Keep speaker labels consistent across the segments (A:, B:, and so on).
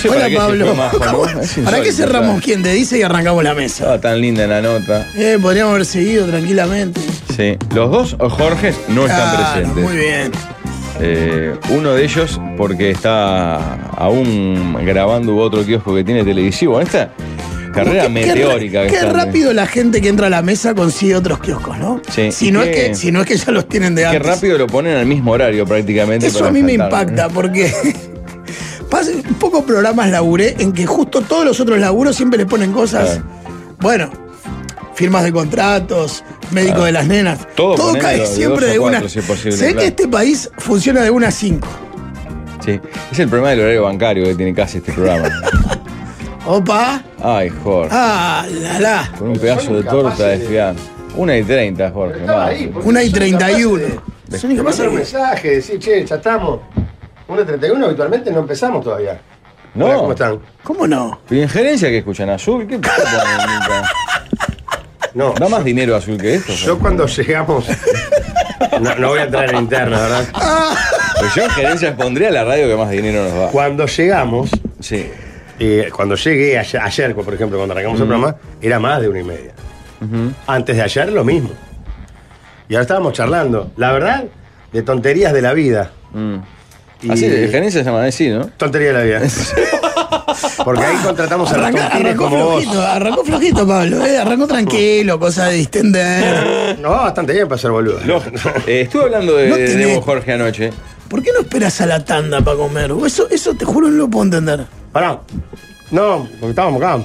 A: sé
B: Hola,
A: para qué
B: Pablo.
A: se fue Majo, ¿no? Es
B: ¿Para qué
A: insólito,
B: cerramos
A: ¿sabes?
B: quien te dice y arrancamos la mesa?
A: Estaba tan linda la nota.
B: Eh, podríamos haber seguido tranquilamente.
A: Sí. Los dos Jorges no están
B: Claro,
A: presentes.
B: Ah, Muy bien.
A: Eh, uno de ellos porque está aún grabando otro kiosco que tiene televisivo. Esta carrera
B: Qué- qué
A: meteórica
B: ra-
A: que
B: Qué,
A: están, eh.
B: rápido la gente que entra a la mesa consigue otros kioscos, ¿no?
A: Sí, y
B: Si no,
A: qué-
B: es que, si no es que ya los tienen de
A: Qué
B: antes.
A: rápido lo ponen al mismo horario prácticamente.
B: Eso
A: para
B: a mí me
A: saltar, ¿eh? ¿no?
B: impacta porque pas- pocos programas laburé en que justo todos los otros laburos siempre les ponen cosas. Bueno, firmas de contratos, médico
A: Claro.
B: de las nenas.
A: Todo ponelo
B: cae
A: de
B: siempre
A: dos a
B: de
A: cuatro,
B: una.
A: si es posible,
B: sé
A: claro.
B: que este país funciona de una a cinco.
A: Sí. Es el problema del horario bancario que tiene casi este programa.
B: Opa.
A: Ay, Jorge.
B: Ah, la la.
A: Con un pedazo de torta desfiada. Una y treinta, Jorge.
C: Estaba
A: más.
C: ahí, porque
B: Una y
C: son
B: treinta y uno.
C: capaces
B: Son
C: de
B: incapaces
C: mandar
B: de-
C: un mensaje, decir, che, ya estamos. 1.31 habitualmente no empezamos todavía.
A: No.
C: Hola, ¿Cómo están?
B: ¿Cómo no?
A: ¿Tu injerencia que escuchan azul? ¿Qué puta, nenita?
C: No.
A: ¿Da más dinero azul que esto?
C: Yo cuando llegamos. No, no voy a entrar en interna, ¿verdad?
A: Pues yo en gerencia pondría la radio que más dinero nos da.
C: Cuando llegamos,
A: Sí.
C: eh, cuando llegué ayer, ayer, por ejemplo, cuando arrancamos el programa, era más de una y media. Antes de ayer lo mismo. Y ahora estábamos charlando, la verdad, de tonterías de la vida. Y-
A: Así, de gerencia se llama así, ¿no?
C: Tontería de la vida. Porque ahí contratamos a los
B: Arranca-
C: tontines
B: arrancó
C: como vos.
B: flojito, arrancó flojito, Pablo. eh, Arrancó tranquilo, cosa de distender.
C: No, bastante bien para ser boludo.
A: Eh, estuve hablando de,
B: No
A: de
B: tenés-
A: vos, Jorge, anoche.
B: ¿Por qué no esperas a la tanda para comer? Eso, eso te juro no lo puedo entender.
C: Pará. No, porque estábamos acá.
A: abrí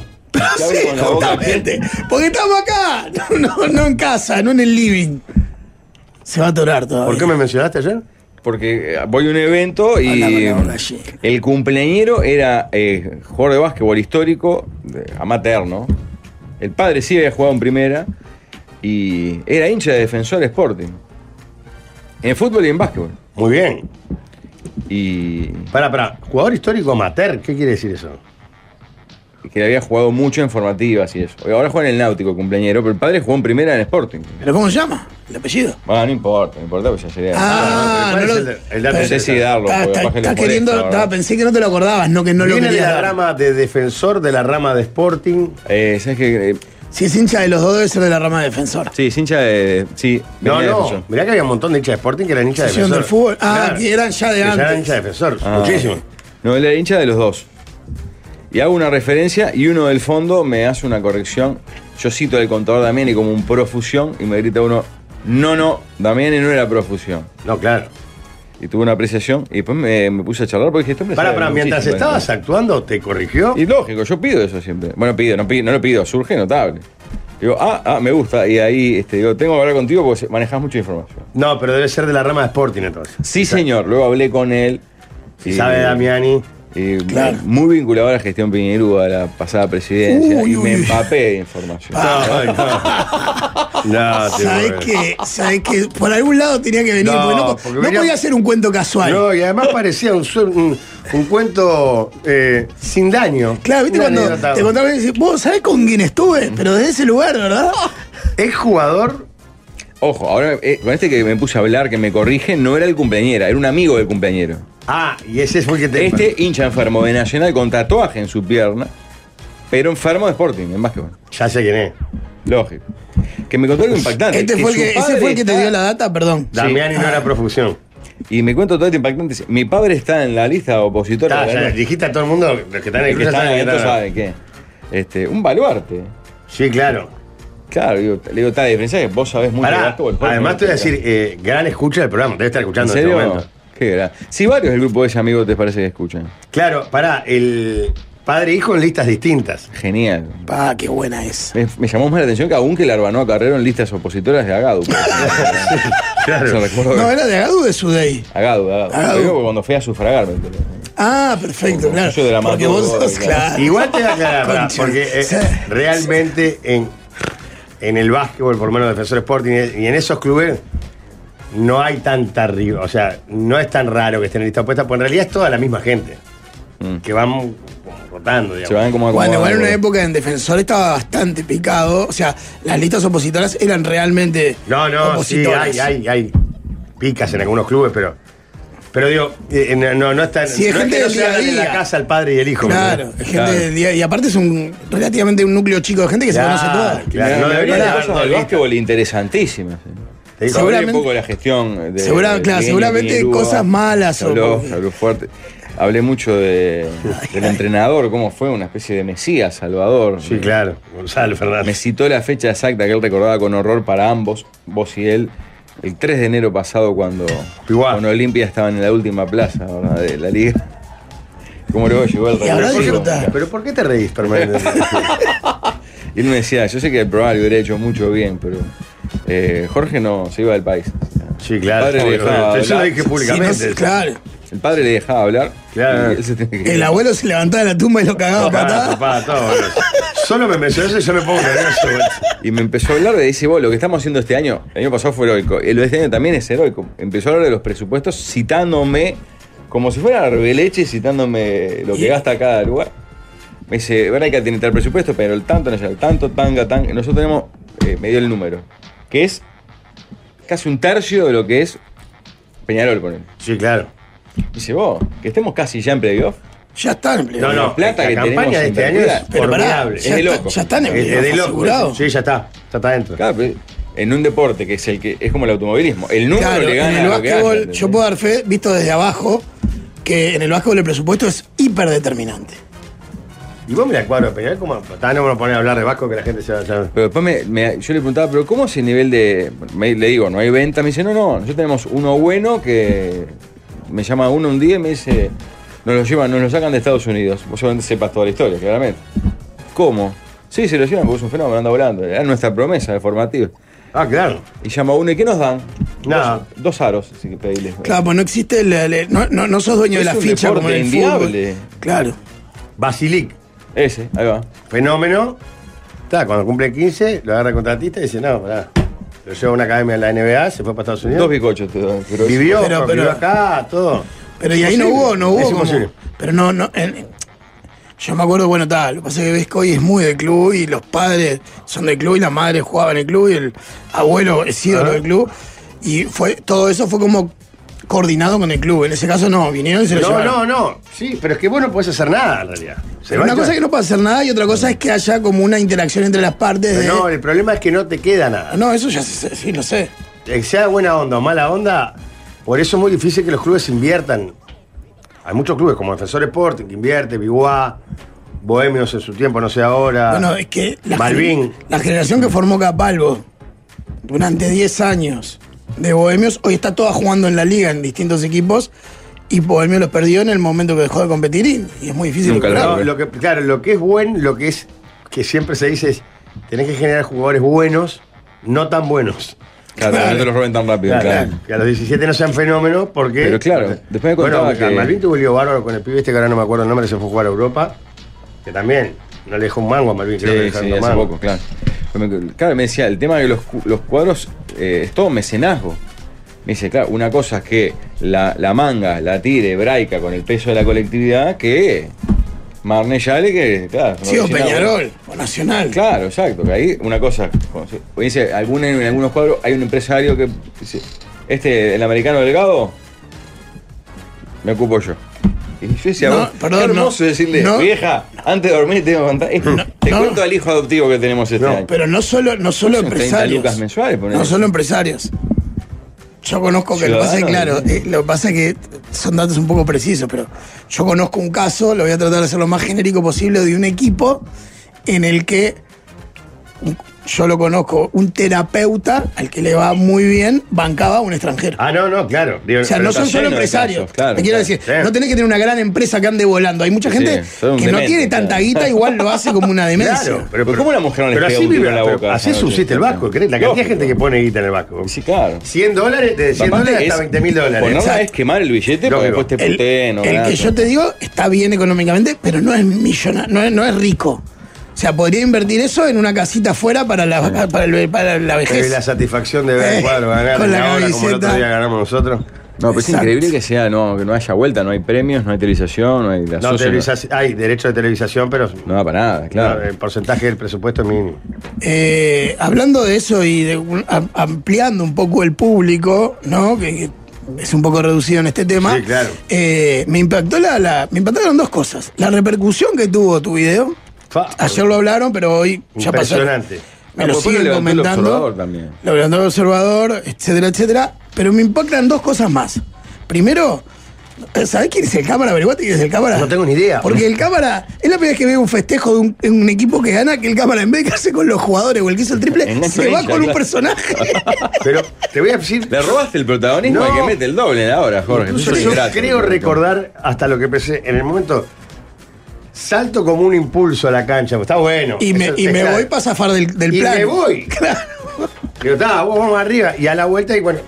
B: Sí,
A: con la boca
C: ¿eh?
B: justamente. Porque estamos acá. No, no, no en casa, no en el living. Se va a atorar todavía.
C: ¿Por qué me mencionaste ayer?
A: Porque eh, voy a un evento y
B: Habla con la boca llena.
A: el cumpleañero era eh, jugador de básquetbol histórico, de- amateur, ¿no? El padre sí había jugado en primera y era hincha de Defensor Sporting. En fútbol y en básquetbol.
C: Muy bien.
A: Y
C: Pará, pará. Jugador histórico amateur, ¿qué quiere decir eso?
A: que le había jugado mucho en formativas y eso. Ahora juega en el Náutico, el cumpleañero, pero el padre jugó en primera en Sporting.
B: ¿Pero cómo se llama? ¿El apellido?
A: Bueno, no importa, no importa, pues ya llegué.
B: Ah,
C: ¿cuál
B: no lo-
C: es el de- el de
A: no sé
C: Atlético?
A: si darlo,
B: Ah,
A: porque capaz que
B: está-
A: les
B: está
A: molesta,
B: queriendo,
A: ¿verdad?
B: estaba- pensé que no te lo acordabas, no que no lo
C: Viene de
B: querías.
C: la
B: dar.
C: rama de defensor de la rama de Sporting.
A: Eh, ¿Sabes qué? Eh,
B: Si es hincha de los dos, debe ser de la rama de defensor.
A: Sí, es hincha de. Sí,
C: No,
A: venía de
C: no.
A: Defensor.
C: Mirá que había un montón de hinchas de Sporting que eran hinchas de
B: Sección
C: defensor.
B: del fútbol. Ah, que eran ya de
C: Que eran
B: antes.
C: hinchas de defensor.
A: Ah.
C: Muchísimo.
A: No, él era hincha de los dos. Y hago una referencia y uno del fondo me hace una corrección. Yo cito al contador Damiani como un profusión y me grita uno: No, no, Damiani no era profusión.
C: No, claro.
A: Y tuve una apreciación y después me, me puse a charlar porque dije: Este hombre
C: Pará,
A: sabe
C: pará. Mientras
A: muchísimo,
C: estabas actuando, te corrigió.
A: Y lógico, yo pido eso siempre. Bueno, pido, no, pido, no lo pido, surge notable. Digo, ah, ah, me gusta. Y ahí este, digo, tengo que hablar contigo porque manejas mucha información.
C: No, pero debe ser de la rama de Sporting entonces.
A: Sí, señor. Luego hablé con él.
C: Si sabe Damiani.
A: y eh,
B: Claro.
A: Muy vinculado a la gestión Piñerúa, a la pasada presidencia.
B: Uy,
A: y me
B: uy.
A: empapé de información.
C: No, no. No, te
B: ¿Sabes
C: mueves.
B: que, ¿Sabes que Por algún lado tenía que venir.
C: No,
B: porque No,
C: porque
B: no
C: venía-
B: podía ser un cuento casual.
C: No, y además parecía un, suel- un, un cuento eh, sin daño.
B: Claro, viste
C: Una
B: cuando
C: anécdota.
B: te contaban y decís, vos sabés con quién estuve, pero desde ese lugar, ¿verdad?
C: Es jugador.
A: Ojo, ahora eh, con este que me puse a hablar, que me corrige, no era el cumpleañera, era un amigo del cumpleañero.
C: Ah, y ese fue el que te.
A: Este hincha enfermo de Nacional con tatuaje en su pierna, pero enfermo de Sporting, en básquetbol.
C: Ya sé quién es.
A: Lógico. Que me contó algo impactante.
B: Este fue el
A: su
B: que, ese
A: padre
B: fue el que te
A: está-
B: dio la data, perdón.
C: Damiani no era profusión.
A: Y me cuento todo esto impactante. dice, Mi padre está en la lista opositora.
B: Ah,
C: Está,
A: de
C: ya
A: la
C: le
A: noche".
C: dijiste a todo el mundo, los que están en
A: El
C: el
A: que
C: club
A: está en
C: saben
A: el
C: quién
A: evento
C: era.
A: sabe qué. Este, un baluarte.
C: Sí, claro.
A: Claro, digo, le digo, está la diferencia es que vos sabés mucho de
C: Pará,
A: básquetbol, vos
C: además
A: no
C: te voy a
A: te-
C: decir, eh, gran escucha del programa. Debe estar
A: ¿En
C: escuchando en, este
A: serio?
C: momento.
A: Qué gran. Si varios del grupo de ese amigo te parece que escuchan.
C: Claro, pará, el padre e hijo en listas distintas.
A: Genial.
B: Pa, qué buena es.
A: Me, me llamó más la atención que aún que Larbanó a Carrero en listas opositoras de Agadu.
C: Claro.
A: Eso recuerdo que-
B: No, era de Agadú de Sudey.
A: Agadu, Agadu.
B: Agadu.
A: Lo digo porque cuando fui a sufragar, me enteré.
B: Ah, perfecto,
A: Como
B: claro.
A: yo de la
B: Porque
A: Maduro,
B: vos sos,
A: claro.
B: claro.
C: Igual te voy a aclarar, pará,
B: Concha.
C: porque eh,
B: Sí.
C: realmente en, en el básquetbol, por lo menos Defensor Sporting, eh, y en esos clubes no hay tanta ri- o sea, no es tan raro que estén en lista opuesta, porque en realidad es toda la misma gente, que van como rotando,
A: Mm. Se
C: digamos.
A: van como
B: Bueno, igual en una
A: acomodados.
B: época en Defensor estaba bastante picado. O sea, las listas opositoras eran realmente.
C: No, no, sí,
B: opositoras.
C: hay, hay, hay picas en algunos clubes, pero Pero digo, eh, no, no, no están.
B: Sí, es
C: no
B: gente
C: que no
B: del
C: se
B: día a
C: hagan en la
B: día.
C: casa el padre y el hijo.
B: Claro,
C: ¿no?
B: gente
A: Claro.
B: del día- Y aparte es un relativamente un núcleo chico de gente que
C: Claro,
B: se conoce toda.
C: claro, no
A: Una
C: debería
A: variedad de
C: haber
A: cosas
C: todo
A: del
C: listo.
A: básquetbol interesantísimas.
C: Te
A: Seguramente.
C: digo,
B: Seguramente-
A: un poco de la gestión. De,
B: Segura-
A: de
B: claro,
A: Pequeño,
B: seguramente
A: Peñarúa.
B: cosas malas
A: Se
B: o-
A: Habló, se habló fuerte. Hablé mucho de, del entrenador, cómo fue una especie de Mesías, Salvador.
C: Sí, claro. Gonzalo
A: Me
C: Fernández.
A: citó la fecha exacta que él recordaba con horror para ambos, vos y él, el 3 de enero pasado cuando,
C: Igual.
A: cuando Olimpia estaban en la última plaza ¿verdad? de la liga. Como luego llegó el
B: Y habrá
A: refuerzo.
B: disfrutado.
C: Pero ¿por qué te reís permanentemente?
A: Y él me decía, yo sé que el programa le hubiera hecho mucho bien, pero eh, Jorge no, se iba del país.
C: sí, claro.
A: Padre,
C: obvio,
A: dejaba
C: obvio. Yo lo
A: hablar.
C: dije
B: Si no,
C: públicamente.
B: claro.
A: El padre le dejaba hablar.
C: Claro.
A: y él se tenía que-
B: El abuelo se levantaba de la tumba y lo cagaba a
C: Papá,
B: patadas.
C: papá, todo. boludo. Solo me mencionó eso y yo me pongo nervioso. boludo.
A: Y me empezó a hablar de, dice, vos, lo que estamos haciendo este año, el año pasado fue heroico, y lo de este año también es heroico. Empezó a hablar de los presupuestos citándome, como si fuera Arbeleche, citándome lo que
B: Y-
A: gasta cada lugar. Me dice, Braica tiene tal presupuesto, pero el tanto, no llega, el tanto, tanga, tanga. Nosotros tenemos, eh, me dio el número, que es casi un tercio de lo que es Peñarol, por ejemplo.
C: Sí, claro.
A: Dice, vos, que estemos casi ya en playoff.
B: Ya están en
C: No,
B: playoff.
C: no.
A: plata
C: la
A: que
C: campaña
A: tenemos
C: de este año
A: invertida.
C: es
B: Pero pará,
C: formidable.
A: es
B: ya,
A: de
B: está-
A: loco.
B: ya están en
C: Es es
B: playoff
C: de loco.
B: asegurado.
C: Sí, ya está. Ya está adentro.
A: Claro, pero en un deporte que es el que es como el automovilismo, el número
B: Claro,
A: le
B: en
A: gana lo que
B: el
A: gana,
B: básquetbol,
A: ¿entendés?
B: yo puedo dar fe, visto desde abajo, que en el básquetbol el presupuesto es hiperdeterminante.
C: Y vos mira el cuadro de Peñarol, como está, no me lo pones a hablar de Vasco que la gente se va a saber.
A: Pero después me- me- yo le preguntaba, ¿pero cómo es el nivel de.? me- le digo, ¿no hay venta? Me dice, no, no, nosotros tenemos uno bueno que. Me llama uno un día y me dice, nos lo llevan, nos lo sacan de Estados Unidos. Vos seguramente sepas toda la historia, claramente. ¿Cómo? Sí, se lo llevan porque es un fenómeno, anda volando. Era nuestra promesa de formativo.
C: Ah, claro.
A: Y llama uno, ¿y qué nos dan?
C: Nada.
A: Dos, dos aros, así que pedile.
B: Claro, pues no existe el, el- no, no, no sos
A: Es
B: dueño de la
A: un
B: ficha como en el
A: deporte enviable.
B: fútbol. Claro.
C: Basilic,
A: Ese, ahí va.
C: fenómeno. Está, cuando cumple 15, lo agarra el contratista y dice, no, pará. Lo lleva a una academia de la NBA, se fue para Estados Unidos.
A: Dos bicochos te dan. pero-
C: vivió,
B: Pero-
C: pero,
B: pero-
C: vivió acá, todo.
B: Pero y ahí no
C: Imposible.
B: hubo, no
C: Es
B: hubo como,
C: imposible.
B: Pero no, no. en- yo me acuerdo, bueno, tal, lo que pasa es que Vesco hoy es muy del club y los padres son del club y la madre jugaba en el club y el abuelo es ídolo
C: Ajá.
B: del club. Y fue, todo eso fue como coordinado con el club. En ese caso no, vinieron y se lo
C: No,
B: llevaron.
C: no, no. Sí, pero es que vos no podés hacer nada en realidad. Se
B: Pero
C: va
B: una
C: a-
B: cosa es que no puede hacer nada y otra cosa es que haya como una interacción entre las partes de.
C: Pero No, eh. el problema es que no te queda
B: Ah,
C: nada.
B: no, eso ya se- se- sí, lo sé.
C: Que sea buena onda o mala onda, por eso es muy difícil que los clubes inviertan. Hay muchos clubes como Defensor Sporting que invierte, Biguá, Bohemios en su tiempo, no sé ahora.
B: Bueno, es que la,
C: Ah. Malvin.
B: gen- la generación que formó Capalvo durante 10 años de Bohemios, hoy está toda jugando en la liga en distintos equipos y Bohemios los perdió en el momento que dejó de competir y, y es muy difícil.
A: Nunca
B: recuperar.
C: No, lo que, claro, lo que es bueno, lo que es que siempre se dice es tenés que generar jugadores buenos, no tan buenos.
A: Claro,
B: Claro.
A: no te los roben tan rápido.
C: Claro,
A: claro.
C: Que a los 17 no sean fenómenos porque.
A: Pero claro, después me contaba
C: bueno,
A: que-
C: Malvin tuvo un lío bárbaro con el pibe este que ahora no me acuerdo el nombre, se fue a jugar a Europa. Que también no le dejó un mango a Malvin, creo que le
A: Sí,
C: dejaron
A: sí,
C: dos
A: hace
C: mangos.
A: poco, claro. Pero me- claro, me decía, el tema de los, cu- los cuadros eh, es todo mecenazgo. Me dice, claro, una cosa es que la, la manga la tire hebraica con el peso de la colectividad, que Marne Yale, que claro.
B: Sí, o
A: original-
B: Peñarol, o Nacional.
A: Claro, exacto. Que ahí una cosa. como se- me dice, algún- en algunos cuadros hay un empresario que dice, este, el americano delgado, me ocupo yo. Y yo decía,
B: No,
A: vos,
B: perdón,
A: qué hermoso
B: no.
A: decirle,
B: No.
A: vieja, antes de dormir te tengo que contar. te
B: no.
A: cuento al hijo adoptivo que tenemos este
C: No,
A: año.
B: Pero no solo, no solo
A: Son 30
B: empresarios.
A: lucas mensuales, ponele.
B: no solo empresarios. Yo conozco que lo que pasa es que, claro,
A: Ciudadanos,
B: eh, lo que pasa es que son datos un poco precisos, pero yo conozco un caso, lo voy a tratar de hacer lo más genérico posible, de un equipo en el que un- yo lo conozco, un terapeuta al que le va muy bien, bancaba a un extranjero.
C: Ah, no, no, claro. Digo,
B: O sea,
C: pero
B: no
A: está
B: son solo
A: lleno de
B: empresarios.
A: casos, claro,
B: Te quiero
A: claro.
B: decir,
C: Sí.
B: no tenés que tener una gran empresa que ande volando. Hay mucha
A: Sí,
B: gente
A: sí, son un
B: que no
A: demente,
B: tiene tanta
A: claro.
B: guita, igual lo hace como una demencia.
C: Claro,
A: Pero ¿cómo la mujer no le
C: pero
A: pega
C: así
A: un tiro
C: vive-
A: en la
C: pero
A: boca
C: Así
A: esa noche?
C: subsiste el Vasco, ¿querés? La cantidad de
A: Lógico.
C: gente que pone guita en el Vasco.
A: Sí, claro.
C: 100 dólares, de 100
A: Aparte
C: dólares
A: es-
C: hasta 20 mil dólares.
A: Ponerla
B: Exacto.
A: es quemar el billete
C: Lógico.
A: porque después te
B: El,
A: puteen. o
B: el
A: nada.
B: que yo te digo está bien económicamente, pero no es millonario, no es, no es rico. O sea, podría invertir eso en una casita afuera para la, vaca- para el- para la
C: Es
B: vejez.
C: la satisfacción de ver el
B: Eh,
C: cuadro ganar
B: con
C: en
B: la
C: hora, como el otro
B: camiseta.
C: día ganamos nosotros.
A: No, pero es
B: Exacto.
A: increíble que sea, no, que no haya vuelta, no hay premios, no hay televisación, no hay la
C: No,
A: socia-
C: televisaci- hay derecho de televisación, pero
A: No da para nada, claro.
C: no, el porcentaje del presupuesto es mínimo.
B: Eh, hablando de eso y de un- am- ampliando un poco el público, ¿no? Que, que es un poco reducido en este tema.
C: Sí, claro.
B: Eh, me impactó la, la- me impactaron dos cosas. La repercusión que tuvo tu video.
C: Fa-
B: Ayer lo hablaron, pero hoy ya pasó.
C: Impresionante.
B: Me
A: Ah,
B: lo
A: porque
B: siguen
A: levantó el
B: comentando.
A: observador también.
B: Lo levantó el observador, etcétera, etcétera. Pero me impactan dos cosas más. Primero, ¿sabés quién es el cámara? Averiguate quién es el cámara.
C: No tengo ni idea.
B: Porque el cámara, es la primera vez que veo un festejo de un, en un equipo que gana, que el cámara en vez de quedarse con los jugadores o el que hizo el triple,
A: Engancha
B: se va
A: ella,
B: con un
A: claro.
B: personaje.
C: Pero te voy a decir.
A: Le robaste el protagonismo
C: No.
A: al que mete el doble ahora, Jorge.
C: Incluso
A: Sos
C: yo
A: ingrato.
C: creo recordar hasta lo que pensé. En el momento, salto como un impulso a la cancha. pues Está bueno.
B: Y me,
C: Eso
B: y me
C: está-
B: voy para zafar del, del
C: Y
B: plan.
C: me voy.
B: Claro.
C: Digo, está, vos vamos arriba. Y a la vuelta, y bueno.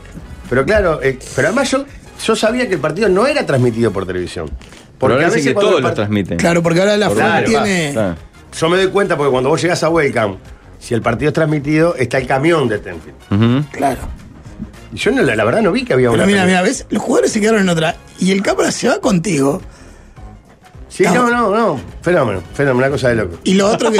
C: Pero claro, eh, pero además yo, yo sabía que el partido no era transmitido por televisión.
A: Pero ahora dicen que
C: cuando
A: todos
C: el
A: lo
C: par-
A: transmiten.
B: Claro, porque ahora la
A: Por Ah,
B: FUN
C: radio,
B: tiene.
A: Claro.
C: Yo me doy cuenta porque cuando vos llegás a Welcome, si el partido es transmitido, está el camión de Tenfield.
A: Ujú.
B: Claro.
C: Y yo no, la, la verdad no vi que había una.
B: Pero mira,
C: transmisión.
B: mira, ves, los jugadores se quedaron en otra. Y el cámara se va contigo.
C: Sí, no, no, no. Fenómeno, fenómeno, una cosa de loco.
B: Y lo otro que.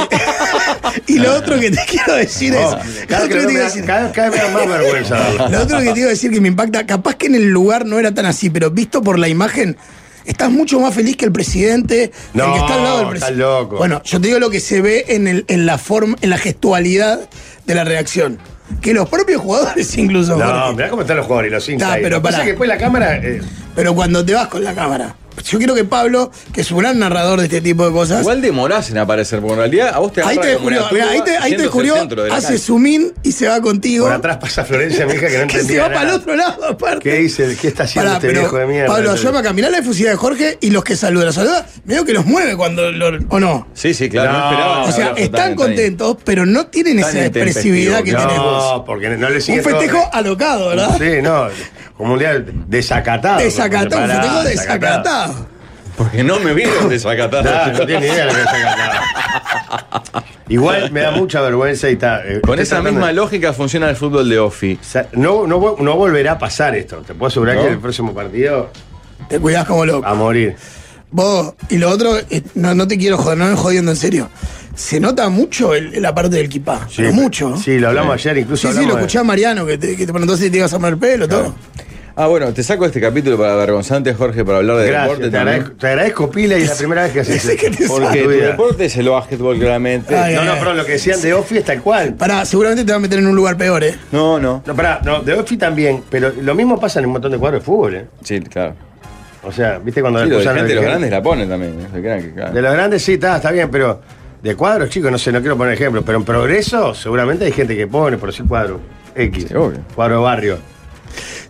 B: y lo otro que te quiero decir es.
C: Oh,
B: lo
C: cada,
B: otro que te
C: vez que me
B: iba a
C: da,
B: decir-
C: cada- cada vez me da más vergüenza. darlo.
B: Lo otro que te iba a decir que me impacta, capaz que en el lugar no era tan así, pero visto por la imagen, estás mucho más feliz que el presidente, el
C: No,
B: que está al lado del
C: estás
B: presidente.
C: loco.
B: Bueno, yo te digo lo que se ve en, el, en la forma, en la gestualidad de la reacción. Que los propios jugadores incluso.
C: No,
B: Jorge.
C: mirá cómo están los jugadores y los hinchas.
B: Está,
C: ahí.
B: pero
C: Lo que pasa
B: pará.
C: es que después la cámara. eh,
B: Pero cuando te vas con la cámara. Yo quiero que Pablo, que es un gran narrador de este tipo de cosas.
A: Igual demorás en aparecer, porque en realidad a vos te
B: Ahí
A: agarra
B: te
A: como una
B: descubrió, mirá,
A: turba
B: ahí te, ahí te
A: yéndose al
B: descubrió,
A: centro de la
B: hace
A: cancha.
B: zoomín y se va contigo.
C: por atrás pasa Florencia, mi hija, que no
B: que
C: entendía.
B: se va
C: nada.
B: para el otro lado, aparte.
C: ¿Qué dice? ¿Qué está haciendo
B: Pará,
C: este
B: pero,
C: viejo de mierda?
B: Pablo, ayúdame acá. Mirá la efusividad de Jorge y los que saludan. Los saluda, medio que los mueve cuando. lo- ¿O no?
A: Sí, sí, claro.
C: No.
A: No, esperaba.
B: O sea,
A: Abrazo,
B: están
A: tan- tan-
B: contentos, pero no tienen
A: Tan
B: esa expresividad que
A: intempestivo,
B: tenés vos.
C: No, porque no le sigue
B: Un festejo alocado, ¿verdad?
C: todo. Sí, no. Como un día desacatado.
B: Desacatado, un
C: Pará,
B: festejo desacatado.
A: Porque no me vieron desacatado.
C: Claro, no tiene idea de lo que es desacatado. Igual me da mucha vergüenza y está. eh,
A: Con
C: estoy
A: esa
C: tratando-
A: misma lógica funciona el fútbol de Offi.
C: O sea, No, no, vo- no volverá a pasar esto. Te puedo asegurar
A: ¿No?
C: que en el próximo partido
B: Te cuidás como loco.
C: a morir.
B: Vos, y lo otro, eh, no, no te quiero joder, no me jodiendo en serio. Se nota mucho el- la parte del kipá. pero mucho. ¿no?
C: Sí, lo hablamos ayer,
B: Sí, sí,
C: incluso. hablamos
B: lo
C: de-
B: escuché a Mariano, que te, que te preguntó si te ibas a poner pelo, todo.
A: Ah, bueno, te saco este capítulo para vergonzante, Jorge, para hablar de
C: Gracias,
A: deporte
C: te
A: también.
C: agradezco, te agradezco, Pila, y es la primera vez que haces
B: Ese que te
C: esto.
A: Porque
C: Tu
A: tu
C: vida.
A: deporte es el básquetbol, claramente.
B: Ay,
C: No, no, pero lo que decían de Offi es tal cual.
B: Pará, seguramente te va a meter en un lugar peor, ¿eh?
A: No, no.
C: No, pará, no, de Offi también, pero lo mismo pasa en un montón de cuadros de fútbol, ¿eh?
A: Sí, claro.
C: O sea, viste cuando
A: Sí,
C: le
A: lo de
C: acusan
A: gente, los
C: al dirigente?
A: grandes la ponen también. ¿eh? Se crean que, claro.
C: De los grandes sí, está, está bien, pero de cuadros, chicos, no sé, no quiero poner ejemplos, pero en progreso seguramente hay gente que pone, por sí cuadro X,
A: Sí, obvio.
C: cuadro barrio.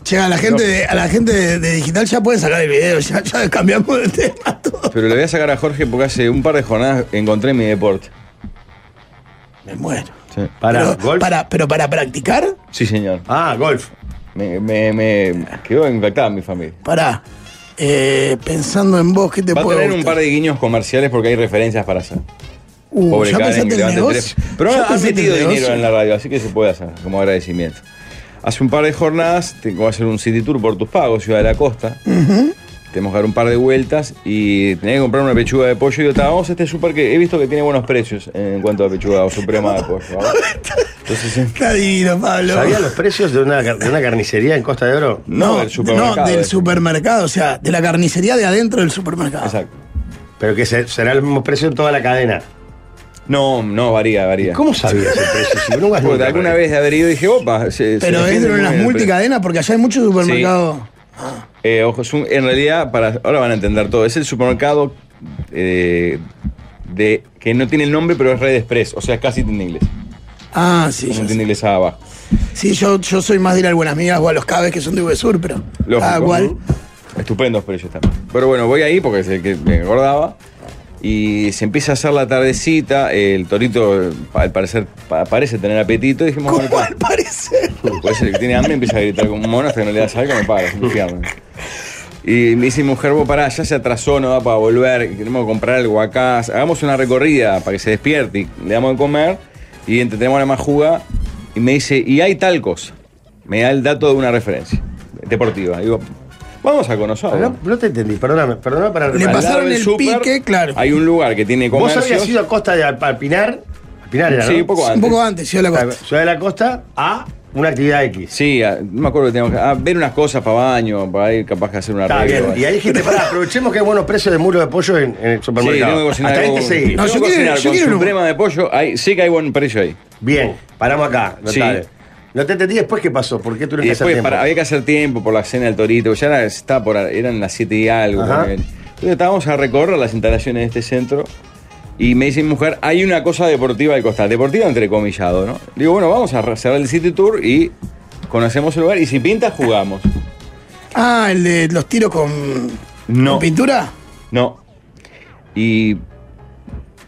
B: Che, a la gente, de, a la gente de, de digital ya pueden sacar el video, ya, ya cambiamos de tema todo.
A: Pero le voy a sacar a Jorge porque hace un par de jornadas encontré mi deporte.
B: Me muero.
A: Sí,
C: Para
B: pero,
C: golf.
B: Para, pero para practicar,
A: Sí, señor.
C: Ah, golf.
A: Me, me, me quedó impactada mi familia.
B: pará. Eh, pensando en vos, ¿qué te
A: Va a
B: puedo
A: tener un
B: gustar?
A: par de guiños comerciales porque hay referencias para hacer.
B: Uh,
A: Pobre
B: ¿ya
A: Karen
B: pensaste
A: que
B: en
A: levanta
B: el
A: el
B: negocio?
A: teléfono. Pero
B: ¿Ya
A: ha
B: pensaste en
A: metido
B: el
A: dinero
B: negocio?
A: en la radio, así que se puede hacer como agradecimiento. Hace un par de jornadas tengo que hacer un city tour por tus pagos, Ciudad de la Costa. Tenemos que dar un par de vueltas y tenía que comprar una pechuga de pollo. Y yo estaba, vamos a este súper que he visto que tiene buenos precios en cuanto a pechuga o suprema de pollo. ¿verdad? Entonces, eh,
B: Está divino, Pablo.
C: ¿Sabían los precios de una, car- de una carnicería en Costa de Oro?
B: No,
A: no, del supermercado.
B: no, del
A: eh.
B: supermercado, o sea, de la carnicería de adentro del supermercado.
A: Exacto.
C: Pero que se- será el mismo precio en toda la cadena.
A: No, no, varía, varía.
C: ¿Cómo sabías el precio? Si nunca has
A: Porque
C: nunca,
A: alguna
C: Rodri.
A: vez de haber ido dije, opa, se- se
B: Pero es
A: defiende muy
B: dentro de las
A: bien el precio.
B: multicadenas, porque allá hay muchos supermercados.
A: Eh, ojo, es un- en realidad, para, ahora van a entender todo. Es el supermercado eh, de, que no tiene el nombre, pero es Red Express. O sea, es casi tienda inglés.
B: Ah, sí.
A: Es
B: ya
A: un
B: sé.
A: tienda inglés abajo.
B: Sí, yo, yo soy más de ir a algunas amigas o a los cabes que son de Uvesur, pero. ah,
A: Lógico.
B: Cada cual.
A: Estupendos precios también. Pero bueno, voy ahí porque es el que me acordaba. Y se empieza a hacer la tardecita. El torito, eh, al parecer, pa- parece tener apetito. Y dijimos, bueno,
B: Como al
A: pa,
B: parecer.
A: puede ser el que tiene hambre y empieza a gritar como un mono hasta que no le das algo, me paga, es un infierno. Y me dice mi mujer, vos pará, ya se atrasó, no va para volver, queremos comprar algo acá, hagamos una recorrida para que se despierte y le damos de comer y entretenemos la más juga. Y me dice, y hay tal cosa. Me da el dato de una referencia deportiva. Digo, vamos a conocer.
C: No, no te entendí, perdóname, perdóname para
B: Le
A: Al
C: reparar.
B: pasaron
A: lado del
B: el pique, claro.
A: Hay un lugar que tiene
C: Vos
A: comercios.
C: habías ido a Costa de Al- Alpinar. Alpinar era,
A: Sí,
C: ¿no?
A: un poco
B: Sí,
A: antes.
B: Un poco antes, yo la
C: A-
B: costa.
C: Ciudad de la Costa a una actividad X.
A: Sí, a- no me acuerdo que teníamos que ah, ver unas cosas para baño, para ir capaz que hacer una
C: Está bien. Y ahí dijiste, pará, aprovechemos que hay buenos precios de muro de pollo en, en
A: Sí, tengo que
C: el supermercado.
A: cocinar
C: Hasta este ahí
A: algo-
C: te seguí.
B: No,
A: tengo
B: yo
A: que
B: quiero-
A: cocinar
B: yo
A: con
B: quiero un-
A: suprema de pollo. Ahí, sé que hay buen precio ahí.
C: Bien, paramos acá.
A: Sí.
C: notable. No te entendí después qué pasó, por qué tú no
A: Y
C: estás
A: después
C: tiempo.
A: para- había que hacer tiempo por la cena del torito, ya era- estaba por, eran las 7 y algo.
C: Ajá.
A: ponele. Entonces estábamos a recorrer las instalaciones de este centro y me dice mi mujer, hay una cosa deportiva al costar, deportiva entrecomillado, ¿no? Digo, bueno, vamos a cerrar el City Tour y conocemos el lugar y si pinta, jugamos.
B: Ah, el de los tiros con,
A: No.
B: con pintura.
A: No. Y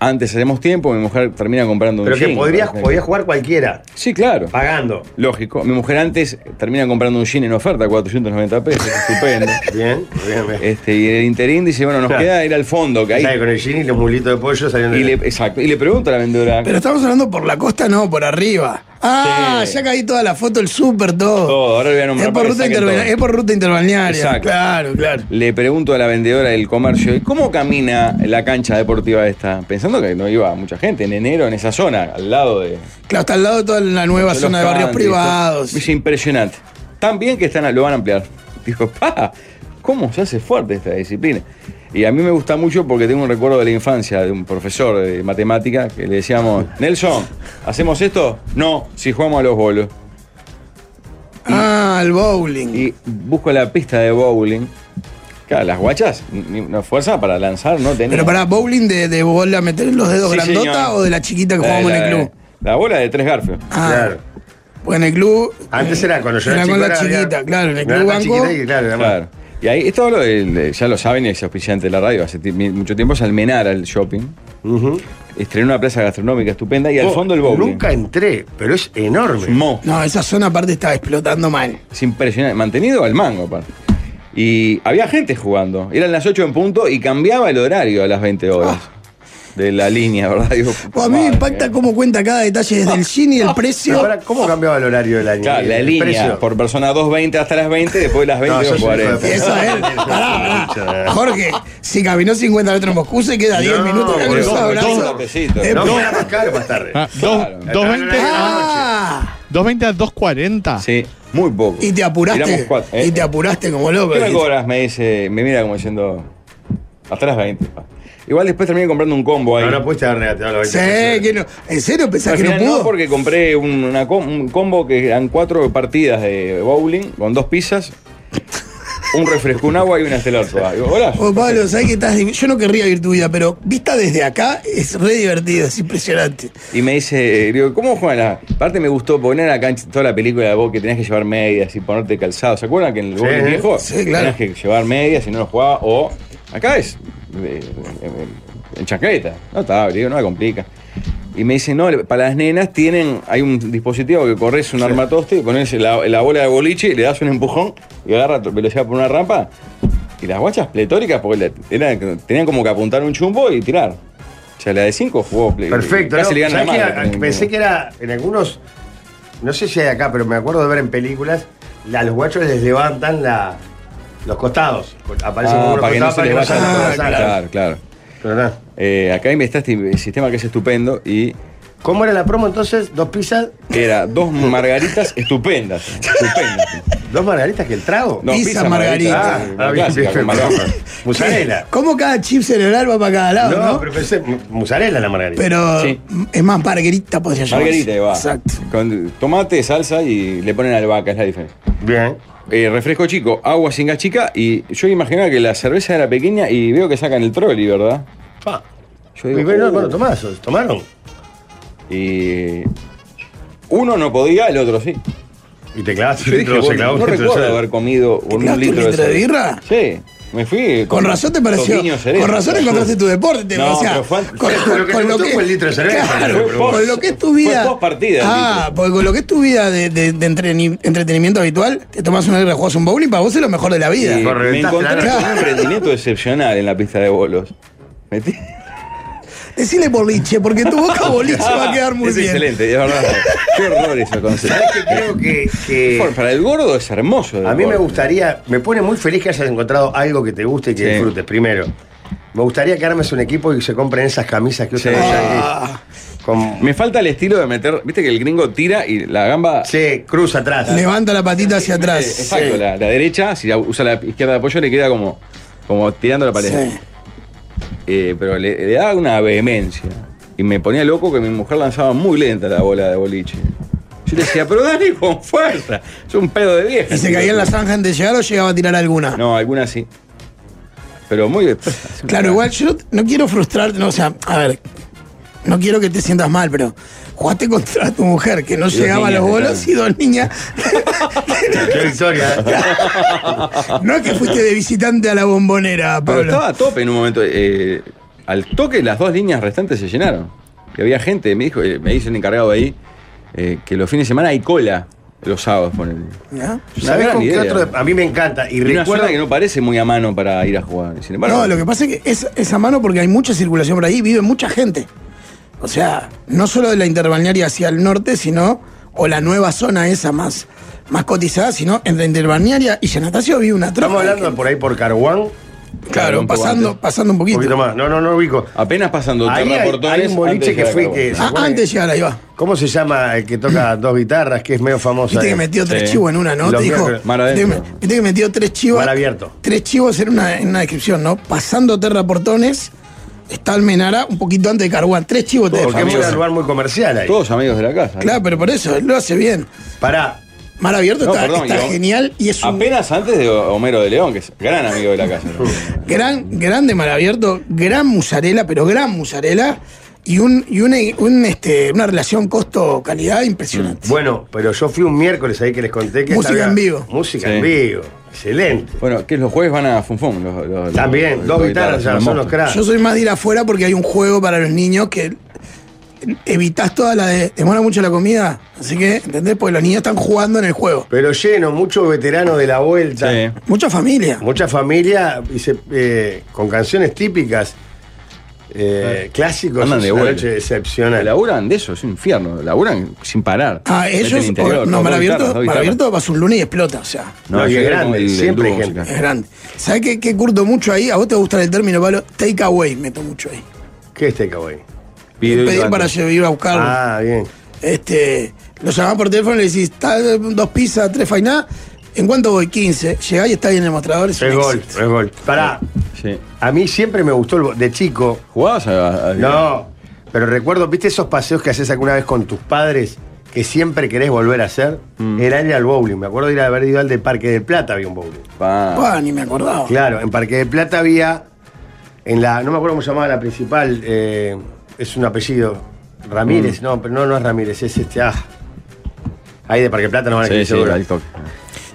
A: antes hacemos tiempo, mi mujer termina comprando un
C: Pero que
A: jean,
C: podrías,
A: por ejemplo.
C: podías jugar cualquiera,
A: Sí, claro.
C: pagando.
A: Lógico. Mi mujer antes termina comprando un jean en oferta, 490 pesos, estupendo.
C: Bien, bien, bien.
A: Este, y el interín dice, bueno, nos
C: Claro.
A: queda ir al fondo, que
C: Sale
A: ahí.
C: con el jean y los mulitos de pollo saliendo
A: Y le,
C: de-
A: exacto. Y le pregunto a la vendedora.
B: Pero estamos hablando por la costa, no, por arriba. Ah,
A: Sí.
B: ya caí toda la foto, el súper, todo.
A: Todo, "Oh, ahora le voy a nombrar para
B: Es por,
A: que
B: ruta
A: saquen
B: interba-
A: todo.
B: es por ruta interbalnearia.
A: Exacto.
B: Claro, claro.
A: Le pregunto a la vendedora del comercio, ¿y cómo camina la cancha deportiva esta? Pensando que no iba mucha gente en enero en esa zona, al lado de.
B: Claro, está al lado de toda la nueva
A: de
B: zona
A: los
B: de barrios
A: country,
B: privados.
A: todo. Es impresionante. Tan bien que están, a- lo van a ampliar. Dijo, pa, ¿cómo se hace fuerte esta disciplina? Y a mí me gusta mucho porque tengo un recuerdo de la infancia de un profesor de matemática que le decíamos, Nelson, ¿hacemos esto? No, si jugamos a los bolos.
B: Ah, el bowling.
A: y busco la pista de bowling. Claro, las guachas, ni una fuerza para lanzar no tenía.
B: Pero para bowling de, de bola meter los dedos
A: Sí,
B: grandota
A: señor.
B: o de la chiquita que
A: La-
B: jugábamos en
A: la-
B: el club.
A: La bola de tres garfios.
B: Ah,
C: Claro.
B: Porque en el club.
C: Antes
B: eh,
C: era cuando yo
B: era
C: era, chico,
B: con la
C: era-
B: chiquita,
C: era-
B: claro. En el
C: no era
B: club
C: tan
B: banco.
C: chiquita y claro, era más.
A: Claro. Y ahí, esto lo del- ya lo saben, es auspiciante de la radio hace ti- mucho tiempo, es Almenara el shopping.
C: Ujú.
A: Estrenó una plaza gastronómica estupenda y al
C: Oh,
A: fondo el bowling.
C: Nunca entré, pero es enorme.
A: Mo.
B: No, esa zona aparte estaba explotando mal.
A: Es impresionante. Mantenido al mango, aparte. Y había gente jugando. Eran las 8 en punto y cambiaba el horario a las 20 horas. De la línea, ¿verdad? Digo,
B: O Ah. Pues a mí me
A: madre
B: impacta
A: mía.
B: cómo cuenta cada detalle desde el jean y el
C: Pero
B: precio.
C: ahora, ¿cómo cambiaba el horario de la línea?
A: Claro, la
C: El
A: línea
C: precio.
A: por persona 2.20 hasta las 20, después de las 20
C: No, sos un hijo de
A: 40.
C: puta.
B: Eso es. Pará, pará. Eh, Jorge, si caminó 50 metros en Moscú, se queda 10
C: No,
B: minutos
C: boludo,
B: caminando
C: boludo,
B: abrazo.
A: cafecito.
B: Eh,
C: No,
B: pero-
C: me era más caro más tarde.
D: Ah,
A: Claro.
D: dos- 220 a-
B: Ah,
D: 220 a 240.
A: Sí, muy poco.
B: y te apuraste.
A: Tiramos cuatro, ¿eh?
B: Y te apuraste como loco.
A: ¿Qué me cobras? Me dice, me mira como diciendo, hasta las 20. pa". Igual después terminé comprando un combo ahí.
C: No, no pudiste haber regateado la
B: Sí,
C: 20%.
B: que no. ¿En serio pensás
A: Al
B: que no
A: final no,
B: pudo?
A: porque compré un, una com- un combo que eran cuatro partidas de bowling con dos pizzas, un refresco, un agua y una estelar toda. Digo, hola.
B: Oh, Pablo, ¿sabes que estás.? div- Yo no querría vivir tu vida, pero vista desde acá es re divertido, es impresionante.
A: Y me dice, eh, digo, ¿cómo juegan la.? Aparte me gustó poner la cancha, toda la película de vos que tenías que llevar medias y ponerte calzado. ¿Se acuerdan que en el
C: Sí.
A: bowling viejo
B: Sí, claro.
A: tenías que llevar medias y no lo jugaba? O acá es eh, en- en chancleta. No está, digo, no la complica. Y me dice, no, para las nenas tienen, hay un dispositivo que corres un armatoste y pones la, la bola de boliche y le das un empujón y agarra tu velocidad por una rampa. Y las guachas pletóricas, porque le- eran- tenían como que apuntar un chumbo y tirar. O sea, la de 5 jugó play.
C: Perfecto.
A: Casi
C: ¿no?
A: le ganan
C: ¿Sabés
A: la
C: Ah, que
A: madre
C: era-
A: también.
C: pensé que era en algunos. No sé si hay acá, pero me acuerdo de ver en películas. A los guachos les levantan la, los costados. Aparecen
A: Ah,
C: como unos
A: para que no
C: costados
A: se les vaya
B: vayan
C: salgan
B: a
A: la
C: por
B: la
A: cosa. Claro, claro.
C: Pero nada.
A: Eh, acá inventaste este sistema que es estupendo y
C: ¿Cómo era la promo entonces? Dos pizzas,
A: era dos margaritas estupendas. Estupendas.
C: dos margaritas que el trago.
A: No, ah,
B: Pizza margarita.
C: Ah,
A: margarita, una clásica, con margarita.
C: Musarela.
B: ¿Cómo cada chip cerebral va para cada lado, no?
C: No, pero pensé, mu- musarela la margarita.
B: Pero
A: Sí.
B: es más margarita, podría llamarse.
A: Margarita, ahí va.
B: Exacto.
A: Con tomate, salsa y le ponen albahaca, es la diferencia.
C: Bien.
A: Eh, refresco chico, agua sin gas chica y yo imaginaba que la cerveza era pequeña y veo que sacan el trolley, ¿verdad?
C: Pa.
A: Yo
C: Y
A: digo,
C: bueno,
A: "Uh".
C: bueno, tomás, tomaron.
A: Y uno no podía, el otro sí.
C: Y te clavaste
A: Yo dije,
C: dentro, se
A: bueno,
C: clavó
A: no
C: un litro de
A: recuerdo
C: cerveza.
A: haber comido
B: ¿Te
A: un litro,
B: clavaste un litro de
A: cerveza.
B: birra?
A: Sí, me fui.
B: Con razón te pareció.
A: toquiño cerebro.
B: Con razón encontraste tu deporte. te-
A: No,
B: o sea,
A: pero fue-
B: con,
A: fue
B: con-
C: lo que
B: con
C: te
B: lo
C: gustó
B: que,
C: fue el litro de cerveza,
B: Claro,
A: fue post-
B: con lo que es tu vida.
A: fue post partida,
B: Ah,
A: Lito.
B: porque con lo que es tu vida de, de- de entreni- entretenimiento habitual, te tomas una guerra, juegas un bowling, para vos es lo mejor de la
A: Y
B: vida.
C: Sí.
A: me
C: Correventaste
A: encontré
C: la
A: con
B: noche.
A: un rendimiento excepcional en la pista de bolos. Metí-
B: Decile boliche, porque tu boca boliche va a quedar muy
A: Ah, es
B: bien.
A: excelente, es verdad. Qué horror eso concepto.
C: ¿Sabés que creo que,
A: Por-
C: que
A: Para el gordo es hermoso. el
C: a mí me
A: deporte.
C: gustaría, me pone muy feliz que hayas encontrado algo que te guste y que
A: Sí.
C: disfrutes primero. Me gustaría que armes un equipo y que se compren esas camisas que usan
A: Sí.
C: los yanquis.
B: Ah,
C: Con,
A: Me falta el estilo de meter. Viste que el gringo tira y la gamba.
C: sí, cruz atrás.
B: Levanta la patita hacia atrás.
A: Eh, Exacto,
C: sí.
A: la, la derecha, si la usa la izquierda de apoyo, le queda como, como tirando la pared.
B: Sí.
A: Eh, pero le, le daba una vehemencia. Y me ponía loco que mi mujer lanzaba muy lenta la bola de boliche. Yo le decía, pero dale con fuerza. Es un pedo de vieja.
B: ¿Y se caía en la zanja antes de llegar o llegaba a tirar alguna?
A: No, alguna sí. Pero muy
B: Claro, igual yo no quiero frustrarte, no, o sea, a ver, no quiero que te sientas mal, pero jugaste contra tu mujer que no
A: dos
B: llegaba a los
A: niñas,
B: bolos y dos niñas.
C: Qué victoria. ¿eh?
B: no es que fuiste de visitante a la bombonera,
A: Pero
B: Pablo.
A: estaba a tope en un momento. eh, al toque las dos líneas restantes se llenaron. Y había gente, me dijo, eh, me dice el encargado ahí, eh, que los fines de semana hay cola los sábados, ponele.
B: ¿Ya?
A: Pues Una
C: ¿Sabés
A: gran
C: con qué
A: idea.
C: otro? de- A mí me encanta. Y
A: Y Una zona
C: recuerdo
A: que no parece muy a mano para ir a jugar. Sin embargo,
B: No, lo que pasa es que es, es a mano porque hay mucha circulación por ahí, vive mucha gente. O sea, no solo de la interbalnearia hacia el norte, sino, o la nueva zona esa más, más cotizada, sino entre interbalnearia y Yanatacio vive una tropa.
C: Estamos
B: de
C: hablando
B: gente.
C: por ahí por Carguán.
A: Claro,
B: Claro,
A: un poco
B: pasando,
A: antes.
B: pasando un
C: Un
B: poquito.
C: poquito más. No, no, no ubico.
A: apenas pasando
C: Ahí
A: Terra
C: hay-
A: Portones,
C: hay un boliche
A: antes de
C: que
A: llegar
C: fue
A: a Cabo.
C: que-
B: Ah, antes de
A: eh.
B: llegar ahí va.
C: ¿Cómo se llama el que toca dos guitarras, que es medio famoso?
B: Viste
C: ahí?
B: que metió tres
A: Sí.
B: chivos en una, ¿no?
C: Los
B: Te dijo.
C: miércoles.
A: Mar adentro.
B: Viste que- viste que metió tres chivos.
C: Mar abierto.
B: Tres chivos en una, en una descripción, ¿no? Pasando Terra Portones, está Almenara, un poquito antes de Carguán. Tres chivos te
C: Porque es
A: Amigos.
C: un lugar muy comercial ahí.
A: Todos amigos de la casa.
B: Claro, pero por eso, él lo hace bien.
C: Pará.
B: Mar abierto
A: No,
B: está,
A: perdón,
B: está
A: yo-
B: genial y es un
A: Apenas antes de Homero de León, que es gran amigo de la casa. ¿no?
B: gran, gran de mar abierto, gran musarela, pero gran musarela. Y, un, y una, un, este, una relación costo-calidad impresionante.
C: Bueno, pero yo fui un miércoles ahí que les conté que
B: Música
C: estaba-
B: en vivo.
C: Música
A: Sí.
C: en vivo. Excelente.
A: Bueno, que los jueves van a Funfun. Los, los- los-
C: También,
A: los-
C: dos
A: los
C: guitarras ya son
A: monstruos.
C: los cracks.
B: Yo soy más de ir afuera porque hay un juego para los niños que evitas toda la de. Demora mucho la comida. Así que, ¿entendés? Porque los niños están jugando en el juego.
C: Pero lleno, muchos veteranos de la vuelta.
A: Sí.
B: Mucha familia.
C: Mucha familia y se- eh, con canciones típicas, eh, clásicos.
A: Ah. Andan
C: es
A: de
C: una
A: vuelta.
C: noche excepcional.
A: Laburan de eso, es un infierno. Laburan sin parar.
B: Ah,
A: Meten
B: ellos.
A: interior,
B: o-
A: con
B: no,
A: dos
B: Mar
A: guitarras,
B: Abierto,
A: dos
B: Mar
A: guitarras.
B: Abierto vas un lunes y explota, o sea.
C: No, y es
A: yo era
C: grande,
A: como el- el
C: siempre
A: dúo
C: hay gente.
A: musical.
B: Es grande. ¿Sabes qué, qué curto mucho ahí? ¿A vos te gusta el término, Pablo? Take away, meto mucho ahí.
C: ¿Qué es este cowboy?
A: Pido y
B: Pedir
A: canto.
B: para llevar- ir a buscarlo.
C: Ah, bien.
B: Este, lo llamás por teléfono y le decís, "Está, eh, dos pizzas, tres fainá. ¿En cuánto voy? 15. Llegás y está ahí en el mostrador. Es, un
C: Es gol,
B: éxito.
C: es gol. Pará,
A: Sí.
C: a mí siempre me gustó el bo- de chico.
A: ¿Jugabas a, a-
C: No, pero recuerdo, ¿viste esos paseos que haces alguna vez con tus padres que siempre querés volver a hacer? Era ir al bowling. Me acuerdo de ir a haber ido al de Parque del Plata, había un bowling.
A: Pa.
B: Pa, ni me acordaba.
C: Claro, en Parque del Plata había, en la, no me acuerdo cómo se llamaba la principal, eh, es un apellido, Ramírez, no, pero no, no es Ramírez, es este, ah. Ahí de Parque del Plata no van a
A: Sí,
C: querer
A: sí,
C: seguro.
A: al toque.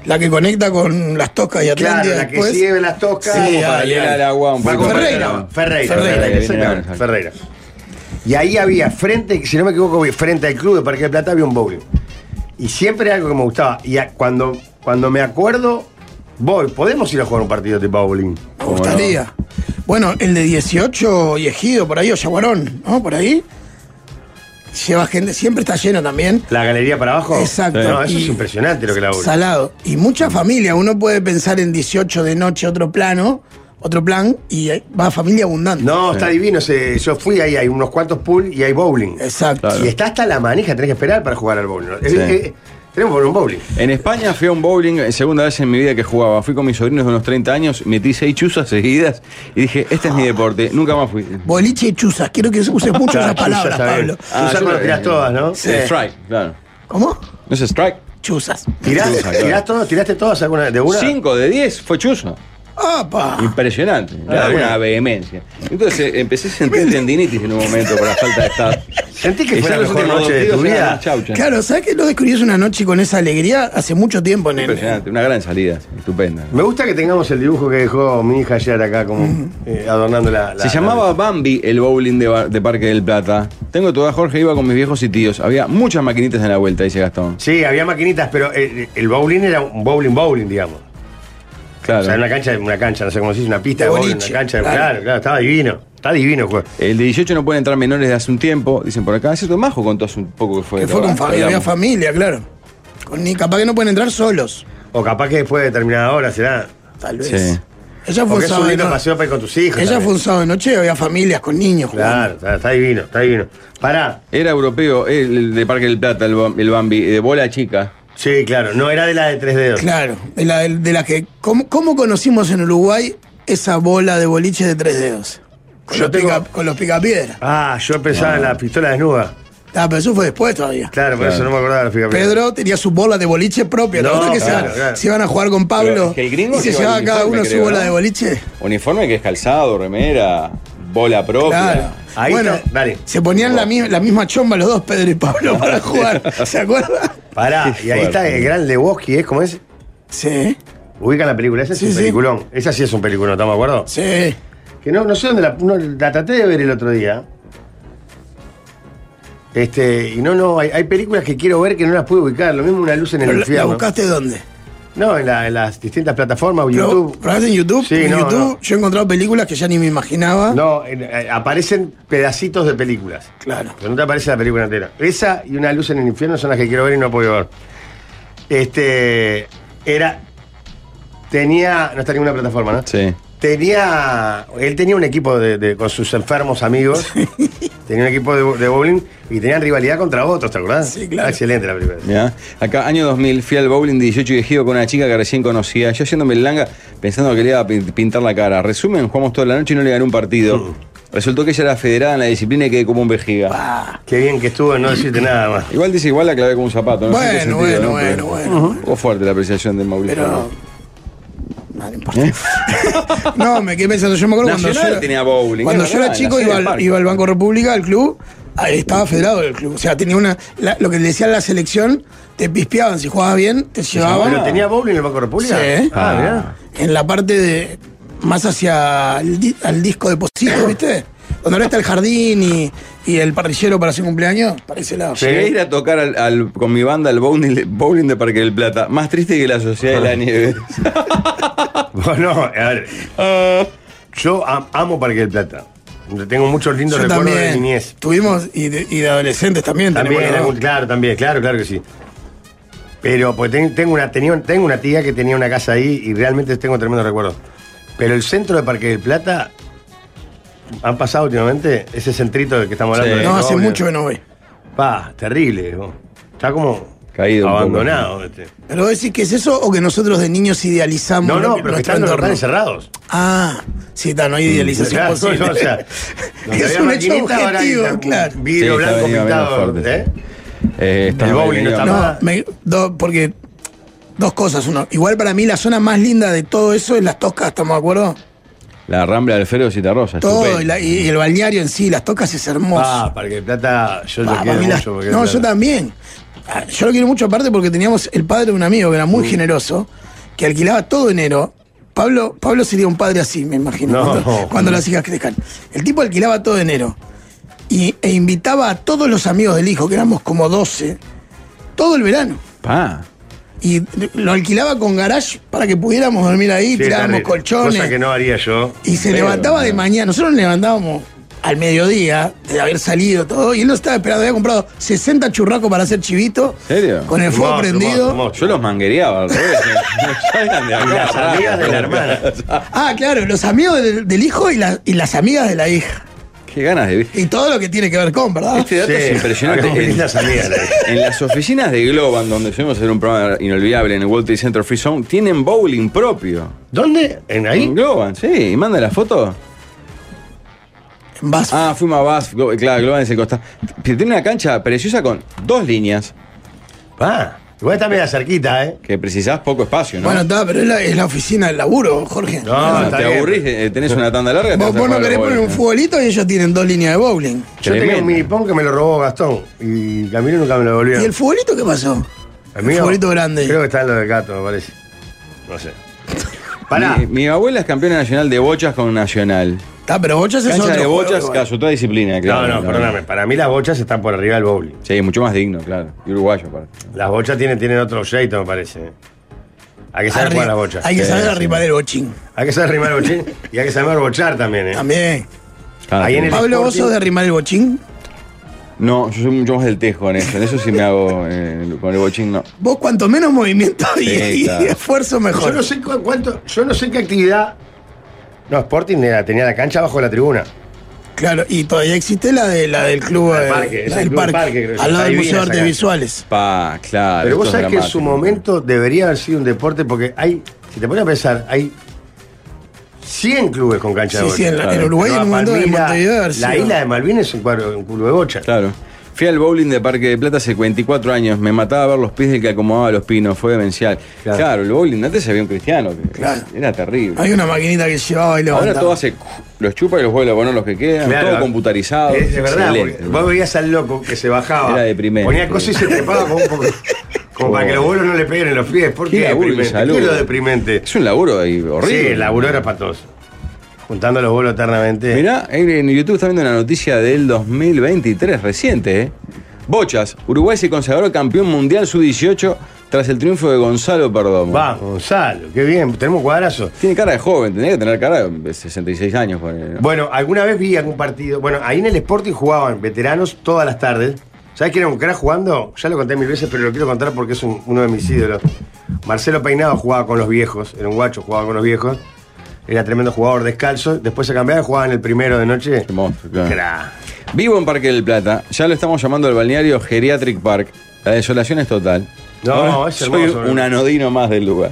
B: La que conecta con las Toscas y Atlántida
C: Claro, la que
B: después.
C: sigue las tocas.
B: Sí,
C: como
B: ah,
C: para
A: paralela
C: llegar.
A: al agua, un
C: Va
A: poco
C: con
B: paralela.
C: Ferreira. Ferreira,
B: Ferreira,
C: Ferreira,
A: viene
C: exactamente,
A: ahora.
C: Ferreira. Y ahí había, frente, si no me equivoco, frente al club de Parque del Plata había un bowling. Y siempre era algo que me gustaba. Y a- cuando, cuando me acuerdo, voy, podemos ir a jugar un partido tipo bowling.
B: Me gustaría. Bueno, el de 18 y Ejido, por ahí, o Yaguarón, ¿no? Por ahí. Lleva gente, siempre está lleno también.
C: La galería para abajo.
B: Exacto.
C: No, eso
B: Y-
C: es impresionante lo que la bowling.
B: Salado. Y mucha familia. Uno puede pensar en 18 de noche, otro plano, otro plan, y eh, va familia abundante.
C: No, está divino. ese- yo fui ahí, hay unos cuantos pool y hay bowling.
B: Exacto.
A: Claro.
C: Y está hasta la manija, tenés que esperar para jugar al bowling. Eh,
A: Sí.
C: eh, tenemos que poner un bowling.
A: En España fui a un bowling, eh, segunda vez en mi vida que jugaba. Fui con mis sobrinos de unos 30 años, metí seis chuzas seguidas y dije, este es mi deporte, nunca más fui.
B: Boliche y chuzas. Quiero que uses mucho esas
C: Claro,
B: palabras,
C: chusa, está bien.
B: Pablo.
C: Chusa
A: yo
C: cuando
A: creo que-
C: tirás todas, ¿no?
A: Sí. Strike, claro.
B: ¿Cómo?
A: ¿No es strike?
B: Chuzas.
C: ¿Tirás,
A: Chusa, claro.
C: tirás todas- ¿Tiraste todas alguna, de una?
A: 5 de 10 fue chuzo.
B: ¡Apa!
A: Impresionante. Le daba
C: bueno.
A: una vehemencia. Entonces eh, empecé a sentir tendinitis en un momento por la falta de estar.
C: ¿Sentís que
A: Y
C: fue
A: ya
C: la
A: los
C: mejor
A: últimos
C: noche
A: dos
C: de tu
A: tiros eran
C: vida?
A: más chaucha.
B: Claro, ¿sabes que lo descubrí una noche con esa alegría hace mucho tiempo en el.
A: Impresionante, una gran salida, estupenda.
C: Me gusta que tengamos el dibujo que dejó mi hija ayer acá, como eh, adornando la. la-
A: Se llamaba Bambi el bowling de, Bar- de Parque del Plata. Tengo toda Jorge, iba con mis viejos y tíos. Había muchas maquinitas en la vuelta, dice Gastón.
C: Sí, había maquinitas, pero eh, el bowling era un bowling bowling, digamos.
A: Claro.
C: O sea, una cancha, una cancha, no sé cómo se dice, una pista de,
B: De
C: bowling,
B: boliche,
C: una cancha de.
B: claro.
C: Claro, claro, estaba divino. Está divino el juego.
A: El de 18 no pueden entrar menores de hace un tiempo, dicen por acá. Es cierto, Majo contó hace un poco que fue.
B: Que fue con
A: ¿verdad?
B: familia, había
A: Hablamos.
B: familia, claro. Con ni capaz que no pueden entrar solos.
C: O capaz que después de determinada hora será.
B: Tal vez.
A: Sí.
B: Ella fue un
C: Porque es un
B: sábado de
C: lindo
B: noche.
C: paseo para ir con tus hijos.
B: Ella
C: también.
B: fue un sábado de noche, había familias con niños. jugando.
C: Claro, está, está divino, está divino. Pará.
A: Era europeo, el, el de Parque del Plata, el, Bam- el Bambi, de bola chica.
C: Sí, claro. No era de la de tres dedos.
B: Claro, de la, de la que. ¿cómo, cómo conocimos en Uruguay esa bola de boliche de tres dedos? Con,
C: Yo
B: los,
C: tengo-
B: pica, con los picapiedras.
C: Ah, yo pensaba en la pistola desnuda.
B: Ah, pero eso fue después todavía.
C: Claro, por
A: Claro.
C: eso no me acordaba de la pica
B: Pedro tenía su bola de boliche propia. ¿Te
C: No,
B: acordás que se-
C: claro,
B: se,
C: claro.
B: iban a jugar con
A: Pero
B: Pablo?
A: es que el gringo
B: y se
A: lleva
B: llevaba
A: el
B: cada
A: uniforme,
B: uno su
A: creo,
B: bola
A: ¿no?
B: de boliche.
A: Uniforme que es calzado, remera, bola propia.
B: Claro.
C: Ahí
B: bueno,
C: está, dale.
B: se ponían la, mi- la misma chomba los dos, Pedro y Pablo, para jugar. ¿Se acuerdan?
C: Pará,
A: Qué
C: y ahí está
A: fuerte. eh.
C: el gran Lebowski, ¿es? ¿Cómo es?
B: Sí,
C: Ubica la película, esa es
B: Sí,
C: un
B: sí.
C: peliculón. Esa sí es un peliculón, ¿estamos de acuerdo?
B: sí.
C: Que no, no sé dónde la, no, la traté de ver el otro día. Este, y no, no, hay, hay películas que quiero ver que no las pude ubicar. Lo mismo una luz en el
B: Pero la, la
C: infierno.
B: buscaste dónde?
C: No, en, la- en las distintas plataformas,
B: ¿Lo
C: YouTube.
B: ¿Probaste en YouTube?
C: Sí,
B: en
C: no,
B: YouTube
C: no.
B: yo he encontrado películas que ya ni me imaginaba.
C: No, en- eh, aparecen pedacitos de películas.
B: Claro.
C: Pero no te aparece la película entera. Esa y Una luz en el infierno son las que quiero ver y no puedo ver. Este. Era. Tenía. No está en ninguna plataforma, ¿no?
A: Sí.
C: Tenía. Él tenía un equipo de, de- con sus enfermos amigos. tenía un equipo de, de bowling y tenían rivalidad contra otros, ¿te acordás?
B: Sí, claro.
C: Excelente la película.
A: Mirá. Acá, año 2000, fui al bowling de 18 y ejido con una chica que recién conocía. Yo haciéndome el langa pensando que le iba a pin- pintar la cara. Resumen, jugamos toda la noche y no le gané un partido. Resultó que ella era federada en la disciplina y quedé como un vejiga.
B: Ah,
C: Qué bien que estuvo en no decirte nada más.
A: Igual dice, igual la clavé como un zapato. No
B: Bueno,
A: sé en qué
B: bueno,
A: sentido, ¿no?
B: bueno,
A: Pero-
B: bueno,
A: Ujú. Fue fuerte la apreciación del
B: Pero.
A: Mauricio.
B: No, no importa. no, me quedé pensando. Yo me acuerdo cuando yo.
A: Nacional
B: era-
A: tenía bowling.
B: Cuando
A: es
B: yo era
A: verdad, en
B: chico
A: la
B: iba
A: sede
B: al,
A: del
B: iba al
A: parque.
B: Banco República, al club, ah, estaba federado del club. O sea, tenía una. la- lo que le decían la selección, te pispeaban. Si jugabas bien, te
C: ¿Pero
B: llevaban
C: tenía bowling en el Banco República?
B: Ah, Sí.
C: Ah, mirá.
B: en la parte de. más hacia el, di- al disco de Posito, ¿viste? Donde ahora está el jardín y, y el parrillero para hacer cumpleaños, para ese lado.
C: Sí.
A: Llegué a ir a tocar al- al- con mi banda al bowling, bowling de Parque del Plata. Más triste que la Sociedad de la Nieve.
C: Bueno, a ver.
B: Ah.
C: Yo am- amo Parque del Plata. Tengo muchos lindos
B: Yo
C: recuerdos de
B: también.
C: niñez.
B: Tuvimos, y de, y de adolescentes también.
C: También,
B: tenemos, ¿no?
C: algún- claro, también, claro, claro que sí. Pero pues ten- tengo, una, tenía- tengo una tía que tenía una casa ahí y realmente tengo tremendos recuerdos. Pero el centro de Parque del Plata, han pasado últimamente ese centrito del que estamos hablando.
A: Sí.
C: de
B: No, hace
C: Robles.
B: mucho que no voy.
C: Pa, terrible. ¿no? Está como
A: Caído un poco.
C: abandonado. este.
B: ¿Pero decís que es eso o que nosotros de niños idealizamos
C: No, no,
B: lo-
C: pero que
B: nuestro
C: están los
B: entorno?
C: locales cerrados.
B: Ah, sí, está,
C: Mm,
B: no hay idealización
C: Claro,
B: posible.
C: o sea, donde
B: es
C: había
B: un hecho
C: maquinita, ahora hay
B: objetivo,
C: un
B: claro.
C: Vidrio
A: Sí, está
C: blanco
A: venido
C: pintado.
A: bien fuerte.
C: ¿eh?
A: Eh, está
C: El
A: mal,
C: bowling no
A: querido.
C: está mal.
B: No, me- do- porque dos cosas. Uno, igual para mí la zona más linda de todo eso es las Toscas, ¿estamos de acuerdo?
A: La Rambla de Alfredo Citarrosa.
B: Todo,
A: estupendo.
B: y, la- y- y el balneario en sí, las Toscas es hermoso.
C: Ah, Parque del Plata, yo
B: Pa,
C: lo
B: pa'
C: quiero
B: mí la-
C: mucho. Parque del
B: no,
C: Plata.
B: yo también. Ah, Yo lo quiero mucho aparte porque teníamos el padre de un amigo que era
C: Mm.
B: muy generoso, que alquilaba todo enero. Pablo, Pablo sería un padre así, me imagino,
C: No.
B: cuando, cuando las hijas crezcan. El tipo alquilaba todo enero y, e invitaba a todos los amigos del hijo, que éramos como 12, todo el verano.
A: Pa.
B: Y lo alquilaba con garage para que pudiéramos dormir ahí,
C: Sí,
B: tirábamos
C: terrible.
B: colchones.
C: Cosa que no haría yo.
B: Y se
A: Pero,
B: levantaba de
A: no.
B: mañana. Nosotros nos levantábamos al mediodía de haber salido todo. Y él nos estaba esperando. Había comprado 60 churracos para hacer chivito.
A: ¿Serio?
B: Con el fuego
C: Hermoso,
B: prendido.
C: hermoso, hermoso.
A: Yo los manguereaba al revés. No salgan de acá,
C: Las amigas de la
A: carajo.
C: hermana.
B: Ah, claro, los amigos del, del hijo y, la- y las amigas de la hija.
A: Qué ganas de ver.
B: Y todo lo que tiene que ver con, ¿verdad?
A: Este dato
C: Sí,
A: es impresionante.
C: hagamos
A: En,
C: lindas amigas, la hija.
A: en las oficinas de Globan, donde fuimos a hacer un programa inolvidable en el World Trade Center Free Zone, tienen bowling propio.
C: ¿Dónde? ¿En
A: ¿En
C: ahí?
A: Globan? Sí. ¿Y manda la foto?
B: En Vas-
A: Ah, fuimos a Bass. Glo- Claro, Globan es el costado. Tiene una cancha preciosa con dos líneas,
C: Ah, igual está media cerquita, ¿eh?
A: que precisás poco espacio, ¿no?
B: Bueno, está, pero es la, es la oficina del laburo, Jorge.
C: No,
A: Ah,
C: está
A: te
C: bien.
A: aburrís, eh, tenés una tanda larga. te
B: vos,
A: vas a
B: vos no
A: jugar
B: querés
A: al
B: poner un
A: bowling.
B: futbolito y ellos tienen dos líneas de bowling.
C: Yo tenía un
A: Tremendo.
C: minipón que me lo robó Gastón y a mí nunca me lo devolvieron.
B: ¿Y el futbolito qué pasó?
C: mío?
B: futbolito grande.
C: Creo que está en lo del gato, me parece. No sé. Pará.
A: Mi, mi abuela es campeona nacional de bochas con Nacional.
B: Está, pero bochas es
A: Cancha
B: otro
A: de
B: juego,
A: bochas,
B: igual.
A: caso, otra disciplina,
C: No,
A: claro.
C: no, perdóname. Para mí las bochas están por arriba del bowling.
A: Sí, mucho más digno, claro. Y uruguayo, aparte.
C: Las bochas tienen, tienen otro jeito, me parece. eh. Hay que saber
B: Arri-
C: jugar a las bochas. Eh,
B: Hay que
A: Sí,
B: saber
A: sí.
B: arrimar el bochín.
C: Hay que saber rimar bochín y hay que saber bochar también, ¿eh?
B: También.
A: Ah,
C: Ahí en el-
B: Pablo, ¿vos
C: Sporting.
B: sos de arrimar el bochín?
A: No, yo soy mucho más del tejo en eso. En eso sí me hago eh, con el bochín, no.
B: Vos cuanto menos movimiento y,
A: Sí,
B: y
A: claro.
B: esfuerzo
C: Yo
B: mejor.
C: no sé cu- cuánto, yo no sé qué actividad No, Sporting era- tenía la cancha abajo de la tribuna.
A: Ah,
B: Claro, y todavía existe la, de, la del club
C: La del
B: eh,
C: parque,
B: la
C: esa
B: del
C: club del
B: parque,
C: parque, creo que
B: al
C: está
B: lado del
C: divina
B: Museo de
C: esa
B: Artes
C: cancha.
B: Visuales.
A: Pa, claro.
C: Pero vos
A: esto es
C: sabés que en su
A: dramático.
C: momento debería haber sido un deporte porque hay, si te pones a pensar, hay 100 clubes con cancha
B: Sí,
C: de
B: sí,
C: bocha.
B: en, la- en
A: Claro.
B: Uruguay
C: Pero
B: en un
C: a
B: momento de
C: Palmira,
B: Montevideo debe haber
C: La
B: sido-
C: isla de Malvinas es un, cuadro- un club de bocha.
A: Claro. Fui al bowling de Parque de Plata hace 44 años. Me mataba ver los pies del que acomodaba los pinos. Fue demencial.
C: Claro.
A: Claro, el bowling antes había un cristiano. que
B: Claro.
A: Era terrible.
B: Hay una maquinita que llevaba y levantaba.
A: Ahora todo hace. Los chupa y los vuelve a poner los que quedan.
C: Claro.
A: Todo computarizado.
C: Es, es verdad,
A: Excelente.
C: porque vos veías al loco que se bajaba.
A: Era deprimente.
C: Ponía cosas y se trepaba como un poco. Como para que los vuelos no le peguen en los pies. ¿Por qué,
A: Qué laburo
C: deprimente?
A: insalubre.
C: ¿Qué es lo deprimente?
A: Es un laburo ahí horrible.
C: Sí, el laburo era espantoso. Juntando los vuelos eternamente.
A: Mirá, en YouTube está viendo una noticia del 2023 reciente, ¿eh? Bochas, Uruguay se consagró campeón mundial sub-18 tras el triunfo de Gonzalo Perdomo.
C: Va, Gonzalo, qué bien, tenemos cuadrazo.
A: Tiene cara de joven, tendría que tener cara de 66 años. ponele, ¿no?
C: Bueno, alguna vez vi algún partido. Bueno, ahí en el Sporting jugaban veteranos todas las tardes. ¿Sabes quién era un crack jugando? Ya lo conté mil veces, pero lo quiero contar porque es un- uno de mis ídolos. Marcelo Peinado jugaba con los viejos, era un guacho, jugaba con los viejos. Era tremendo jugador descalzo. Después se cambiaba y jugaba en el primero de noche.
A: Qué monstruo, claro.
C: Crack.
A: Vivo en Parque del Plata, ya lo estamos llamando el balneario Geriatric Park. La desolación es total.
C: No,
A: Ahora
C: es
A: soy
C: hermoso, ¿no?
A: un anodino más del lugar.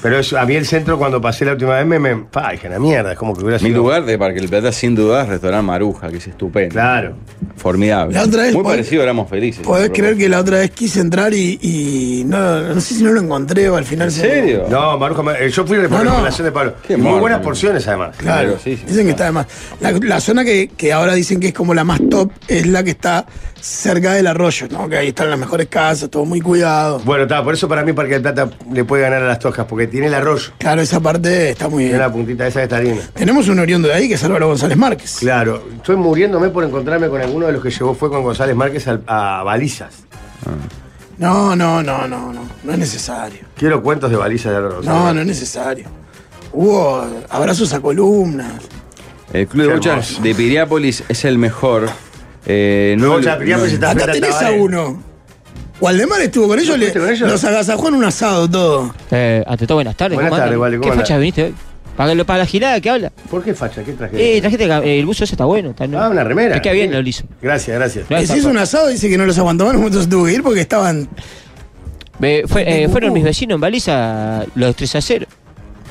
C: Pero eso, a mí el centro, cuando pasé la última vez, me. me pa, dije, la mierda, es como que hubiera
A: Mi
C: sido.
A: lugar de Parque del Plata, sin duda, es Restaurante Maruja, que es estupendo.
C: Claro.
A: Formidable.
B: La otra vez,
A: Muy
B: pod-
A: parecido, éramos felices.
B: Podés creer que la otra vez quise entrar y, y no, no sé si no lo encontré o al final
A: ¿En
B: se-
A: serio?
C: No, Marujo, me- eh, yo fui por
B: No, no.
C: recomendación de Pablo.
A: Qué
C: Muy
A: morbo,
C: buenas
A: ¿no?
C: porciones, además.
B: Claro,
A: Claro, sí, sí,
B: dicen que está de más. La, la zona que, que ahora dicen que es como la más top es la que está cerca del arroyo, ¿no? Que ahí están las mejores casas, todo muy cuidado.
C: Bueno, está, por eso para mí Parque del Plata le puede ganar a las Tojas, porque tiene el arroyo,
B: Claro, esa parte está muy
C: tiene
B: bien.
C: la puntita esa de Tarina.
B: Tenemos un oriundo de ahí que es Álvaro González Márquez.
C: Claro, estoy muriéndome por encontrarme con alguno de los que llevó fue con González Márquez al- a, balizas.
B: No, no, no, no, no. No es necesario.
C: Quiero cuentos de balizas de Álvaro González.
B: No, no es necesario. Hubo abrazos a columnas.
A: El club de
C: Qué
A: bochas
C: hermoso.
A: de Piriápolis es el mejor. Eh, no,
C: Bocha de Piriápolis está-
B: Acá
C: Tabaré.
B: tenés a uno. Waldemar estuvo con ellos, le,
C: fuiste con ellos?
B: los agasajó en un asado todo.
E: Eh, ante todo, buenas tardes.
C: Buenas
E: ¿cómo andan?
C: tardes, Vale, ¿cómo
E: ¿Qué
C: andan?
E: fachas viniste hoy? Para, lo- para la girada que habla.
C: ¿Por qué facha? ¿Qué traje?
E: Eh, trajiste ca- eh, el buzo ese está bueno. Está
C: ah, una remera.
E: Te queda bien,
C: Sí.
E: lo liso.
C: Gracias, gracias.
E: No,
B: Les
E: está-
B: hizo un asado, dice que no los aguantaban, entonces tuvo que ir porque estaban.
E: Eh, fue-
C: Uh.
E: eh, fueron mis vecinos en baliza los 3 a 0.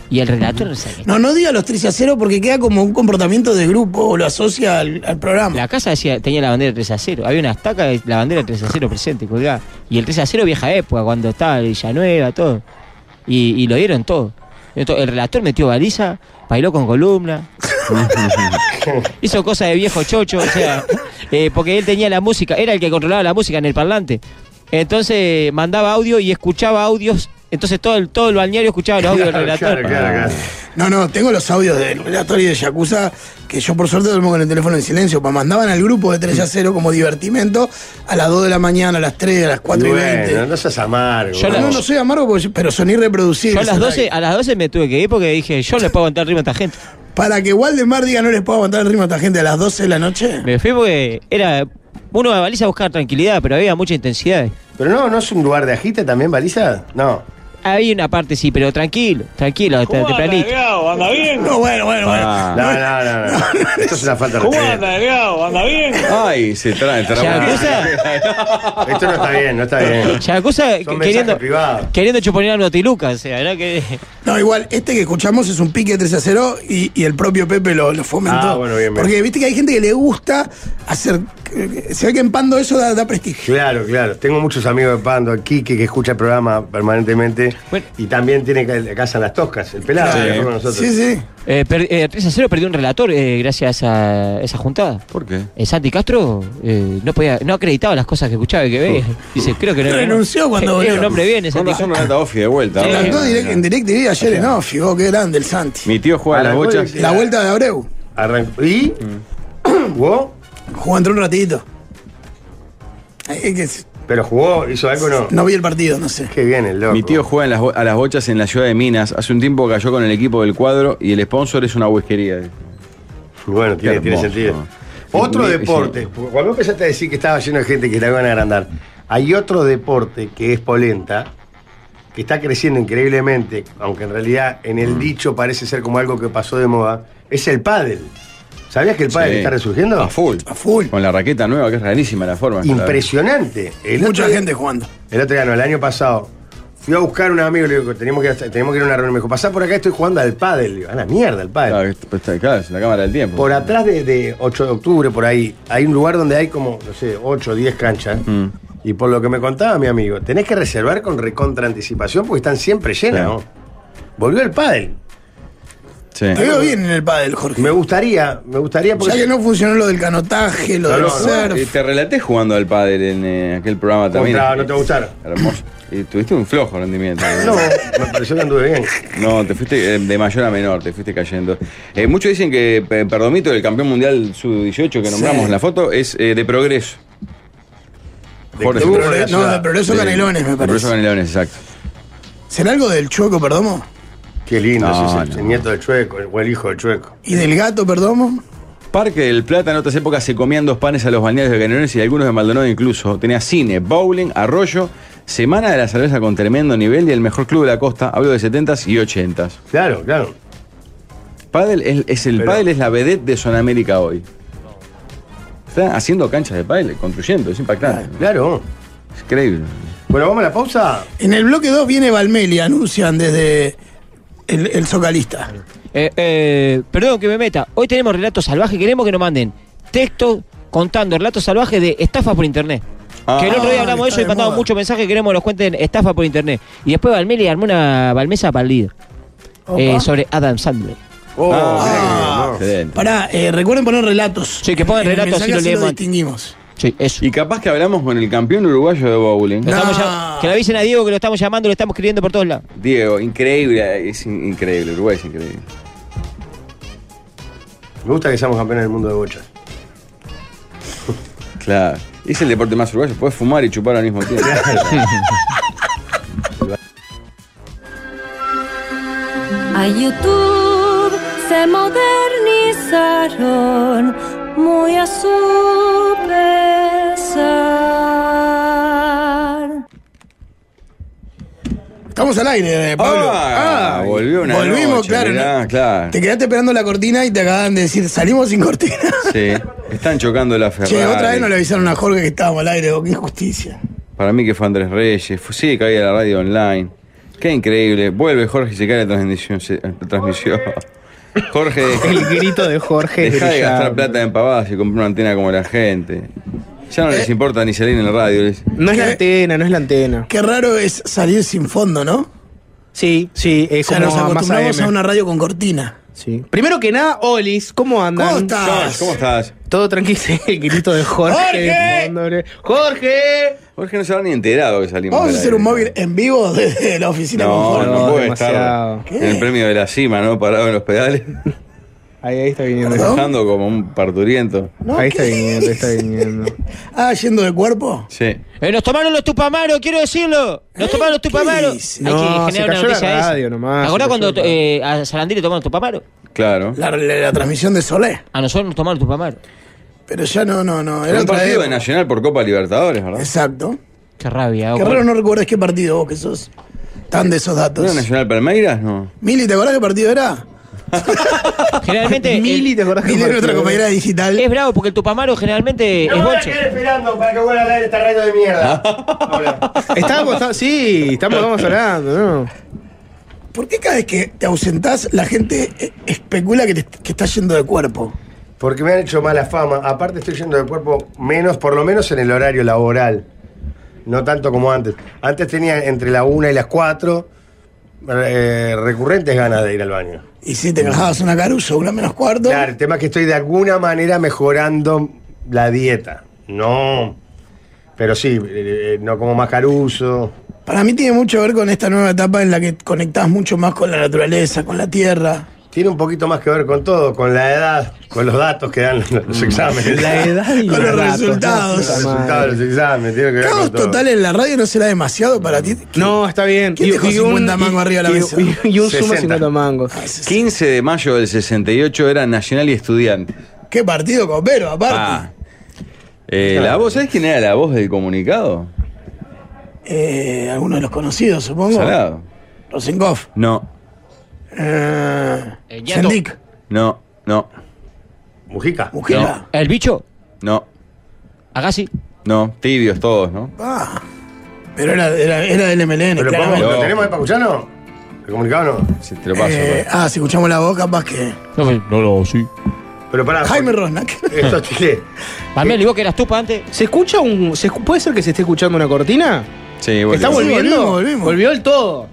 E: Y el relator no sabe.
B: No, no diga los 3 a 0 porque queda como un comportamiento de grupo o lo asocia al, al programa.
E: La casa decía, tenía la bandera 3 a 0. Había una estaca de la bandera 3 a 0 presente, colgada. Y el 3 a 0 vieja época, cuando estaba Villanueva, todo. Y, y lo dieron todo. Entonces, el relator metió baliza, bailó con columna. hizo cosas de viejo chocho, o sea, eh, porque él tenía la música, era el que controlaba la música en el parlante. Entonces mandaba audio y escuchaba audios. Entonces todo el, todo el balneario escuchaba los audios del
C: Claro,
E: relator.
C: claro, claro, claro.
B: No, no, tengo los audios del relator y de Yakuza que yo por suerte duermo con el teléfono en silencio, pa mandaban al grupo de 3 a 0 como divertimento a las 2 de la mañana, a las 3, a las 4 y 20.
C: Bueno, no seas amargo.
E: Yo
B: No,
E: la-
B: no, no soy amargo, porque- pero son irreproducibles.
E: Yo a las
B: al
E: 12,
B: aire.
E: a las 12 me tuve que ir porque dije, yo no le puedo aguantar el ritmo a esta gente.
B: Para que Waldemar diga no les puedo aguantar el ritmo a esta gente a las 12 de la noche.
E: Me fui porque era. Uno de baliza buscaba tranquilidad, pero había mucha intensidad.
C: Pero no, ¿no es un lugar de agite también, baliza? No.
E: Había una parte sí, pero tranquilo, tranquilo, hasta
F: ¿Cómo anda,
E: tempranito.
F: Delgado? ¿Anda bien?
B: No, bueno, bueno, bueno.
A: Ah.
C: No, no, no, no. Esto es una falta de
F: ¿Cómo
C: respeto.
F: anda, Delgado? ¿Anda bien?
A: Ay, se trae, trae.
E: Yakuza,
C: Esto no está bien, no está bien.
E: Yakuza
C: Son mensajes
E: queriendo,
C: privados.
E: queriendo chuponear a Notiluca, o sea, ¿verdad? Que,
B: No, igual, este que escuchamos es un pique 3 a 0 y, y el propio Pepe lo, lo fomentó.
C: Ah, bueno, bien, bien.
B: Porque viste que hay gente que le gusta hacer. eh, Se ve que empando eso da, da prestigio.
C: Claro, claro. Tengo muchos amigos de Pando, el Quique, que escucha el programa permanentemente.
E: Bueno.
C: Y también tiene ca- casa en las toscas, el pelado.
A: Sí.
C: que fue con nosotros.
B: Sí, sí.
E: eh, per- eh, 3 a 0 perdió un relator eh, gracias a esa, esa juntada.
A: ¿Por qué?
E: Eh, Santi Castro eh, no podía, no acreditaba las cosas que escuchaba y que veía. Dice, creo que no.
B: Renunció cuando
E: Era un
B: volvió.
E: hombre bien, ese
A: Con
E: Santi
A: razón
E: Castro.
A: no anda Offi de vuelta.
E: Sí.
A: ahora.
B: Cantó direct- en DirecTV ayer en off, y vos, qué grande el Santi.
A: Mi tío juega a las
C: Arrancó
A: bochas.
C: y-
B: La vuelta de Abreu.
C: Arrancó. ¿Y?
A: Mm.
C: ¿Jugó?
B: Jugó entró un ratito. Ay, que es-
C: ¿Pero jugó? ¿Hizo algo o no?
B: No vi el partido, no sé.
C: Qué bien el loco.
A: Mi tío juega en las bo- a las bochas en la ciudad de Minas. Hace un tiempo cayó con el equipo del cuadro y el sponsor es una whiskería.
C: Bueno, tiene,
A: Qué
C: tiene
A: hermoso.
C: sentido. Otro
A: Mi-
C: deporte.
A: sí.
C: porque Cuando empezaste a decir que estaba lleno de gente que te van a agrandar, hay otro deporte que es polenta, que está creciendo increíblemente, aunque en realidad en
A: Mm.
C: el dicho parece ser como algo que pasó de moda, es el pádel. ¿Sabías que el pádel
A: Sí.
C: está resurgiendo?
A: A full.
B: A full.
A: Con la raqueta nueva, que es rarísima la forma.
C: Impresionante. El
B: Mucha
C: otro-
B: gente jugando.
C: El otro día, no, el año pasado, fui a buscar a un amigo, le digo, teníamos que, ir a- teníamos que ir a una reunión. Me dijo, pasá por acá, estoy jugando al pádel. Le digo, a la mierda, al pádel.
A: Claro, que está- claro, es la cámara del tiempo.
C: Por atrás de, de 8 de octubre, por ahí, hay un lugar donde hay como, no sé, 8 o 10 canchas.
A: Mm.
C: Y por lo que me contaba mi amigo, tenés que reservar con recontra anticipación porque están siempre llenas,
A: Sí.
C: ¿no? Volvió el pádel.
A: Sí.
B: Te veo bien en el pádel, Jorge.
C: Me gustaría, me gustaría
B: ya
C: porque...
B: que no funcionó lo del canotaje, lo
C: No,
B: del
C: no, no,
A: Eh,
B: surf.
A: te relaté jugando al pádel en eh, aquel programa también.
C: Contra- no te gustaron.
A: Hermoso. Y tuviste un flojo rendimiento.
C: No, me pareció que anduve bien.
A: No, te fuiste eh, de mayor a menor, te fuiste cayendo. Eh, muchos dicen que eh, Perdomito, el campeón mundial sub-18 que nombramos
B: Sí.
A: en la foto, es eh, de progreso.
C: De
A: Jorge.
C: club,
A: Pero-
C: de la
B: No,
C: ciudad.
B: de Progreso
A: De-
B: Canelones, me
A: de Progreso
B: parece.
A: Canelones, exacto.
B: ¿Será algo del Chueco Perdomo?
C: Qué lindo,
A: No,
C: ese es el,
A: no.
C: el nieto del chueco, el, o el hijo del chueco.
B: ¿Y del Gato Perdomo?
A: Parque del Plata, en otras épocas se comían dos panes a los balnearios de Canelones y algunos de Maldonado incluso. Tenía cine, bowling, arroyo, semana de la cerveza con tremendo nivel y el mejor club de la costa. Hablo de 70s y 80s.
C: Claro, claro.
A: Pádel es, es el
C: Pero-
A: pádel es la vedette de Sudamérica hoy. Está haciendo canchas de pádel, construyendo, es impactante.
C: Claro.
A: Es increíble.
C: Bueno, vamos a la pausa.
B: En el bloque 2 viene Valmeli, anuncian desde el, el Socalista.
E: Eh, eh, perdón que me meta. Hoy tenemos relatos salvajes. Queremos que nos manden textos contando relatos salvajes de estafas por internet.
A: Ah,
E: que el otro día hablamos de
B: está
E: eso y
B: de
E: mandamos
B: moda.
E: muchos mensajes. Queremos que nos cuenten estafas por internet. Y después Valmeli armó una balmesa para el líder eh,
B: Opa.
E: sobre Adam Sandler.
C: Oh,
A: Ah,
C: mira que bien,
A: excelente.
B: Pará, eh, recuerden poner relatos.
E: Sí, que pongan
B: En el
E: relatos,
B: mensaje
E: así lo leemos.
B: distinguimos.
E: Sí, eso.
A: Y capaz que hablamos con el campeón uruguayo de bowling.
E: Lo estamos
B: No.
E: llam- que le avisen a Diego que lo estamos llamando, lo estamos escribiendo por todos lados.
A: Diego, increíble, es in- increíble, Uruguay es increíble.
C: no. Me gusta que seamos campeones del mundo de bocha.
A: Claro. Es el deporte más uruguayo, puedes fumar y chupar al mismo tiempo.
G: A YouTube se modernizaron muy a su pesar.
B: Estamos al aire, eh, Pablo.
A: Ah, volvió una
B: Volvimos,
A: noche,
B: claro.
A: mirá,
B: ¿no?
A: claro.
B: Te quedaste esperando la cortina y te acaban de decir, salimos sin cortina.
A: Sí, están chocando la Ferrari.
B: Che, otra vez no le avisaron a Jorge que estábamos al aire, oh, qué injusticia.
A: Para mí que fue Andrés Reyes, fue, sí, caía la radio online. Qué increíble. Vuelve Jorge y se cae la transmisión. se- la transmisión. Jorge,
H: El grito de Jorge.
A: deja de
H: Grillán.
A: gastar plata en pavadas y comprar una antena como la gente. Ya no
B: Eh.
A: les importa ni salir en la radio. les-
H: No es la
B: ¿Qué?
H: antena, no es la antena.
B: Qué raro es salir sin fondo, ¿no?
H: Sí, sí,
B: O
H: es
B: sea,
H: Eh, como
B: nos
H: más
B: acostumbramos
H: AM.
B: a una radio con cortina.
H: Sí. Primero que nada, Olis, ¿cómo andan?
B: ¿Cómo estás?
A: George, ¿cómo estás?
H: Todo tranquilo, el grito de Jorge.
B: ¡Jorge!
H: Mandoble. ¡Jorge!
A: Jorge no se habrá ni enterado que salimos.
B: Vamos a
A: del
B: hacer
A: aire.
B: un móvil en vivo desde la oficina con
A: No,
B: Jorge.
A: no,
H: No,
A: puede
H: demasiado.
A: estar en el premio de la cima, ¿no? Parado en los pedales,
H: Ahí, ahí está viniendo.
B: ¿Perdón?
A: bajando como un parturiento.
B: No,
H: ahí está
B: ¿qué?
H: viniendo, ahí está viniendo.
B: Ah, yendo de cuerpo.
A: Sí.
E: Eh, nos tomaron los tupamaros, quiero decirlo. Nos
B: ¿Eh?
E: tomaron los
B: ¿Qué
E: tupamaros.
B: dice?
E: Hay
H: No,
E: que
H: se
E: generar una
H: cayó la
E: noticia de eso.
H: radio nomás,
E: ¿Te acordás
H: se cayó
E: cuando
H: la radio.
E: eh, a Sarandí le tomaron tupamaros?
A: Claro.
B: La, la- la transmisión de Solé.
E: A nosotros nos tomaron tupamaros.
B: Pero ya no, no, no. Era
A: Era un
B: otra
A: partido
B: época.
A: de Nacional por Copa Libertadores, ¿verdad?
B: Exacto.
E: Qué rabia.
B: Qué
E: ojo.
B: raro no recuerdas qué partido vos que sos tan de esos
A: ¿No
B: datos.
A: era Nacional Palmeiras? No.
B: Mili, ¿te acordás qué partido era?
E: Generalmente
H: Mili,
E: el-
H: ¿te acordás que
B: Mili era
H: partió?
B: nuestra compañera digital.
E: es bravo porque el tupamaro generalmente
H: Eh,
E: es boche.
C: esperando para que vuelva al aire esta radio de mierda.
H: Estábamos, está- sí, estamos, estamos hablando, ¿no?
B: ¿Por qué cada vez que te ausentás la gente eh, especula que, te- que estás yendo de cuerpo?
C: Porque me han hecho mala fama. Aparte estoy yendo de cuerpo menos, por lo menos en el horario laboral. No tanto como antes. Antes tenía entre la 1 y las 4 eh, recurrentes ganas de ir al baño.
B: Y si te encajabas una caruso, una menos cuarto.
C: Claro, el tema es que estoy de alguna manera mejorando la dieta. No. Pero sí, eh, eh, no como más caruso.
B: Para mí tiene mucho que ver con esta nueva etapa en la que conectás mucho más con la naturaleza, con la tierra.
C: Tiene un poquito más que ver con todo, con la edad, con los datos que dan los, los exámenes.
H: Mm. La edad y
B: Con los
H: datos,
B: resultados.
H: la
C: Los
H: puta madre.
C: resultados de los exámenes. ah, Tiene que ver
B: Caos
C: con todo.
B: total eh. en la radio no será demasiado para ti.
H: No, está bien.
B: ¿Quién dejó 50 mango arriba de la
H: y-
B: mesa?
H: Y, y un suma
C: 60.
H: 50 mangos.
A: 15 de mayo del 68 era Nacional y Estudiante.
B: Qué partido copero,
E: Ah.
A: Ah.
B: aparte.
A: Eh, la voz, ¿sabes quién era la voz del comunicado?
B: eh, alguno de los conocidos, supongo.
A: Salado.
B: Rosenkoff.
A: No,
B: Eh,
E: Eh, Ñato.
B: Sendik.
A: no, no,
C: Mujica.
B: Mujica.
E: El bicho,
A: no,
E: Agassi.
A: no. Tibios todos, ¿no?
B: Ah, pero era, era, era del MLN,
C: ¿Pero lo, podemos-
B: claramente.
A: No.
C: lo tenemos ahí para escucharlo? ¿El comunicado no?
A: Si te lo paso.
B: Eh, ah, si escuchamos la voz, capaz que.
E: No, pues, no, no, sí.
C: Pero pará.
B: Jaime
C: Ah, porque-
B: Rosnak.
C: Esto es Chile.
E: Palmieri, vos que eras tupa antes.
H: ¿Se escucha un. se escu- ¿Puede ser que se esté escuchando una cortina?
A: Sí,
H: ¿Está
A: boludo.
B: volviendo.
H: volviendo?
B: volvimos, volvimos.
H: Volvió el todo.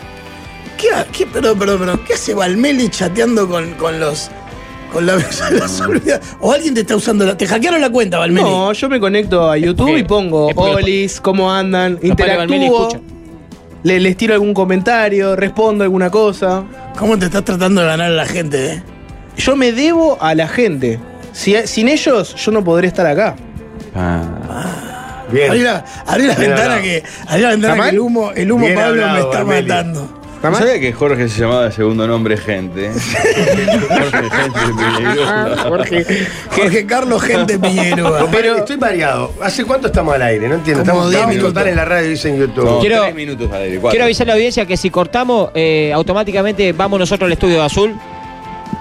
B: ¿Qué, ha- qué, perdón, perdón, perdón. ¿Qué hace Valmeli chateando con, con los. con la, las olvidadas? O alguien te está usando la. Te hackearon la cuenta, Valmeli.
H: No, yo me conecto a YouTube
E: porque-
H: y pongo
E: es porque-
H: olis, cómo andan,
E: Palmieri
H: interactúo,
E: escucha.
H: le- les tiro algún comentario, respondo alguna cosa.
B: ¿Cómo te estás tratando de ganar a la gente, eh?
H: Yo me debo a la gente. Si- sin ellos, yo no podré estar acá.
A: Ah,
C: Bien.
B: Abrí la, abrí la
C: Bien
B: ventana
C: hablado.
B: que. Abrí la ventana
H: ¿Está
B: que el
H: mal?
B: humo, el humo
C: Bien
B: Pablo me
C: hablado,
B: está
C: Valmeli.
B: matando.
A: ¿No sabía que Jorge se llamaba de segundo nombre Gente? Jorge Gente Mineiro.
B: Ah, Jorge Carlos Gente Piñero.
C: Pero estoy variado. ¿Hace cuánto estamos al aire? No entiendo.
B: Como
C: Estamos,
B: diez
C: estamos
B: minutos.
C: total en la radio y dice en YouTube.
A: No,
E: Quiero-
A: tres minutos al aire, cuatro.
E: Quiero avisar a la audiencia que si cortamos, eh, automáticamente vamos nosotros al estudio de azul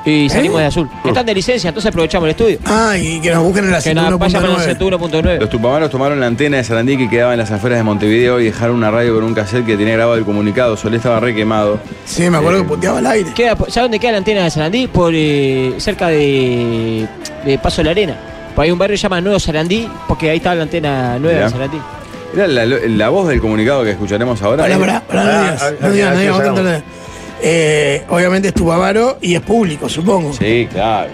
E: y
H: ¿Eh?
E: salimos de azul. Están de licencia, entonces aprovechamos el estudio.
B: Ah, y que nos busquen en la
E: Que nos vayan para el
B: 101.9.
E: 101.9.
A: Los tupamaros tomaron la antena de Sarandí que quedaba en las afueras de Montevideo y dejaron una radio con un cassette que tenía grabado el comunicado. Solé estaba re quemado.
B: Sí, me acuerdo
A: Eh,
B: que puteaba al aire.
E: Queda, ¿Sabes dónde queda la antena de Sarandí? Por eh, cerca de, de Paso de la Arena. Por ahí un barrio que se llama Nuevo Sarandí, porque ahí está la antena nueva
A: Mirá.
E: de Sarandí.
A: Era la, la voz del comunicado que escucharemos ahora.
B: Pará, pará, pará, no
C: Ah,
B: digas,
C: ah,
B: no digas,
C: ah,
B: no
C: sí,
B: digas,
C: llegamos.
B: no digas. Eh, obviamente es tu bávaro y es público, supongo.
A: Sí, claro.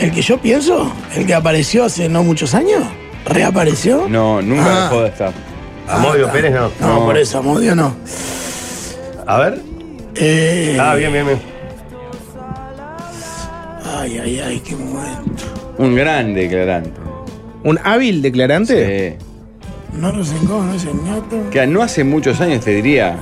B: El que yo pienso, el que apareció hace no muchos años, reapareció.
A: No, nunca
B: Ah.
A: dejó de estar.
C: Amodio Pérez no.
B: No,
A: No.
B: por eso, Amodio no.
C: A ver.
B: Eh,
C: Ah, bien, bien, bien.
B: Ay, ay, ay, qué momento.
A: Un gran declarante.
H: ¿Un hábil declarante?
A: Sí.
B: No lo sé, no es el ñato.
A: Que no hace muchos años, te diría,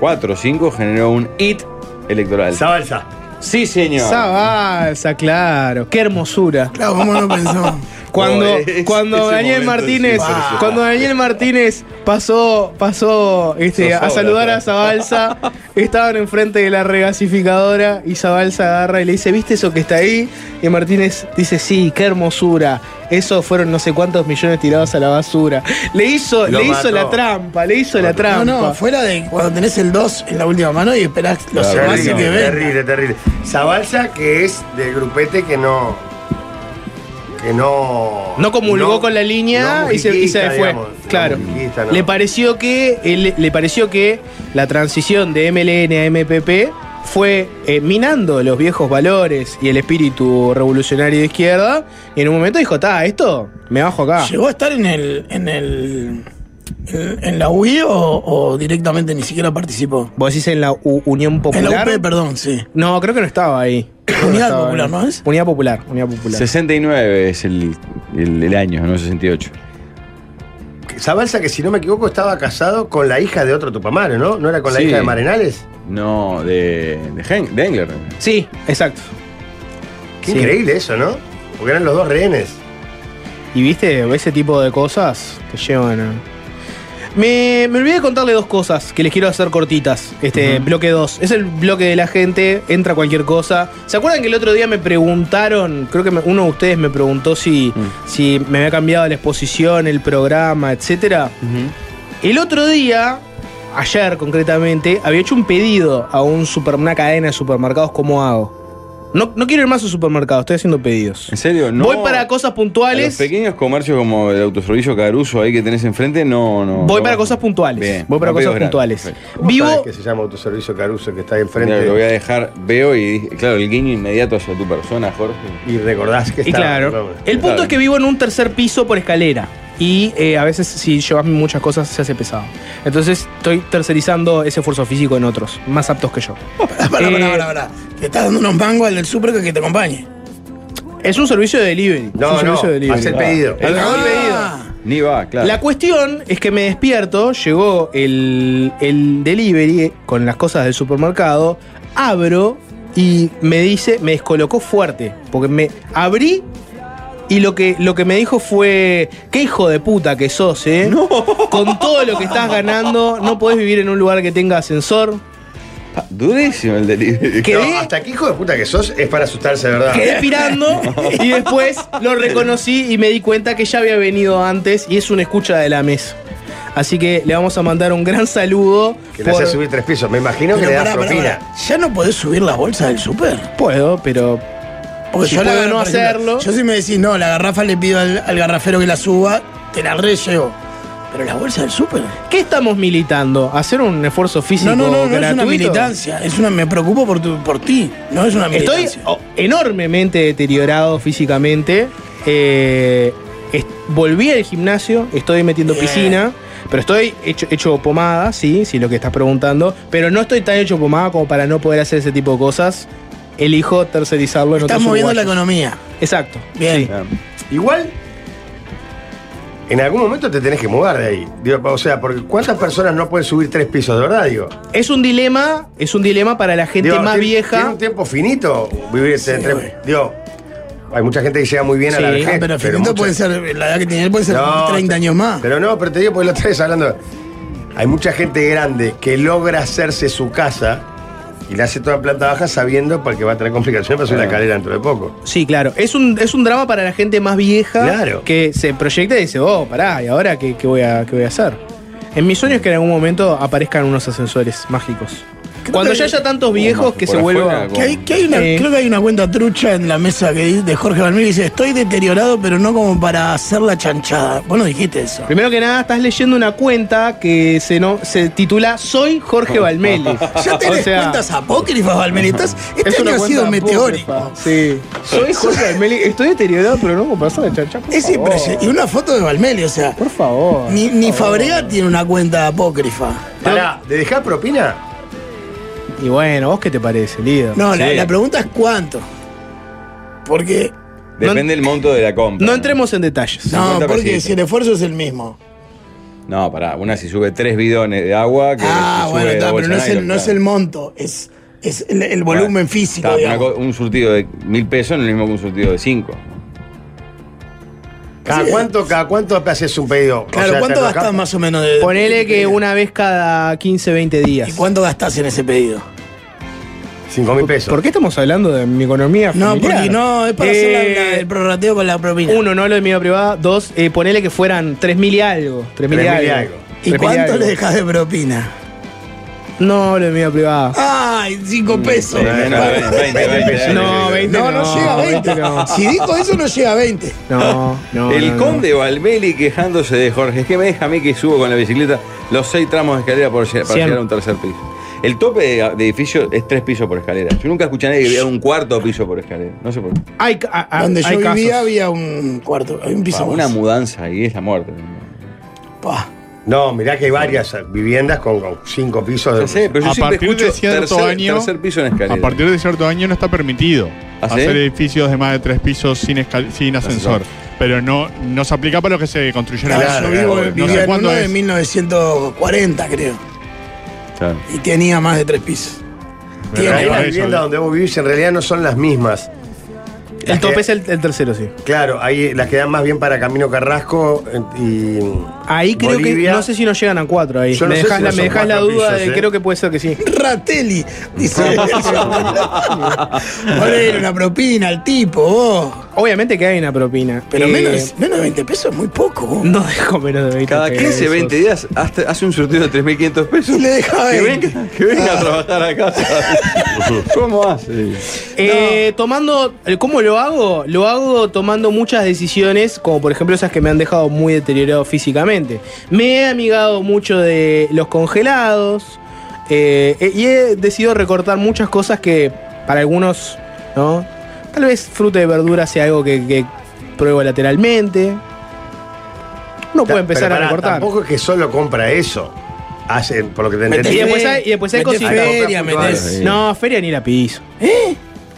A: cuatro o cinco, generó un hit electoral.
C: Zabalza.
A: Sí, señor.
H: Esa balsa, claro. Qué hermosura.
B: Claro, ¿cómo no pensó?
H: Cuando,
A: No, es-
H: cuando
A: ese
H: Daniel
A: momento
H: Martínez,
A: es impresionante.
H: cuando Daniel Martínez pasó, pasó este,
A: Zozobra,
H: a saludar
A: claro.
H: a Zabalsa, estaban enfrente de la regasificadora y Zabalsa agarra y le dice, ¿viste eso que está ahí? Y Martínez dice, sí, qué hermosura. Esos fueron no sé cuántos millones tirados a la basura. Le hizo,
C: Lo
H: le hizo
C: mató.
H: la trampa, le hizo la
B: No,
H: trampa.
B: no, fuera de cuando tenés el 2 en la última mano y esperás los
A: Claro,
B: demás y
A: no,
B: que ven.
C: terrible, terrible. Zabalza que es del grupete que no. Que no.
H: No comulgó con la línea
C: no
H: y, se, y se
C: mujiquista,
H: fue.
C: digamos, no
H: claro.
C: mujiquista, no.
H: Le pareció que él- le pareció que la transición de MLN a MPP fue eh, minando los viejos valores y el espíritu revolucionario de izquierda y en un momento dijo, "Ta, esto me bajo acá."
B: ¿Llegó a estar en el. en el. en, en la UI o, o directamente ni siquiera participó?
H: Vos decís en la U- Unión
B: En la
H: Popular.
B: UP, perdón, sí.
H: no, creo que no estaba ahí. Creo que
B: Unidad
H: estaba
B: Popular,
H: ahí.
B: ¿no es?
H: Unidad Popular, Unidad Popular.
A: 69 es el, el- el año, no 68.
C: Zabalza que si no me equivoco estaba casado con la hija de otro Tupamaro, ¿no? ¿No era con la
A: Sí.
C: hija de Marenales?
A: No, de, de, Hen- de Engler.
H: Sí, exacto.
C: Qué
H: Sí.
C: increíble eso, ¿no? Porque eran los dos rehenes.
H: Y viste, ese tipo de cosas te llevan a... Me, me olvidé de contarle dos cosas que les quiero hacer cortitas. Este bloque 2. Es el bloque de la gente, entra cualquier cosa. ¿Se acuerdan que el otro día me preguntaron, creo que me- uno de ustedes me preguntó si, si me había cambiado la exposición, el programa, etcétera? El otro día, ayer concretamente, había hecho un pedido a un super, una cadena de supermercados como hago. No, no quiero ir más a un supermercado, estoy haciendo pedidos.
A: ¿En serio? No.
H: Voy para cosas
A: A
H: puntuales.
A: Los pequeños comercios como el autoservicio Caruso ahí que tenés enfrente, no, no.
H: Voy
A: no vas.
H: para cosas puntuales.
A: Bien,
H: Voy para
A: no
H: cosas
A: pido grande.
H: puntuales.
A: Perfecto.
C: ¿Vos sabés
H: Vivo.
C: que se llama Autoservicio Caruso que está ahí enfrente.
A: Mira, lo voy a dejar, veo y claro, el guiño inmediato hacia tu persona, Jorge.
C: Y recordás que
H: Y
C: está.
H: claro. Eh, El punto
A: Claro.
H: es que vivo en un tercer piso por escalera. Y eh, a veces, si llevas muchas cosas, se hace pesado. Entonces, estoy tercerizando ese esfuerzo físico en otros, más aptos que yo.
B: Pará, pará,
H: Eh,
B: pará, pará, pará. Te estás dando unos mangos al del super que te acompañe.
H: Es un servicio de delivery. es un
C: No, no,
H: servicio de delivery.
C: hace el pedido.
A: Ah.
B: Ah,
A: Ni va, claro.
H: La cuestión es que me despierto, llegó el, el delivery con las cosas del supermercado, abro y me dice, me descolocó fuerte, porque me abrí Y lo que, lo que me dijo fue, qué hijo de puta que sos, ¿eh? Con todo lo que estás ganando, no podés vivir en un lugar que tenga ascensor.
A: Ah, Durísimo el delirio.
H: ¿Qué?
C: No, hasta aquí, hijo de puta que sos, es para asustarse, de verdad.
H: Quedé pirando y después lo reconocí y me di cuenta que ya había venido antes y es una escucha de la mesa. Así que le vamos a mandar un gran saludo.
C: Que le
H: por-
C: hace subir tres pisos. Me imagino que
B: Pero
C: le das
B: pará, pará,
C: propina.
B: pará. Ya no podés subir las bolsas del súper.
H: Puedo, pero
B: Porque
H: Si
B: yo la
H: puedo
B: agarro,
H: no
B: por ejemplo,
H: hacerlo.
B: Yo si me decís, no, la garrafa le pido al, al garrafero que la suba, te la re llevo. Pero las bolsas del súper.
H: ¿qué estamos militando? ¿Hacer un esfuerzo físico
B: No, no, no, no es una
H: gratuito?
B: militancia. Es una, me preocupo por, tu, por ti. No es una
H: Estoy
B: militancia.
H: oh, enormemente deteriorado físicamente. Eh, est- volví al gimnasio, estoy metiendo
B: Bien.
H: piscina, pero estoy hecho, hecho pomada, sí, sí, lo que estás preguntando. Pero no estoy tan hecho pomada como para no poder hacer ese tipo de cosas. Elijo tercerizarlo en
B: Estás
H: otros
B: moviendo la
H: uruguayos.
B: economía.
H: Exacto.
B: Bien.
C: Ah. Igual, en algún momento te tenés que mudar de ahí. Digo, o sea, porque ¿cuántas personas no pueden subir tres pisos, de verdad? Digo,
H: Es un dilema, es un dilema para la gente
C: Digo,
H: más
C: ¿tiene-
H: vieja.
C: ¿Tiene un tiempo finito vivir este
B: Sí,
C: tres
B: güey.
C: Digo, hay mucha gente que llega muy bien a la
H: Sí,
C: vejez.
B: Ah, pero Fernando
C: mucha-
B: puede ser, la edad que tiene él puede ser
C: No,
B: 30
C: te-
B: años más.
C: Pero no, pero te digo, porque los tres hablando. de- Hay mucha gente grande que logra hacerse su casa y la hace toda planta baja sabiendo porque va a tener complicaciones para subir la escalera dentro de poco.
H: Sí, claro. Es un, es un drama para la gente más vieja
C: Claro.
H: que se proyecta y dice, oh, pará, ¿y ahora qué, qué voy, a, qué voy a hacer? En mis sueños es que en algún momento aparezcan unos ascensores mágicos. Cuando
B: que-
H: ya haya tantos viejos
A: mágico,
H: que
A: por
H: se
A: afuera,
H: vuelvan...
A: como-
B: Que hay, que hay una,
H: Sí.
B: Creo que hay una cuenta trucha en la mesa que dice- de Jorge Valmir que dice, estoy deteriorado, pero no como para hacer la chanchada. Vos no dijiste eso.
H: Primero que nada, estás leyendo una cuenta que se, no, se titula Soy Jorge Valmeli.
B: Ya tenés
H: O sea,
B: cuentas apócrifas, Valmir. Estás, este
H: es una
B: año ha sido
H: cuenta
B: meteórico.
H: apócrifa. Sí. Soy Jorge Valmeli. Estoy deteriorado, pero no como para hacer la chancha. por
B: Es
H: favor.
B: impresionante. Y una foto de Valmeli, o sea.
H: Por favor.
B: Ni, ni Fabregat tiene una cuenta apócrifa.
C: Pará, ¿de dejar propina?
H: Y bueno, ¿vos qué te parece, líder?
B: No, la,
A: Sí.
B: la pregunta es cuánto. Porque.
A: Depende del monto de la compra.
H: No entremos en detalles.
B: No,
A: 50
B: porque
A: pesitos.
B: si el esfuerzo es el mismo.
A: No, pará. Una si sube tres bidones de agua. Que si
B: Ah,
A: sube
B: bueno,
A: la
B: está, pero
A: bolsa
B: no es, el,
A: nylon,
B: no es
A: claro.
B: el monto, es, es el, el
A: Claro.
B: volumen físico.
A: Está,
B: digamos.
A: una co- un surtido de mil pesos no es lo mismo que un surtido de cinco.
C: ¿Cada
B: Sí.
C: cuánto, cada cuánto haces un pedido?
B: Claro,
C: O sea,
B: ¿cuánto
C: te
B: gastás
C: toca-
B: más o menos de.?
H: Ponele que una vez cada 15, 20 días.
B: ¿Y cuánto gastás en ese pedido?
C: Cinco mil pesos.
H: ¿Por qué estamos hablando de mi economía
B: No,
H: familiar?
B: porque no, es para hacer la- la- el
H: Eh,
B: prorrateo con la propina.
H: Uno, no hablo de mi vida privada. Dos, eh, ponele que fueran 3.000 y algo. 3.000 y
C: Tres mil y
H: algo.
C: algo.
B: ¿Y
H: Tres mil
B: cuánto
H: algo.
B: le dejás de propina?
H: No hablo de mi vida privada.
B: ¡Ay, cinco pesos!
A: Sí, menos de veinte, veinte, veinte,
C: No,
A: dale.
H: veinte.
B: No, no,
H: No,
B: llega a 20.
H: no.
B: Si dijo eso, no llega a 20.
H: No, no.
A: el
H: no, no.
A: conde Valmeli quejándose de Jorge. Es que me deja a mí que subo con la bicicleta los seis tramos de escalera por lle- para
H: Cien.
A: llegar a un tercer piso. El tope de, de edificio es tres pisos por escalera. Yo nunca escuché a nadie que viera un cuarto piso por escalera. No sé por qué.
H: Hay, ca- a- a-
B: Donde yo
H: Ah, hay
B: vivía
H: casos.
B: había un cuarto, había un piso
A: Pa, una
B: más.
A: mudanza y es la muerte.
B: Pa.
C: No, mirá que hay varias viviendas con con cinco pisos.
A: Ya sé, pero yo
D: A
A: siempre
D: partir
A: escucho
D: de cierto
A: tercer,
D: año-
A: tercer piso en escalera.
D: A partir de cierto año no está permitido
A: ¿Ah, sí?
D: hacer edificios de más de tres pisos sin, escal- sin ascensor. Pero no, no se aplica para los que se construyeron.
B: Claro,
C: Claro,
B: yo vivo-
C: claro,
B: vivía
D: no sé
B: en
D: cuándo
B: uno de
D: es.
B: 1940, creo.
A: Claro.
B: Y tenía más de tres pisos.
D: Pero
B: Tiene
C: Hay
D: ahí va
C: las
D: eso,
C: viviendas
D: ¿eh?
C: donde vos vivís en realidad no son las mismas.
H: El tope es el, el tercero, sí.
C: Claro, hay las que dan más bien para Camino Carrasco eh, y.
H: Ahí creo
C: Bolivia.
H: que. No sé si nos llegan a cuatro ahí.
C: Yo no
H: me
C: sé
H: dejas
C: si
H: la,
C: no
H: me
C: son
H: dejás la
C: cuatro
H: duda
C: pisos,
H: de
C: ¿eh?
H: creo que puede ser que sí.
B: Ratelli, dice. Ponle una propina al tipo, vos.
H: Obviamente que hay una propina.
B: Pero
H: Eh,
B: menos, menos de 20 pesos es muy poco, vos.
H: No dejo menos de 20
A: Cada
H: pesos.
A: 15, 20 días hasta- hace un surtido de 3.500 pesos.
B: Y le deja
A: que
B: 20.
A: venga, que venga a trabajar a casa. ¿Cómo hace?
H: Eh, Tomando, ¿cómo lo hago? Lo hago tomando muchas decisiones, como por ejemplo esas que me han dejado muy deteriorado físicamente. Me he amigado mucho de los congelados eh, eh, y he decidido recortar muchas cosas que para algunos, ¿no? Tal vez fruta y verdura sea algo que, que pruebo lateralmente. Uno puede empezar
C: Pero
H: a
C: pará,
H: recortar.
C: Tampoco es que solo compra eso. Hacen, por lo que te
B: Mete
H: Y
C: entendí.
H: después hay- y después hay
B: mete
H: cositas.
B: feria, ¿Eh?
C: Hay otras
B: metés-
A: puntuales.
H: No, feria ni la piso.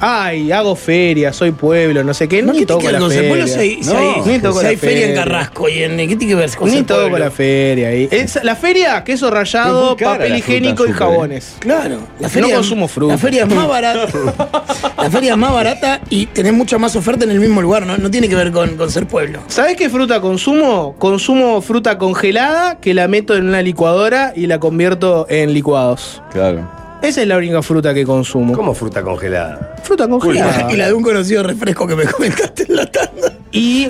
H: ay, hago feria, soy pueblo, no sé qué,
B: No,
H: ni
B: ¿qué tiene
H: toco
B: que ver
H: la
B: con ser
H: feria.
B: pueblo si hay, si
H: No,
B: hay-
H: ni toco
B: si
H: la
B: hay feria en
H: feria.
B: Carrasco? ¿Y en, ¿Qué tiene que ver con
H: Ni
B: ser
H: todo con
B: pueblo?
H: la feria ahí. Es- la feria, queso
A: Es
H: rallado,
A: muy cara la
H: papel
A: fruta
H: higiénico y
A: súper, ¿eh?
H: jabones.
B: Claro, la
H: No
B: feria
H: consumo fruta.
B: La feria es más barata. la feria es más barata y tenés mucha más oferta en el mismo lugar, no, no tiene que ver con, con ser pueblo.
H: ¿Sabés qué fruta consumo? Consumo fruta congelada que la meto en una licuadora y la convierto en licuados.
A: Claro.
H: Esa es la única fruta que consumo.
C: ¿Cómo fruta congelada?
H: Fruta
B: Y la-
H: congelada.
B: y la de un conocido refresco que me comentaste en la tanda.
H: Y,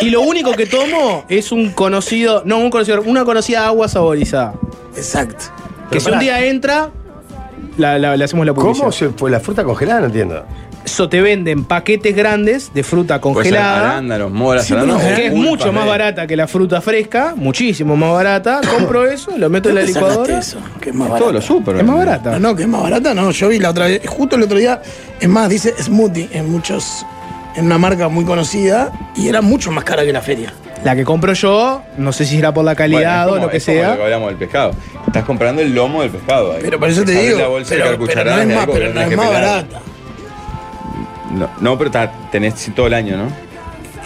H: y lo único que tomo es un conocido, no un conocido, una conocida agua saborizada.
B: Exacto.
H: Que
C: Pero
H: si un
C: pará.
H: día entra, la, la- le hacemos la publicidad.
C: ¿Cómo se fue la fruta congelada? No entiendo.
H: Eso te venden paquetes grandes de fruta
A: Puede ser
H: congelada.
A: Pues arándanos, moras,
B: Sí, pero
A: arándanos.
H: que es
A: pulpas,
H: mucho más
A: eh.
H: barata que la fruta fresca, muchísimo más barata. Compro eso, lo meto en la
B: ¿Dónde sacaste
H: licuadora.
B: eso? Que es más
A: Todo lo
B: barata.
A: super.
H: Es más barata.
B: No, no, que es más barata, no. Yo vi la otra vez, justo el otro día, es más, dice smoothie en muchos, en una marca muy conocida y era mucho más cara que la feria.
H: La que compro yo, no sé si será por la calidad o lo que
A: Lo que
H: sea.
A: hablamos del pescado. Estás comprando el lomo del pescado ahí.
B: Pero por eso te
A: Abrís
B: digo,
A: la bolsa y
B: pero,
A: cada
B: pero no
A: cucharada
B: es
A: de
B: más,
A: algo que
B: pero no
A: tenés
B: es
A: que
B: más
A: pelar.
B: barata.
A: No, no, pero ta- tenés todo el año, ¿no?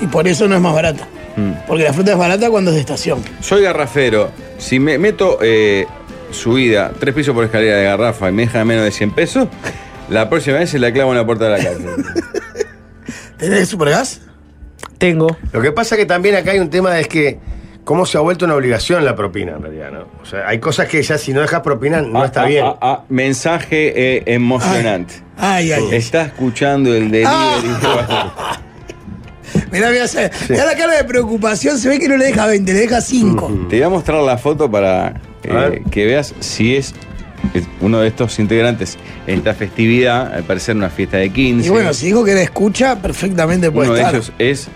B: Y por eso no es más barata.
A: Mm.
B: Porque la fruta es barata cuando es de estación.
A: Soy garrafero. Si me meto eh, subida, tres pisos por escalera de garrafa y me dejan menos de 100 pesos, la próxima vez se la clavo en la puerta de la casa.
B: ¿Tenés supergas?
H: Tengo.
C: Lo que pasa que también acá hay un tema es que cómo se ha vuelto una obligación la propina en realidad, ¿no? O sea, hay cosas que ya si no dejas propina
H: Ah,
C: no
A: Ah,
C: está bien.
A: mensaje eh, emocionante.
B: Ay, ay, ay.
A: Está escuchando el delivery.
B: Mirá, mirá, se- mirá la cara de preocupación, se ve que no le deja 20, le deja 5.
A: Te voy a mostrar la foto para eh,
C: A ver.
A: que veas si es es uno de estos integrantes en esta festividad, al parecer una fiesta de 15.
B: Y bueno, si dijo que la escucha, perfectamente puede
A: mm. uno de
B: estar.
A: ellos es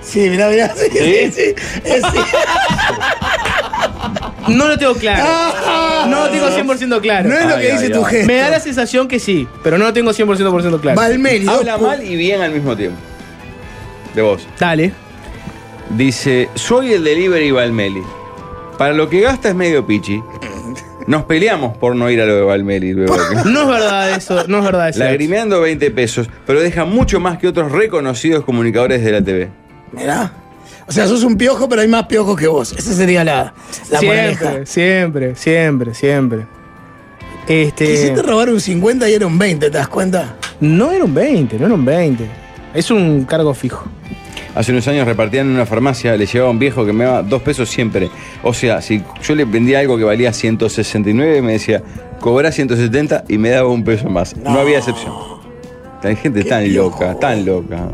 B: Sí, mirá, mirá. Sí, sí,
A: ¿Sí?
B: sí. Es- sí.
H: No lo tengo claro. No lo tengo 100% claro.
B: Ah. No es lo
A: Ay,
B: que dice
A: ay,
B: tu
A: ay.
B: gesto.
H: Me da la sensación que sí, pero no lo tengo 100% por ciento claro.
B: Valmeri, dos
A: Habla
B: pu-
A: mal y bien al mismo tiempo. De vos.
H: Dale.
A: Dice, soy el delivery Valmeli. Para lo que gasta es medio pichi. Nos peleamos por no ir a lo de Valmeli. luego.
H: No es verdad eso, no es verdad eso.
A: Lagrimeando 20 pesos, pero deja mucho más que otros reconocidos comunicadores de la TV.
B: Mirá. O sea, sos un piojo, pero hay más piojos que vos. Esa sería la, la moraleja.
H: Siempre, siempre, siempre, siempre. Este.
B: Quisiste robar un 50 y era un 20, ¿te das cuenta?
H: No era un 20, no era un 20. Es un cargo fijo.
A: Hace unos años repartían en una farmacia, le llevaba a un viejo que me daba dos pesos siempre. O sea, si yo le vendía algo que valía 169, me decía, cobra 170 y me daba un peso más. No, había excepción. Hay gente
B: Qué
A: tan
B: piojo.
A: loca, tan loca.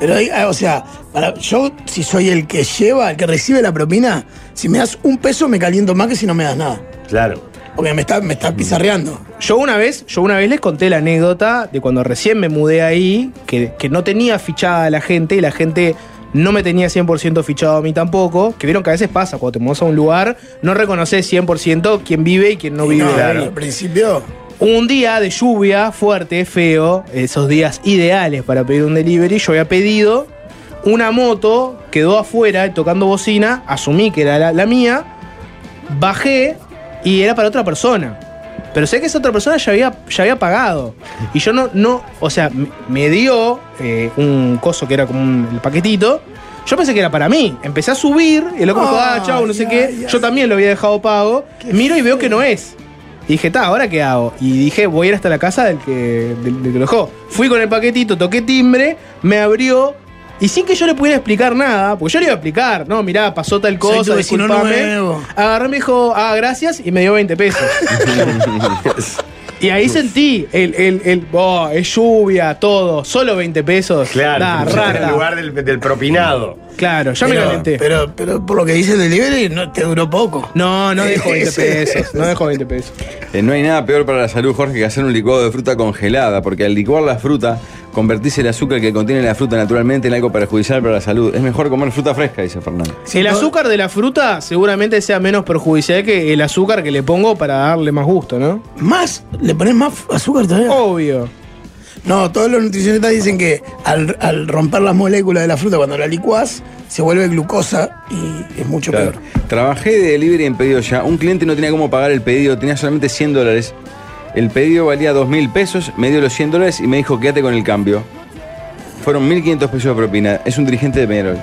B: Pero, ahí, ah, o sea, para, yo, si soy el que lleva, el que recibe la propina, si me das un peso, me caliento más que si no me das nada.
C: Claro.
B: Porque me estás me está pizarreando.
H: Yo una vez, yo una vez les conté la anécdota de cuando recién me mudé ahí, que, que no tenía fichada a la gente y la gente no me tenía 100% fichado a mí tampoco, que vieron que a veces pasa, cuando te mudas a un lugar, no reconoces 100% quién vive y quién no vive.
B: No,
C: claro.
B: Al principio,
H: Un día de lluvia fuerte, feo, esos días ideales para pedir un delivery, yo había pedido una moto, quedó afuera tocando bocina, asumí que era la, la mía, bajé y era para otra persona. Pero sé que esa otra persona ya había, ya había pagado. Y yo no, no, o sea, m- me dio eh, un coso que era como un el paquetito. Yo pensé que era para mí. Empecé a subir, el loco me dijo, ah, chau, no sé
B: Ay,
H: qué.
B: ay,
H: Yo
B: ay.
H: también lo había dejado pago. Miro y veo que no es. Y dije, ta, ¿ahora qué hago? Y dije, voy a ir hasta la casa del que, del, del que lo dejó. Fui con el paquetito, toqué timbre, me abrió. Y sin que yo le pudiera explicar nada, porque yo le iba a explicar, no, mirá, pasó
B: Soy
H: tal
B: tu
H: cosa,
B: vecino
H: disculpame.
B: nuevo.
H: Agarré, me dijo, ah, gracias, y me dio 20 pesos. y ahí sentí el, el, el, oh, es lluvia, todo, solo 20 pesos.
C: Claro.
H: Da,
C: En
H: rata.
C: lugar del, del propinado.
H: Claro, ya me
B: pero,
H: calenté.
B: pero, pero por lo que dice el delivery, no, te duró poco.
H: no, no dejo 20
B: Ese-
H: pesos, no dejo 20 pesos.
A: Eh, no hay nada peor para la salud, Jorge, que hacer un licuado de fruta congelada, porque al licuar la fruta, convertís el azúcar que contiene la fruta naturalmente en algo perjudicial para la salud. Es mejor comer fruta fresca, dice Fernando.
H: el azúcar de la fruta seguramente sea menos perjudicial que el azúcar que le pongo para darle más gusto, ¿no?
B: Más, le pones más azúcar todavía.
H: Obvio.
B: No, todos los nutricionistas dicen que al, al romper las moléculas de la fruta cuando la licuás, se vuelve glucosa y es mucho
A: Claro.
B: peor.
A: Trabajé de delivery en pedido ya. Un cliente no tenía cómo pagar el pedido, tenía solamente 100 dólares. El pedido valía dos mil pesos, me dio los 100 dólares y me dijo, quédate con el cambio. Fueron 1.500 pesos de propina. Es un dirigente de Peñarol.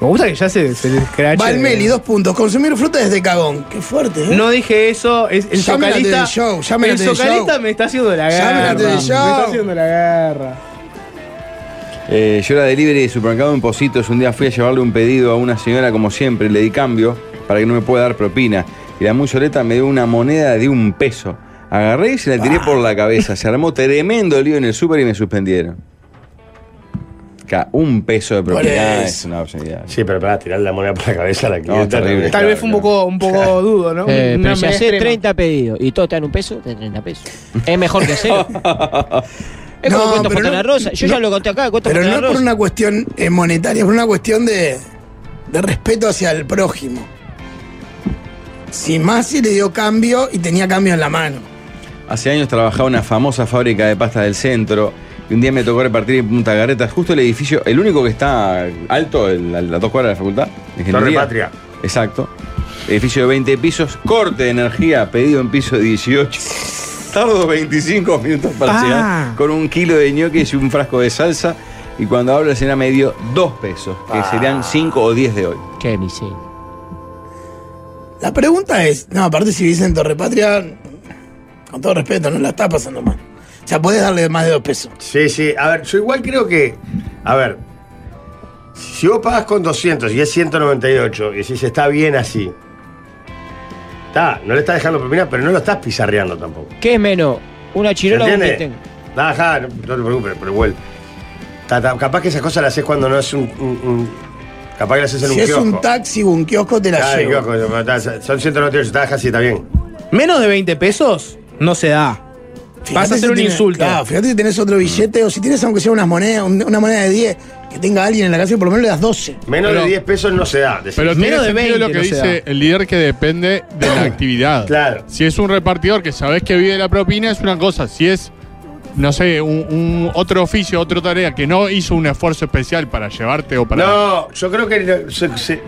H: Me gusta que ya se, se escrache.
B: Valmeli, dos puntos. Consumir fruta desde cagón. Qué fuerte, ¿eh?
H: No dije eso, es el
B: Llamen a
H: socalista.
B: TV Show, llamen a
H: el
B: TV Show.
H: socalista me está haciendo la
B: Llamen a
H: guerra.
B: TV
H: Me está
B: Show.
H: haciendo la guerra.
A: Eh, yo era delivery de supermercado en Positos. Un día fui a llevarle un pedido a una señora, como siempre. Le di cambio para que no me pueda dar propina. Y la musoleta me dio una moneda de un peso. Agarré y se la tiré por la cabeza. Se armó tremendo lío en el súper y me suspendieron. Ca- Un peso de propina
B: eso.
A: es una obscenidad.
C: Sí, pero para tirar la moneda por la cabeza a la clienta.
A: terrible.
H: Tal vez fue un
A: claro.
H: poco, un poco dudo, ¿no?
E: Eh,
H: Una
E: pero si
H: media
E: haces
H: extrema.
E: 30 pedidos y todos te dan un peso, te dan 30 pesos. Es mejor que cero. es
B: No,
E: como cuento
B: pero no-
E: Fontana Rosa. Yo ya
B: no-
E: lo conté acá, cuento
B: Pero no
E: Fontana
B: es por
E: Rosa.
B: una cuestión eh, monetaria, es por una cuestión de, de respeto hacia el prójimo. Si Masi le dio cambio y tenía cambio en la mano.
A: Hace años trabajaba en una famosa fábrica de pasta del centro y un día me tocó repartir en Punta Garretas justo el edificio, el único que está alto, el- a las dos cuadras de la facultad. de
C: Torre
A: ingeniería.
C: Patria.
A: Exacto. Edificio de 20 pisos, corte de energía, pedido en piso 18. Tardo 25 minutos para
H: Ah.
A: llegar con un kilo de ñoquis y un frasco de salsa. Y cuando hablo será me dio 2 pesos, que
C: Ah.
A: serían 5 o 10 de hoy.
E: Qué miseria.
B: La pregunta es, no, aparte si dicen Torrepatria, con todo respeto, no la está pasando mal. O sea, podés darle más de dos pesos.
C: Sí, sí. A ver, yo igual creo que. A ver. Si vos pagas con 200 y es 198 y decís está bien así. Está, no le estás dejando propina, pero no lo estás pizarreando tampoco.
E: ¿Qué es menos? ¿Una
C: ¿Se
E: chirola o un
C: entiende?
E: peten?
C: Ajá, no, no te preocupes, pero igual. Ta- ta- capaz que esas cosas las haces cuando no es un. un- un- capaz que las haces en
B: Si
C: un
B: es
C: kiosco.
B: un taxi o un kiosco, te la
C: Ah, el
B: llevo.
C: kiosco, pero está- son 198, está, ajá, sí, está bien.
H: Menos de 20 pesos no se da.
B: Fíjate
H: Vas a hacer un
B: tenés-
H: insulto.
B: claro, fíjate si tenés otro billete o si tienes, aunque sea unas monedas, un- una moneda de 10, que tenga alguien en la casa, por lo menos le das 12.
C: Menos
D: Pero-
C: de 10 pesos no se da. decís.
D: Pero
H: Menos
D: tiene
H: de
D: sentido
H: 20
D: lo que
H: no se
D: dice el líder que depende de la actividad.
C: Claro.
D: Si es un repartidor que sabes que vive de la propina, es una cosa. Si es, no sé, un, un otro oficio, otra tarea que no hizo un esfuerzo especial para llevarte o para.
C: No, yo creo que lo- se- se-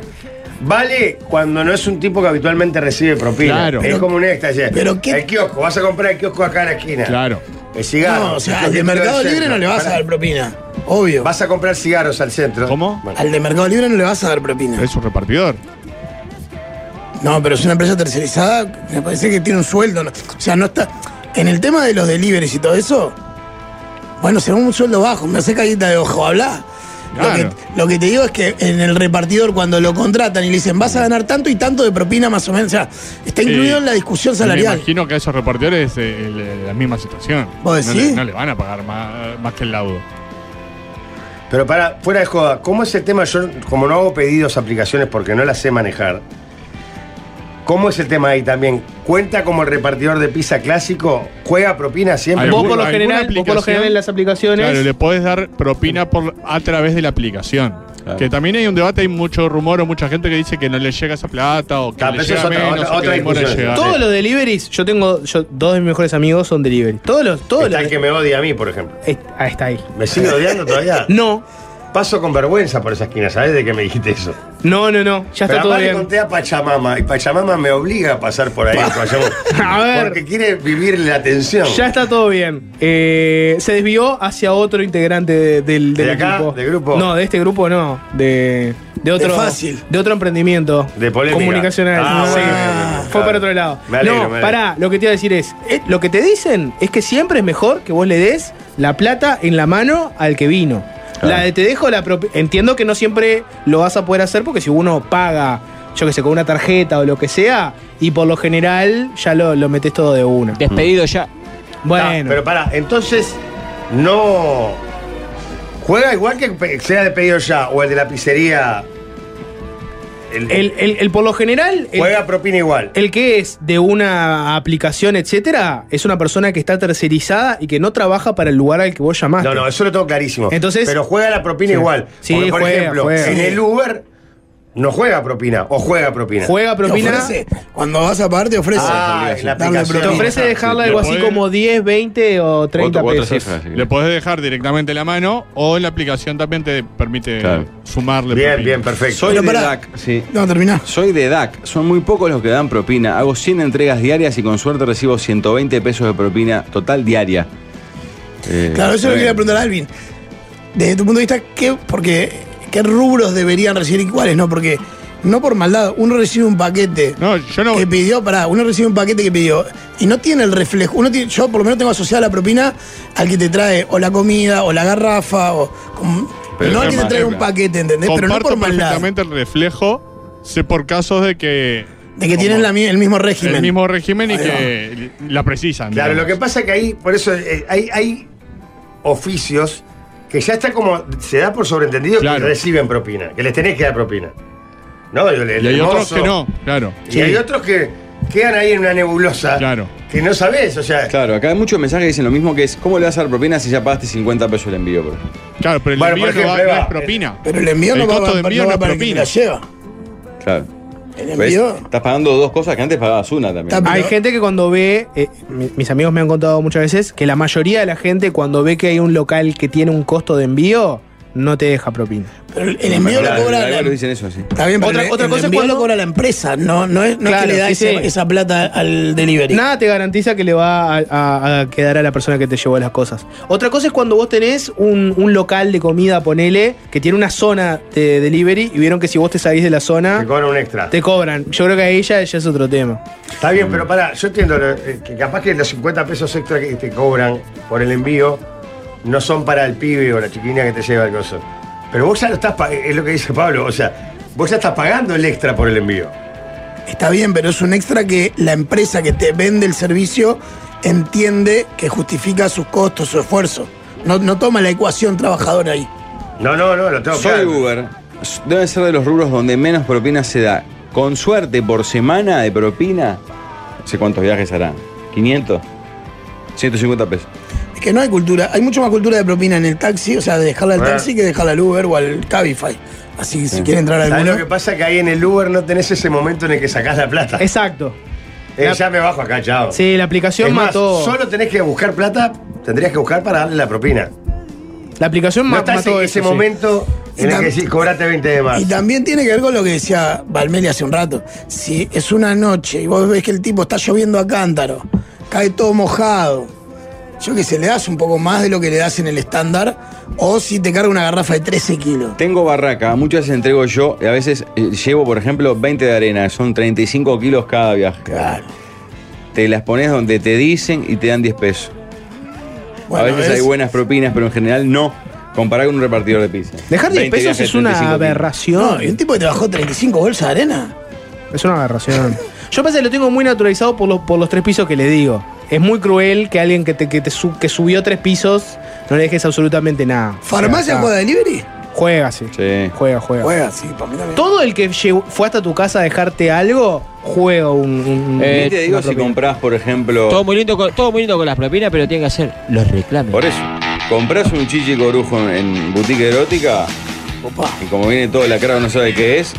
C: vale cuando no es un tipo que habitualmente recibe propina.
D: Claro.
C: Es
D: Pero-
C: como un éxtasis.
B: pero qué-
C: El kiosco, vas a comprar el kiosco acá en la esquina.
D: Claro.
C: El cigarro.
B: No, o sea,
C: el
B: al de
C: kiosquito
B: Mercado
C: del
B: Libre no
C: centro.
B: le vas a
C: Pará,
B: dar propina. Obvio.
C: Vas a comprar cigarros al centro.
D: ¿Cómo?
C: Bueno,
B: Al de Mercado Libre no le vas a dar propina.
D: Es un repartidor.
B: No, pero es una empresa tercerizada, me parece que tiene un sueldo. no- O sea, no está. En el tema de los deliveries y todo eso, bueno, será un sueldo bajo, me hace caída de ojo, habla. Lo, que,
D: Claro.
B: lo que te digo es que en el repartidor, cuando lo contratan y le dicen vas a ganar tanto y tanto de propina más o menos, o sea, está incluido
D: Eh,
B: en la discusión
D: Y Me
B: salarial.
D: imagino que a esos repartidores eh, le- la misma situación.
B: ¿Vos
D: no,
B: decís?
D: le, no le van a pagar más, más que el laudo.
C: Pero para, fuera de joda, ¿cómo es el tema? Yo, como no hago pedidos a aplicaciones porque no las sé manejar, ¿cómo es el tema ahí también? ¿Cuenta como el repartidor de pizza clásico? ¿Juega propina siempre?
D: Ay,
H: Vos
D: ¿Alguna-
H: por, lo
D: alguna
H: general, vos por lo
D: aplicación?
H: general en las aplicaciones.
D: Claro, le podés dar propina por, a través de la aplicación.
A: Claro.
D: Que también hay un debate, hay mucho rumor o mucha gente que dice que no le llega esa plata o que
C: Claro,
D: le
C: pero
D: llega
C: eso es otra-
D: menos
C: otra-
D: o que
C: otra
D: demora en
C: discusión.
D: llegar.
H: Todos los deliveries, yo tengo, yo, dos de mis mejores amigos son deliveries. Todos los, todos
C: Está
H: los-
C: el que me odia a mí, por ejemplo.
H: Eh, ah, está ahí.
C: ¿Me sigue odiando todavía?
H: No,
C: Paso con vergüenza por esa esquina, ¿sabes de qué me dijiste eso?
H: no, no, no.
C: Pero
H: Ya está todo
C: además le
H: bien.
C: conté a Pachamama y Pachamama me obliga a pasar por ahí. Pachamama,
H: A ver.
C: Porque quiere vivir la tensión.
H: Ya está todo bien. Eh, se desvió hacia otro integrante de- del, del
C: ¿De acá?
H: equipo.
C: ¿Del grupo?
H: No, de este grupo no. De, de otro.
B: fácil.
H: de otro emprendimiento.
C: De polémica.
H: Comunicacional.
C: Ah,
H: Sí.
C: bueno, bien, bien, bien.
H: Fue
C: Claro.
H: para otro lado.
C: Me alegro, me
H: no,
C: alegro. Ah,
H: pará, lo que te iba a decir es, eh, lo que te dicen es que siempre es mejor que vos le des la plata en la mano al que vino. La de te dejo la propi- Entiendo que no siempre lo vas a poder hacer porque si uno paga, yo que sé, con una tarjeta o lo que sea, y por lo general ya lo, lo metes todo de una.
E: Despedido ya.
C: Ah,
H: Bueno.
C: Pero para, entonces, no. Juega igual que pe- sea de pedido ya o el de la pizzería. El-
H: El, el- el por lo general, el,
C: juega propina igual.
H: el que es de una aplicación, etcétera, es una persona que está tercerizada y que no trabaja para el lugar al que vos llamaste.
C: No, no, eso lo tengo clarísimo.
H: Entonces-
C: pero juega la propina
H: Sí.
C: igual.
H: Sí,
C: Porque, por
H: juega,
C: ejemplo,
H: juega.
C: en el Uber, No juega propina, o juega propina.
H: Juega propina.
B: Te ofrece, cuando vas a pagar te ofrece.
C: Ah, en la
B: Darle
C: aplicación.
H: Te
B: propina.
H: ofrece dejarla algo así
D: Después-
H: como 10, 20 o 30
A: Otra- otra
H: pesos.
A: cifra, sí.
D: Le podés dejar directamente la mano o la aplicación también te permite
A: Claro.
D: sumarle.
C: Bien,
D: propina.
C: bien, perfecto.
A: Soy
B: Pero
A: de
B: pará.
A: DAC, sí.
B: No, terminá.
A: Soy de DAC. Son muy pocos los que dan propina. Hago 100 entregas diarias y con suerte recibo 120 pesos de propina total diaria. Eh,
B: Claro, eso lo
A: bien.
B: quería preguntar a Alvin. Desde tu punto de vista, ¿qué, porque, ¿qué rubros deberían recibir y cuáles? No, porque no por maldad, uno recibe un paquete
D: No, yo no.
B: que pidió, pará, uno recibe un paquete que pidió y no tiene el reflejo. Uno tiene, yo por lo menos tengo asociada la propina al que te trae o la comida o la garrafa o. como-
A: Pero
B: no al
A: es
B: que te
A: más,
B: trae
A: es
B: un
A: más.
B: paquete, ¿entendés? Pero no
D: Comparto
B: por maldad.
D: perfectamente el reflejo. Sé por casos de que.
B: De que
D: como
B: tienen la mi- el mismo régimen.
D: el mismo régimen y
B: Ahí
D: que la precisan.
C: Claro, lo
D: digamos.
C: que pasa es que ahí, por eso eh, hay, hay oficios que ya está como, se da por sobreentendido
D: Claro.
C: que reciben propina, que les tenés que dar propina. ¿No? El, el
D: Y hay otros
C: hermoso.
D: que no, claro.
C: Y hay otros que quedan ahí en una nebulosa
D: Claro.
C: que no sabés, o sea,
A: Claro, acá hay muchos mensajes que dicen lo mismo que es, ¿cómo le vas a dar propina si ya pagaste 50 pesos el envío? por ejemplo?
D: Claro, pero el
C: Bueno,
D: envío
C: por ejemplo,
D: no, va-
C: ahí
D: no es
C: va.
D: propina.
B: Pero el envío
D: El
B: no va,
D: costo de
B: para- no
D: envío no
B: va
D: es
B: para el que te
D: propina.
B: la lleva.
A: Claro.
B: El
A: ¿Ves?
B: envío.
A: Estás pagando dos cosas que antes pagabas una también.
B: Está-
H: Hay
B: Pero-
H: gente que cuando ve, eh, mi- mis amigos me han contado muchas veces, que la mayoría de la gente cuando ve que hay un local que tiene un costo de envío, no te deja propina.
B: Pero el envío
A: Claro,
B: lo cobra. la-
A: algunos dicen eso, sí.
B: Está bien, pero
H: Otra-
B: el-
H: otra
B: el
H: cosa es
B: envío
H: cuando-
B: lo cobra la empresa, no, no, es, no es
H: Claro,
B: que le da
H: sí,
B: ese-
H: sí.
B: esa plata al delivery.
H: Nada te garantiza que le va a, a- a quedar a la persona que te llevó las cosas. Otra cosa es cuando vos tenés un, un local de comida, ponele, que tiene una zona de delivery y vieron que si vos te salís de la
C: te
H: zona,
C: cobran un extra.
H: te cobran. Yo creo que ahí ya, ya es otro tema.
C: Está bien, pero pará, yo entiendo lo- eh, que capaz que los 50 pesos extra que te cobran por el envío no son para el pibe o la chiquina que te lleva el coso. Pero vos ya lo estás pa- eh, es lo que dice Pablo, o sea, vos ya estás pagando el extra por el envío.
B: Está bien, pero es un extra que la empresa que te vende el servicio entiende que justifica sus costos, su esfuerzo. No, no toma la ecuación trabajador ahí.
C: No, no, no, lo tengo
A: Soy
C: claro.
A: Uber. Debe ser de los rubros donde menos propina se da. Con suerte, por semana de propina, no sé cuántos viajes harán. ¿500? 150 pesos.
B: Es que no hay cultura, hay mucho más cultura de propina en el taxi, o sea, de dejarla al
C: Bueno.
B: taxi que dejarla al Uber o al Cabify. Así que si quiere entrar
C: ¿Sabés
B: alguno.
C: lo que pasa? Que ahí en el Uber no tenés ese momento en el que sacás la plata.
H: Exacto.
C: Eh,
H: la-
C: ya me bajo acá, chao.
H: Sí, la aplicación
C: Es más,
H: mató.
C: solo tenés que buscar plata, tendrías que buscar para darle la propina.
H: La aplicación
C: No
H: ma-
C: está ese,
H: mató
C: ese
H: eso, sí.
C: momento
B: Y
C: en el
B: tam-
C: que decís, cobrate 20 de más.
B: Y también tiene que ver con lo que decía Valmeli hace un rato. Si es una noche y vos ves que el tipo está lloviendo a cántaro, cae todo mojado, yo que sé, le das un poco más de lo que le das en el estándar, o si te carga una garrafa de 13 kilos.
A: Tengo barraca, muchas veces entrego yo y a veces eh, llevo, por ejemplo, 20 de arena, son 35 kilos cada viaje.
B: Claro.
A: Te las pones donde te dicen y te dan 10 pesos. a veces hay
B: ¿ves?
A: buenas propinas, pero en general no. Comparar con un repartidor de pizza.
H: Dejar 10
A: 20
H: pesos
A: viajes,
H: es una
A: 35 kilos.
H: aberración.
B: No, y un tipo que te bajó 35 bolsas de arena.
H: Es una aberración. Yo pensé que lo tengo muy naturalizado por los, por los tres pisos que le digo. Es muy cruel que alguien que, te, que, te su- que subió tres pisos no le dejes absolutamente nada.
B: ¿Farmacia
H: O sea,
B: juega delivery?
H: Juega, sí.
A: Sí.
H: Juega, juega.
B: Juega, sí, para mí también.
H: Todo el que llegó- fue hasta tu casa a dejarte algo, juega un. un-
A: Ni
E: Eh,
A: te digo
H: una
A: si
H: propina.
A: compras, por
C: Oh.
A: ejemplo.
E: Todo muy, lindo con, todo muy lindo con las propinas, pero tiene que hacer los reclames.
A: Por eso, compras un chichi corujo en, en boutique erótica
B: Opa.
A: y como viene todo lacrado, no sabe qué es,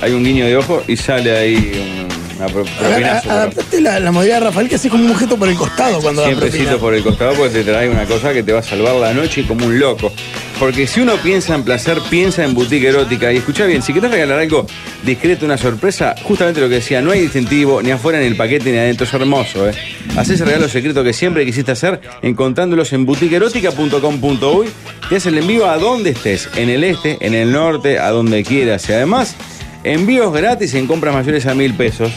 A: hay un guiño de ojo y sale ahí un- una pro-
B: Aga-
A: propinazo.
B: a- Adaptaste la, la modalidad de Rafael que hace como un objeto por el costado cuando da propina.
A: Siemprecitos por el costado porque te trae una cosa que te va a salvar la noche como un loco. Porque si uno piensa en placer, piensa en boutique erótica. Y escucha bien, si querés regalar algo discreto, una sorpresa, justamente lo que decía, no hay distintivo, ni afuera en el paquete, ni adentro. Es hermoso, ¿eh? Hacés el regalo secreto que siempre quisiste hacer encontrándolos en boutiqueerótica.com.uy. Te hacen el envío a donde estés, en el este, en el norte, a donde quieras. Y además, envíos gratis en compras mayores a mil pesos.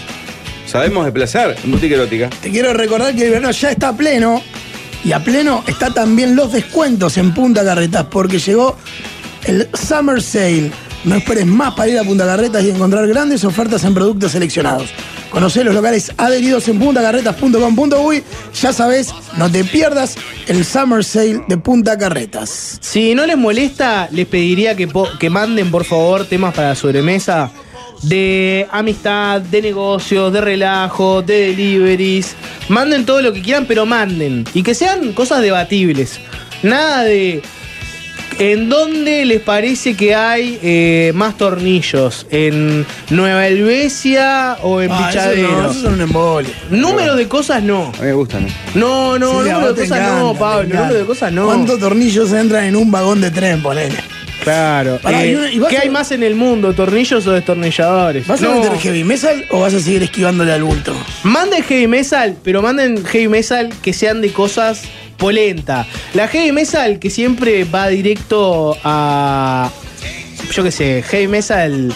A: Sabemos de placer en boutique erótica.
B: Te quiero recordar que el verano ya está a pleno y a pleno está también los descuentos en Punta Carretas porque llegó el Summer Sale. No esperes más para ir a Punta Carretas y encontrar grandes ofertas en productos seleccionados. Conocer los locales adheridos en puntacarretas.com.uy. Ya sabes, no te pierdas el Summer Sale de Punta Carretas.
H: Si no les molesta, les pediría que, po- que manden, por favor, temas para la sobremesa de amistad, de negocios, de relajo, de deliveries. Manden todo lo que quieran, pero manden. Y que sean cosas debatibles. Nada de ¿En dónde les parece que hay eh, más tornillos? ¿En Nueva Helvecia o en
B: Ah, eso
H: Pichadero?
B: no, eso es un embole.
H: Número de cosas no.
A: A mí me gusta, ¿no?
H: No, no,
B: Sí, a
H: número
B: vos
H: de
B: te
H: cosas no,
B: encanta, te
H: Pablo.
B: encanta.
H: Número de cosas no.
B: ¿Cuántos tornillos entran en un vagón de tren, ponele?
H: Claro.
B: Pará,
H: Eh,
B: y una- y vas
H: ¿Qué
B: a-
H: hay más en el mundo? ¿Tornillos o destornilladores?
B: ¿Vas a
H: No.
B: meter heavy metal o vas a seguir esquivándole al bulto?
H: Manden heavy metal, pero manden heavy metal que sean de cosas polenta. La heavy metal que siempre va directo a. Yo qué sé, heavy metal.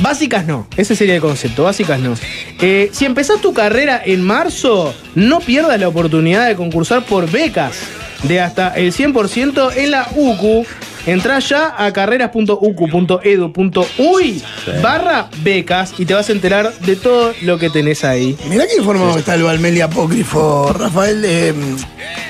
H: Básicas no, ese sería el concepto, básicas no. Eh, si empezás tu carrera en marzo, no pierdas la oportunidad de concursar por becas de hasta el 100% en la UCU. Entrá ya a E carreras.ucu.edu.uy barra becas y te vas a enterar de todo lo que tenés ahí.
B: Mirá qué informado que está el Valmeli apócrifo, Rafael. eh,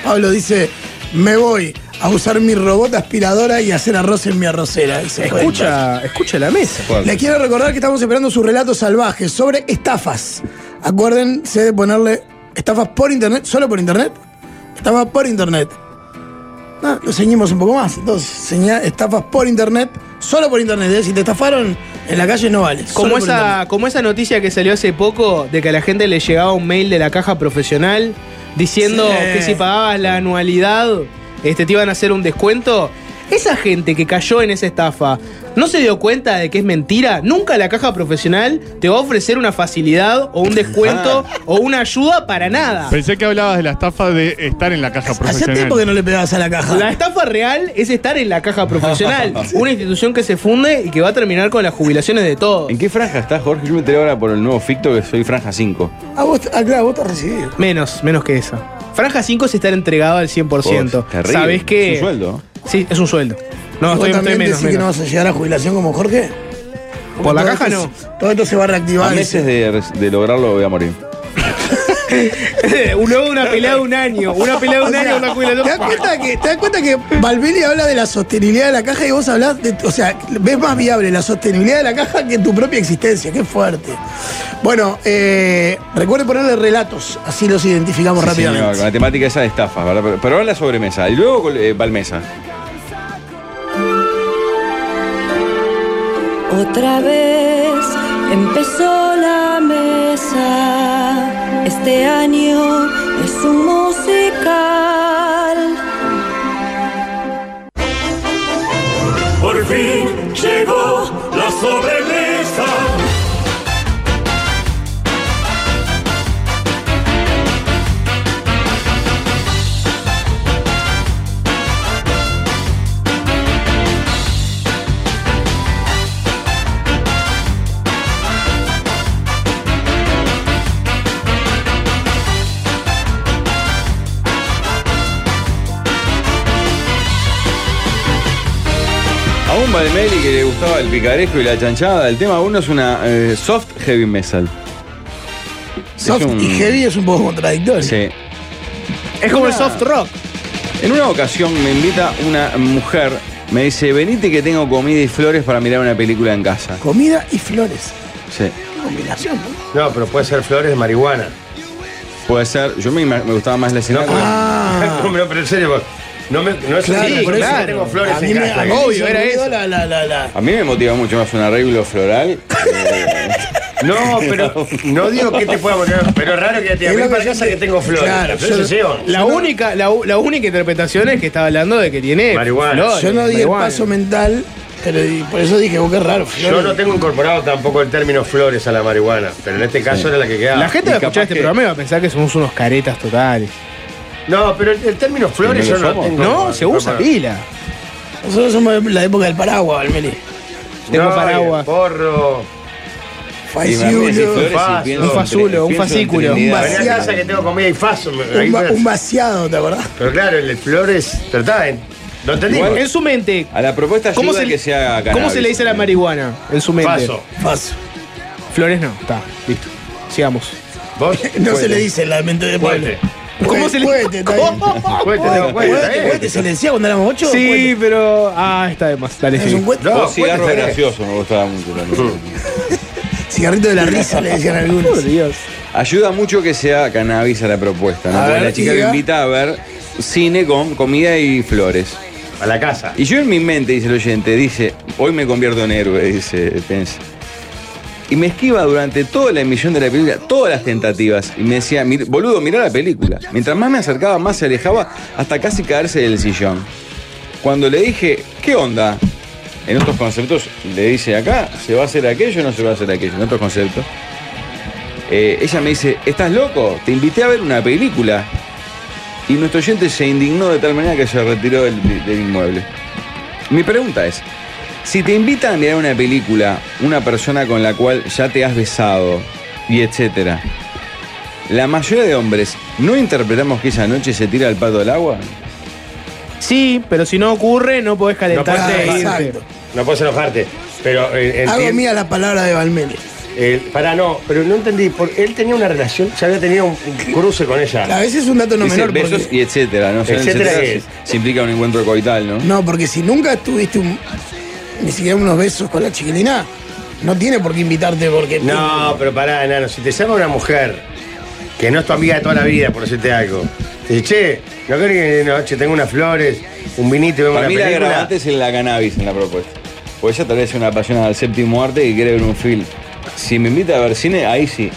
B: Pablo dice, me voy a usar mi robot aspiradora y hacer arroz en mi arrocera. dice.
H: Escucha, escucha la mesa.
B: Les quiero recordar que estamos esperando sus relatos salvajes sobre estafas. Acuérdense de ponerle estafas por internet, solo por internet. Estafas por internet. Ah, lo ceñimos un poco más. Entonces, señá- estafas por internet, solo por internet. Es decir, Si te estafaron en la calle, no vale. solo
H: Como
B: por internet.
H: esa, como esa noticia que salió hace poco de que a la gente le llegaba un mail de la caja profesional diciendo
B: Sí.
H: que si pagabas la anualidad este, te iban a hacer un descuento. Esa gente que cayó en esa estafa no se dio cuenta de que es mentira. Nunca la caja profesional te va a ofrecer una facilidad o un descuento o una ayuda para nada.
D: Pensé que hablabas de la estafa de estar en la caja
B: Hace
D: profesional.
B: tiempo que no le pegabas a la caja.
H: La estafa real es estar en la caja profesional, una institución que se funde y que va a terminar con las jubilaciones de todos.
A: ¿En qué franja estás, Jorge? Yo me enteré ahora por el nuevo ficto que soy franja 5.
B: Ah, vos, ah, claro, vos estás recibido.
H: Menos, menos que esa. Franja 5 es estar entregado al 100%.
A: Oh, terrible.
H: ¿Sabes qué?
A: Es un sueldo.
H: Sí, es un sueldo. No,
B: ¿Vos
H: estoy, estoy
B: también
H: menos.
B: decís que no
H: menos.
B: vas a llegar a jubilación como Jorge? Porque
H: Por la
B: todo
H: caja
B: esto se- Todo esto se va
A: A
B: a reactivar.
A: meses de, de lograrlo voy a morir.
H: Luego una pelea de un año. Una pelea de
B: O
H: un
B: sea,
H: año, una jubilación.
B: ¿Te das cuenta que, te das cuenta que Valverde habla de la sostenibilidad de la caja y vos hablás de. O sea, ves más viable la sostenibilidad de la caja que tu propia existencia. Qué fuerte. Bueno, eh, recuerden ponerle relatos, así los identificamos
A: Sí,
B: rápidamente.
A: señor, con la temática esa de estafas, ¿verdad? Pero, pero ahora en la sobremesa. Y luego eh, Valmesa.
G: Otra vez empezó la mesa. Este año es un musical.
F: Por fin llegó la sobremesa.
A: A un Valmeli que le gustaba el picaresco y la chanchada, el tema uno es una eh, soft heavy metal.
B: Soft
A: Es un-
B: y heavy es un poco contradictorio.
A: Sí.
H: Es como el soft rock.
A: En una ocasión me invita una mujer, me dice, venite que tengo comida y flores para mirar una película en casa.
B: Comida y flores.
A: Sí.
B: Combinación, ¿no?
C: No, pero puede ser flores de marihuana.
A: Puede ser, yo me, ima- me gustaba más la escena.
C: No,
A: con-
B: Ah.
C: no, pero en serio, no, me, no es
B: Claro,
C: así,
B: por
C: no
B: eso
C: tengo flores
B: a mí
C: en
B: me,
C: casa.
B: a mí
C: ¿eh?
B: me
H: Obvio, era
B: hizo
H: eso.
B: la- la- la- la-
A: A mí me motiva mucho más un arreglo floral. eh,
C: No, pero no digo que te pueda poner, pero es raro que te diga,
B: Es lo
C: "Ven para
B: que yo
C: casa
B: te-
C: que tengo flores.
B: Claro,
C: Las flores
B: yo-
C: se llevan.
H: La única, la, u- la única interpretación es que está hablando de que tiene.
C: Marihuana.
H: flores,
B: Yo no di el
H: marihuana.
B: paso mental, pero y por eso dije, vos qué raro.
C: Yo
B: flores.
C: no tengo incorporado tampoco el término flores a la marihuana, pero en este caso era la que quedaba.
H: La gente va a
A: Y capaz
H: escuchar este
A: que-
H: programa y va a pensar que somos unos caretas totales.
C: No, pero el, el término
A: ¿No
C: flores yo
A: lo
C: no
A: somos?
C: tengo.
H: No, se usa pila.
B: Nosotros somos de la época del paraguas, Valmeli.
H: Tengo
C: No,
H: paraguas.
A: y
C: Porro.
A: me
B: Faisiulo.
A: aparecen flores y
C: faso.
A: pienso
C: Un
A: en-
H: fasulo, un
A: pienso en
H: fascículo, un
A: Trinidad.
C: Venía a casa que tengo comida y faso. me- ahí
B: Un, va-
C: ves.
B: un vaciado, ¿te acordás?
C: Pero claro, el, el flores. Pero está, en- lo entendimos.
A: Igual-
H: En su mente.
A: A la propuesta ayuda
H: ¿Cómo se,
A: que sea
H: ¿Cómo se le dice a la marihuana? En su mente.
C: Faso.
B: Faso.
H: Flores no. Está, listo. Sigamos.
C: Vos.
B: No se
C: Cohete.
B: le dice la mente de Pablo.
C: Cohete.
H: ¿Cómo se le-
B: Cohete, está bien.
H: ¿Cómo?
C: Cohete, tengo cohete,
B: Cohete,
C: está bien.
B: cohete, ¿Se le decía cuando éramos ocho?
H: Sí, pero. Ah, está de más. Dale,
B: Cohete. Es
H: sí.
B: un cohete.
C: No.
A: Un cigarro
C: Cohete.
A: gracioso me gustaba mucho. también.
B: Cigarrito de la risa le decían algunos.
H: Dios.
A: Ayuda mucho que sea cannabis a la propuesta, ¿no?
B: A
A: Porque
B: ver,
A: la chica
B: diga.
A: que invita a ver cine con comida y flores.
C: a la casa.
A: Y yo en mi mente, dice el oyente, dice, hoy me convierto en héroe, dice Pence. Y me esquiva durante toda la emisión de la película, todas las tentativas. Y me decía, "Mir- boludo, mirá la película. Mientras más me acercaba, más se alejaba, hasta casi caerse del sillón. Cuando le dije, ¿qué onda? En otros conceptos, le dice acá, ¿se va a hacer aquello o no se va a hacer aquello? En otros conceptos. Eh, ella me dice, ¿estás loco? Te invité a ver una película. Y nuestro oyente se indignó de tal manera que se retiró del, del inmueble. Mi pregunta es, si te invita a mirar una película, una persona con la cual ya te has besado y etcétera, la mayoría de hombres, ¿no interpretamos que esa noche se tira el pato al agua?
H: Sí, pero si no ocurre, no podés
C: No
H: calentarte
C: podés
H: e
C: calentarte.
H: irte.
C: No puedes enojarte. Pero eh,
B: Hago
C: entiendo-
B: mía la palabra de Valmeli.
C: Eh, pará, no, pero no entendí. Porque él tenía una relación, ya había tenido un, un cruce con
B: A
C: ella.
B: veces es un dato no
A: Dice
B: menor.
A: besos
B: porque-
A: y etcétera, ¿no? O sea,
C: Etcétera
A: etcétera
C: es-
A: se, se implica un encuentro coital, ¿no?
B: No, porque si nunca estuviste un- ni siquiera unos besos con la chiquilina, no tiene por qué invitarte porque.
C: No, pero pará, enano. Si te llama una mujer que no es tu amiga de toda la vida, por decirte algo, te dice, che, no creo que de noche tengo unas flores, un vinito y vemos
A: Para
C: una
A: mí la
C: película.
A: agravante es en la cannabis en la propuesta. Porque ella tal vez es una apasionada del séptimo arte y quiere ver un film. Si me invita a ver cine, ahí sí.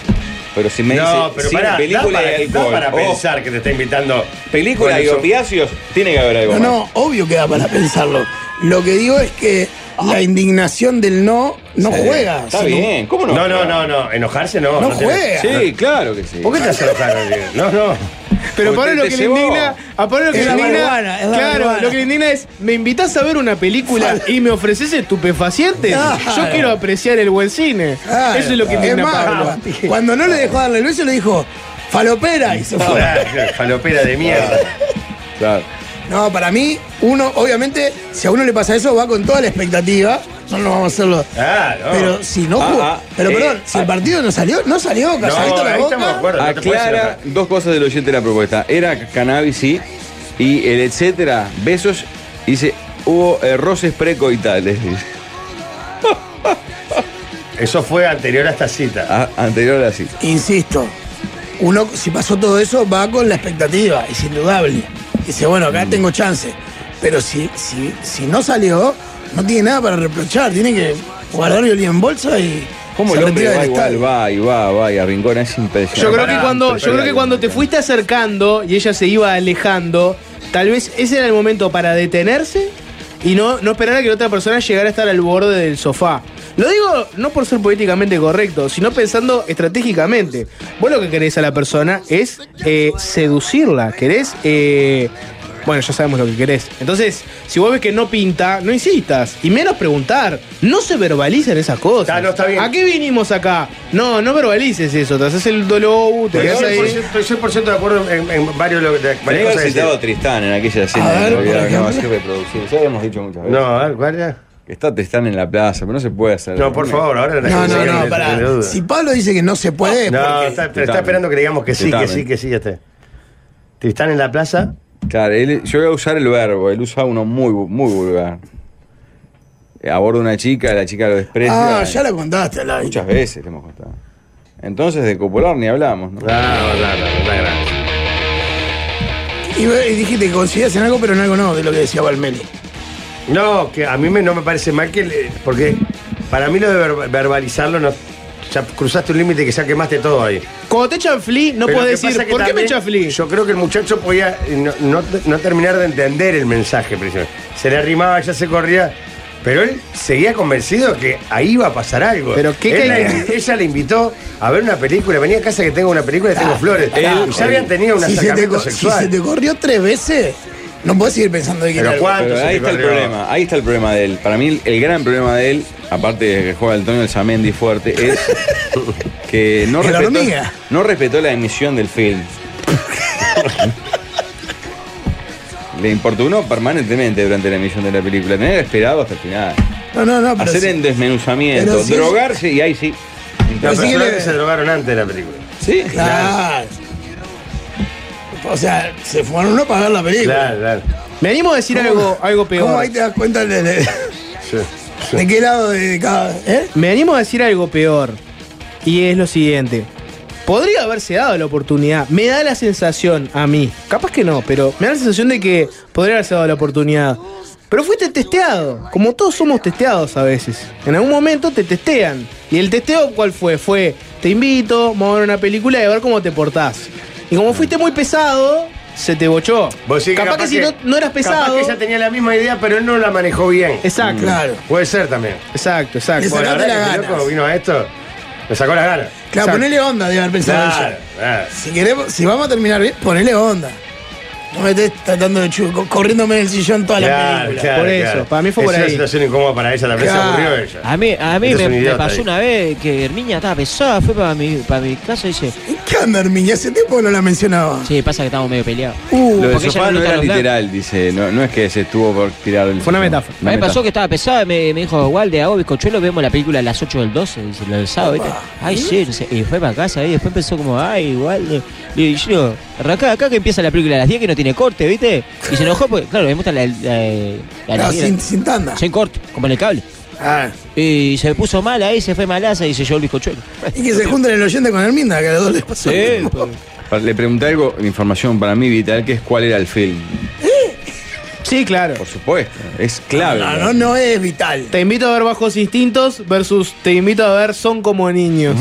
A: Pero si me
C: No,
A: dice
C: pero
A: cine,
C: pará, da
A: película
C: para,
A: y
C: da
A: alcohol.
C: para
A: o
C: pensar que te está invitando.
A: película
C: con
A: y
C: eso.
A: opiáceos, tiene que haber algo.
B: No,
A: más.
B: no, obvio que da para pensarlo. Lo que digo es que la indignación del no no
A: Eh,
B: juega.
A: Está
B: sino-
A: bien, ¿cómo no?
C: No, no, no, no. Enojarse no.
B: No
C: te-
B: juega.
A: Sí, claro que sí.
C: ¿Por qué te has enojado? tío? No, no.
H: Pero
A: Porque
H: Pablo lo
A: te
H: que le
A: cebó.
H: indigna. A Pablo lo que
B: Es
H: le
B: la
H: indigna.
B: marihuana, es la
H: Claro,
B: marihuana.
H: lo que le indigna es: me invitas a ver una película y me ofreces estupefacientes. Yo
B: Claro.
H: quiero apreciar el buen cine.
B: Claro.
H: Eso es lo que
B: es
H: indigna a
B: más,
H: Pablo.
B: Cuando no le dejó darle el beso, le dijo falopera y se fue.
C: Pará, Falopera de mierda.
A: Claro.
B: No, para mí, uno, obviamente, si a uno le pasa eso, va con toda la expectativa. No nos vamos a hacerlo.
C: Ah, no.
B: Pero si no
A: Ah,
B: jugó-
A: ah,
B: Pero
A: eh,
B: perdón, si el partido no salió, no salió,
C: No,
B: calladito la
C: ahí
B: boca.
C: estamos de acuerdo. no te puedes
A: Aclara
C: enojar.
A: dos cosas del oyente de la propuesta. Era cannabis, sí. Y el etcétera, besos, dice, hubo eh, roces precoitales. dice.
C: Eso fue anterior a esta cita.
B: Ah,
A: A- Anterior así.
B: Insisto, uno si pasó todo eso va con la expectativa, es indudable. Dice, bueno, acá
A: Mm.
B: tengo chance. Pero si, si, si no salió, no tiene nada para reprochar, tiene que guardar el en bolsa y.
A: ¿Cómo
B: se
A: el hombre
B: retira del
A: va igual,
B: estadio.
A: va y va, va y arrincona? Es impresionante.
H: Yo creo
C: pará,
H: que cuando,
C: pero
H: yo creo
C: pará.
H: que cuando te fuiste acercando y ella se iba alejando, tal vez ese era el momento para detenerse y no, no esperar a que la otra persona llegara a estar al borde del sofá. Lo digo no por ser políticamente correcto, sino pensando estratégicamente. Vos lo que querés a la persona es eh, seducirla, querés... eh, bueno, ya sabemos lo que querés. Entonces, si vos ves que no pinta, no insistas. Y menos preguntar. No se verbalizan esas cosas.
C: Ah, no, está bien.
H: ¿A qué vinimos acá? No, no verbalices eso. Te haces el dolor, te
C: Estoy
H: quedas
C: 100%,
H: ahí.
C: estoy 100% de acuerdo en, en varios lo- de-
A: Me
C: varias
A: había
C: cosas. que
A: citado a
C: decís.
A: Tristán en aquella escena
B: ver,
A: de
B: por
A: Navidad que no va a ser
B: ejemplo.
A: reproducida. Ya habíamos dicho muchas veces.
C: No, a ver, ¿cuál era?
A: Que Está Tristán en la plaza, pero no se puede hacer.
C: No, por favor, ahora
B: No, no, no,
C: no,
B: pará.
C: duda.
B: Si Pablo dice que no se puede,
C: No,
B: porque-
C: está, pero
A: Tristán.
C: está esperando que le digamos que sí,
A: Tristán,
C: que sí,
A: eh.
C: que sí, ya está. Tristán en la plaza.
A: Claro, él- yo voy a usar el verbo, él usa uno muy, vu- muy vulgar. Eh, Aborda una chica, la chica lo desprecia.
B: Ah, ya la contaste, la
A: Muchas veces le hemos contado. Entonces de copular ni hablamos, ¿no?
C: Ah, no, no, no, no, gracias.
B: Y, ve- y dijiste que coincidías en algo, pero en algo no, de lo que decía Valmeli.
C: No, que a mí me- no me parece mal que. le- porque para mí lo de ver- verbalizarlo, no, ya cruzaste un límite que ya quemaste todo ahí.
H: Cuando te echan fli, no
C: Pero lo
H: puedes
C: que pasa
H: decir,
C: que
H: ¿por qué me
C: también
H: echan fli?
C: Yo creo que el muchacho podía eh, no, no- no terminar de entender el mensaje, precisamente. Se le arrimaba, ya se corría. Pero él seguía convencido que ahí iba a pasar algo.
H: Pero qué
C: Él la
H: caí-
C: invi- ella le invitó a ver una película. Venía a casa que tengo una película y tengo flores.
A: él-
C: ya habían tenido un
B: Si se, te,
C: acercamiento
B: co- si se
C: sexual.
B: te corrió tres veces, no puedes seguir pensando de que
C: Pero
B: era algo.
C: ¿cuál?
A: Pero
C: Entonces,
A: ahí está el
C: Ricardo.
A: problema, ahí está el problema de él. Para mí el, el gran problema de él, aparte de que juega Antonio el Zamendi fuerte, es que no
B: Que la
A: respetó,
B: hormiga.
A: no respetó la emisión del film. Le importunó permanentemente durante la emisión de la película. Tener esperado hasta el final.
B: No, no, no, pero
A: Hacer
B: si-
A: en desmenuzamiento,
B: pero si es-
A: drogarse y ahí sí.
C: No,
B: Pero
C: pero
B: sí que
C: solamente
B: le-
C: se drogaron antes de la película.
A: Sí,
B: Claro. O sea, se fueron uno para ver la película.
C: Claro, claro.
H: Me animo a decir algo,
B: ¿Cómo
H: algo peor.
B: ahí te das cuenta de, de-
C: Sí. Mm.
B: de qué lado de cada. ¿Eh?
H: Me animo a decir algo peor. Y es lo siguiente. Podría haberse dado la oportunidad. Me da la sensación a mí. Capaz que no, pero me da la sensación de que podría haberse dado la oportunidad. Pero fuiste testeado, como todos somos testeados a veces. En algún momento te testean. ¿Y el testeo cuál fue? Fue, te invito, vamos a ver una película y a ver cómo te portás. Y como fuiste muy pesado, se te bochó.
C: Vos decís
H: capaz, que, si no, no eras pesado...
C: Capaz que ella tenía la misma idea, pero no la manejó bien.
B: Ah,
H: Exacto,
B: Claro.
C: Puede ser también.
H: exacto, exacto.
B: Le sacaste
C: la verdad
B: las
C: que este
B: ganas.
C: loco vino a esto, me sacó las ganas.
B: Claro, ponele onda de haber pensado
C: Claro,
B: eso.
C: claro.
B: Si, queremos, si vamos a terminar bien, ponele onda. No me estés tratando de chu- co- corriéndome en el sillón toda la
C: Claro,
B: película.
C: claro,
H: Por eso,
C: claro.
H: para mí fue
C: Es
H: por ahí.
C: una situación incómoda para ella, también se
B: Claro.
C: aburrió ella.
E: A mí, a mí
C: Este es
E: me,
C: un
E: me
C: idiota,
E: pasó
C: dice.
E: una vez que Herminia estaba pesada, fue para mi, para mi casa y dice,
B: ¿Qué onda, Herminia? Hace tiempo que no la mencionaba.
E: sí, pasa que estamos medio peleados.
B: Uh,
A: Lo de
E: porque ella
A: sofá
E: no
A: no
E: nunca
A: era
E: lo hablaba.
A: literal, dice. No, no es que se estuvo por tirar el.
H: Fue una
A: sofá.
H: metáfora.
E: A mí me pasó
A: metáfora.
E: que estaba pesada y me, me dijo, Walde, hago bizcochuelo, vemos la película a las 8 del 12, dice, lo del sábado, ¿viste? Ay, sí, no sé. y fue para casa, y después empezó como, ay, Walde. Y yo, arrancá acá que empieza la película a las 10 que no tiene corte, ¿viste? Y se enojó porque, claro, me gusta la... la,
B: no,
E: la- la-
B: sin, sin tanda.
E: sin corte, como en el cable.
B: Ah.
E: Y se puso mal ahí, se fue malaza y se llevó el bizcochuelo.
B: Y que se junten el oyente con Herminda, que a los dos les pasó. lo mismo.
A: Pa- Le pregunté algo, información para mí vital, que es cuál era el film.
H: Sí, claro.
A: Por supuesto, es clave.
B: No, no, no es vital.
H: Te invito a ver Bajos Instintos versus te invito a ver Son como niños.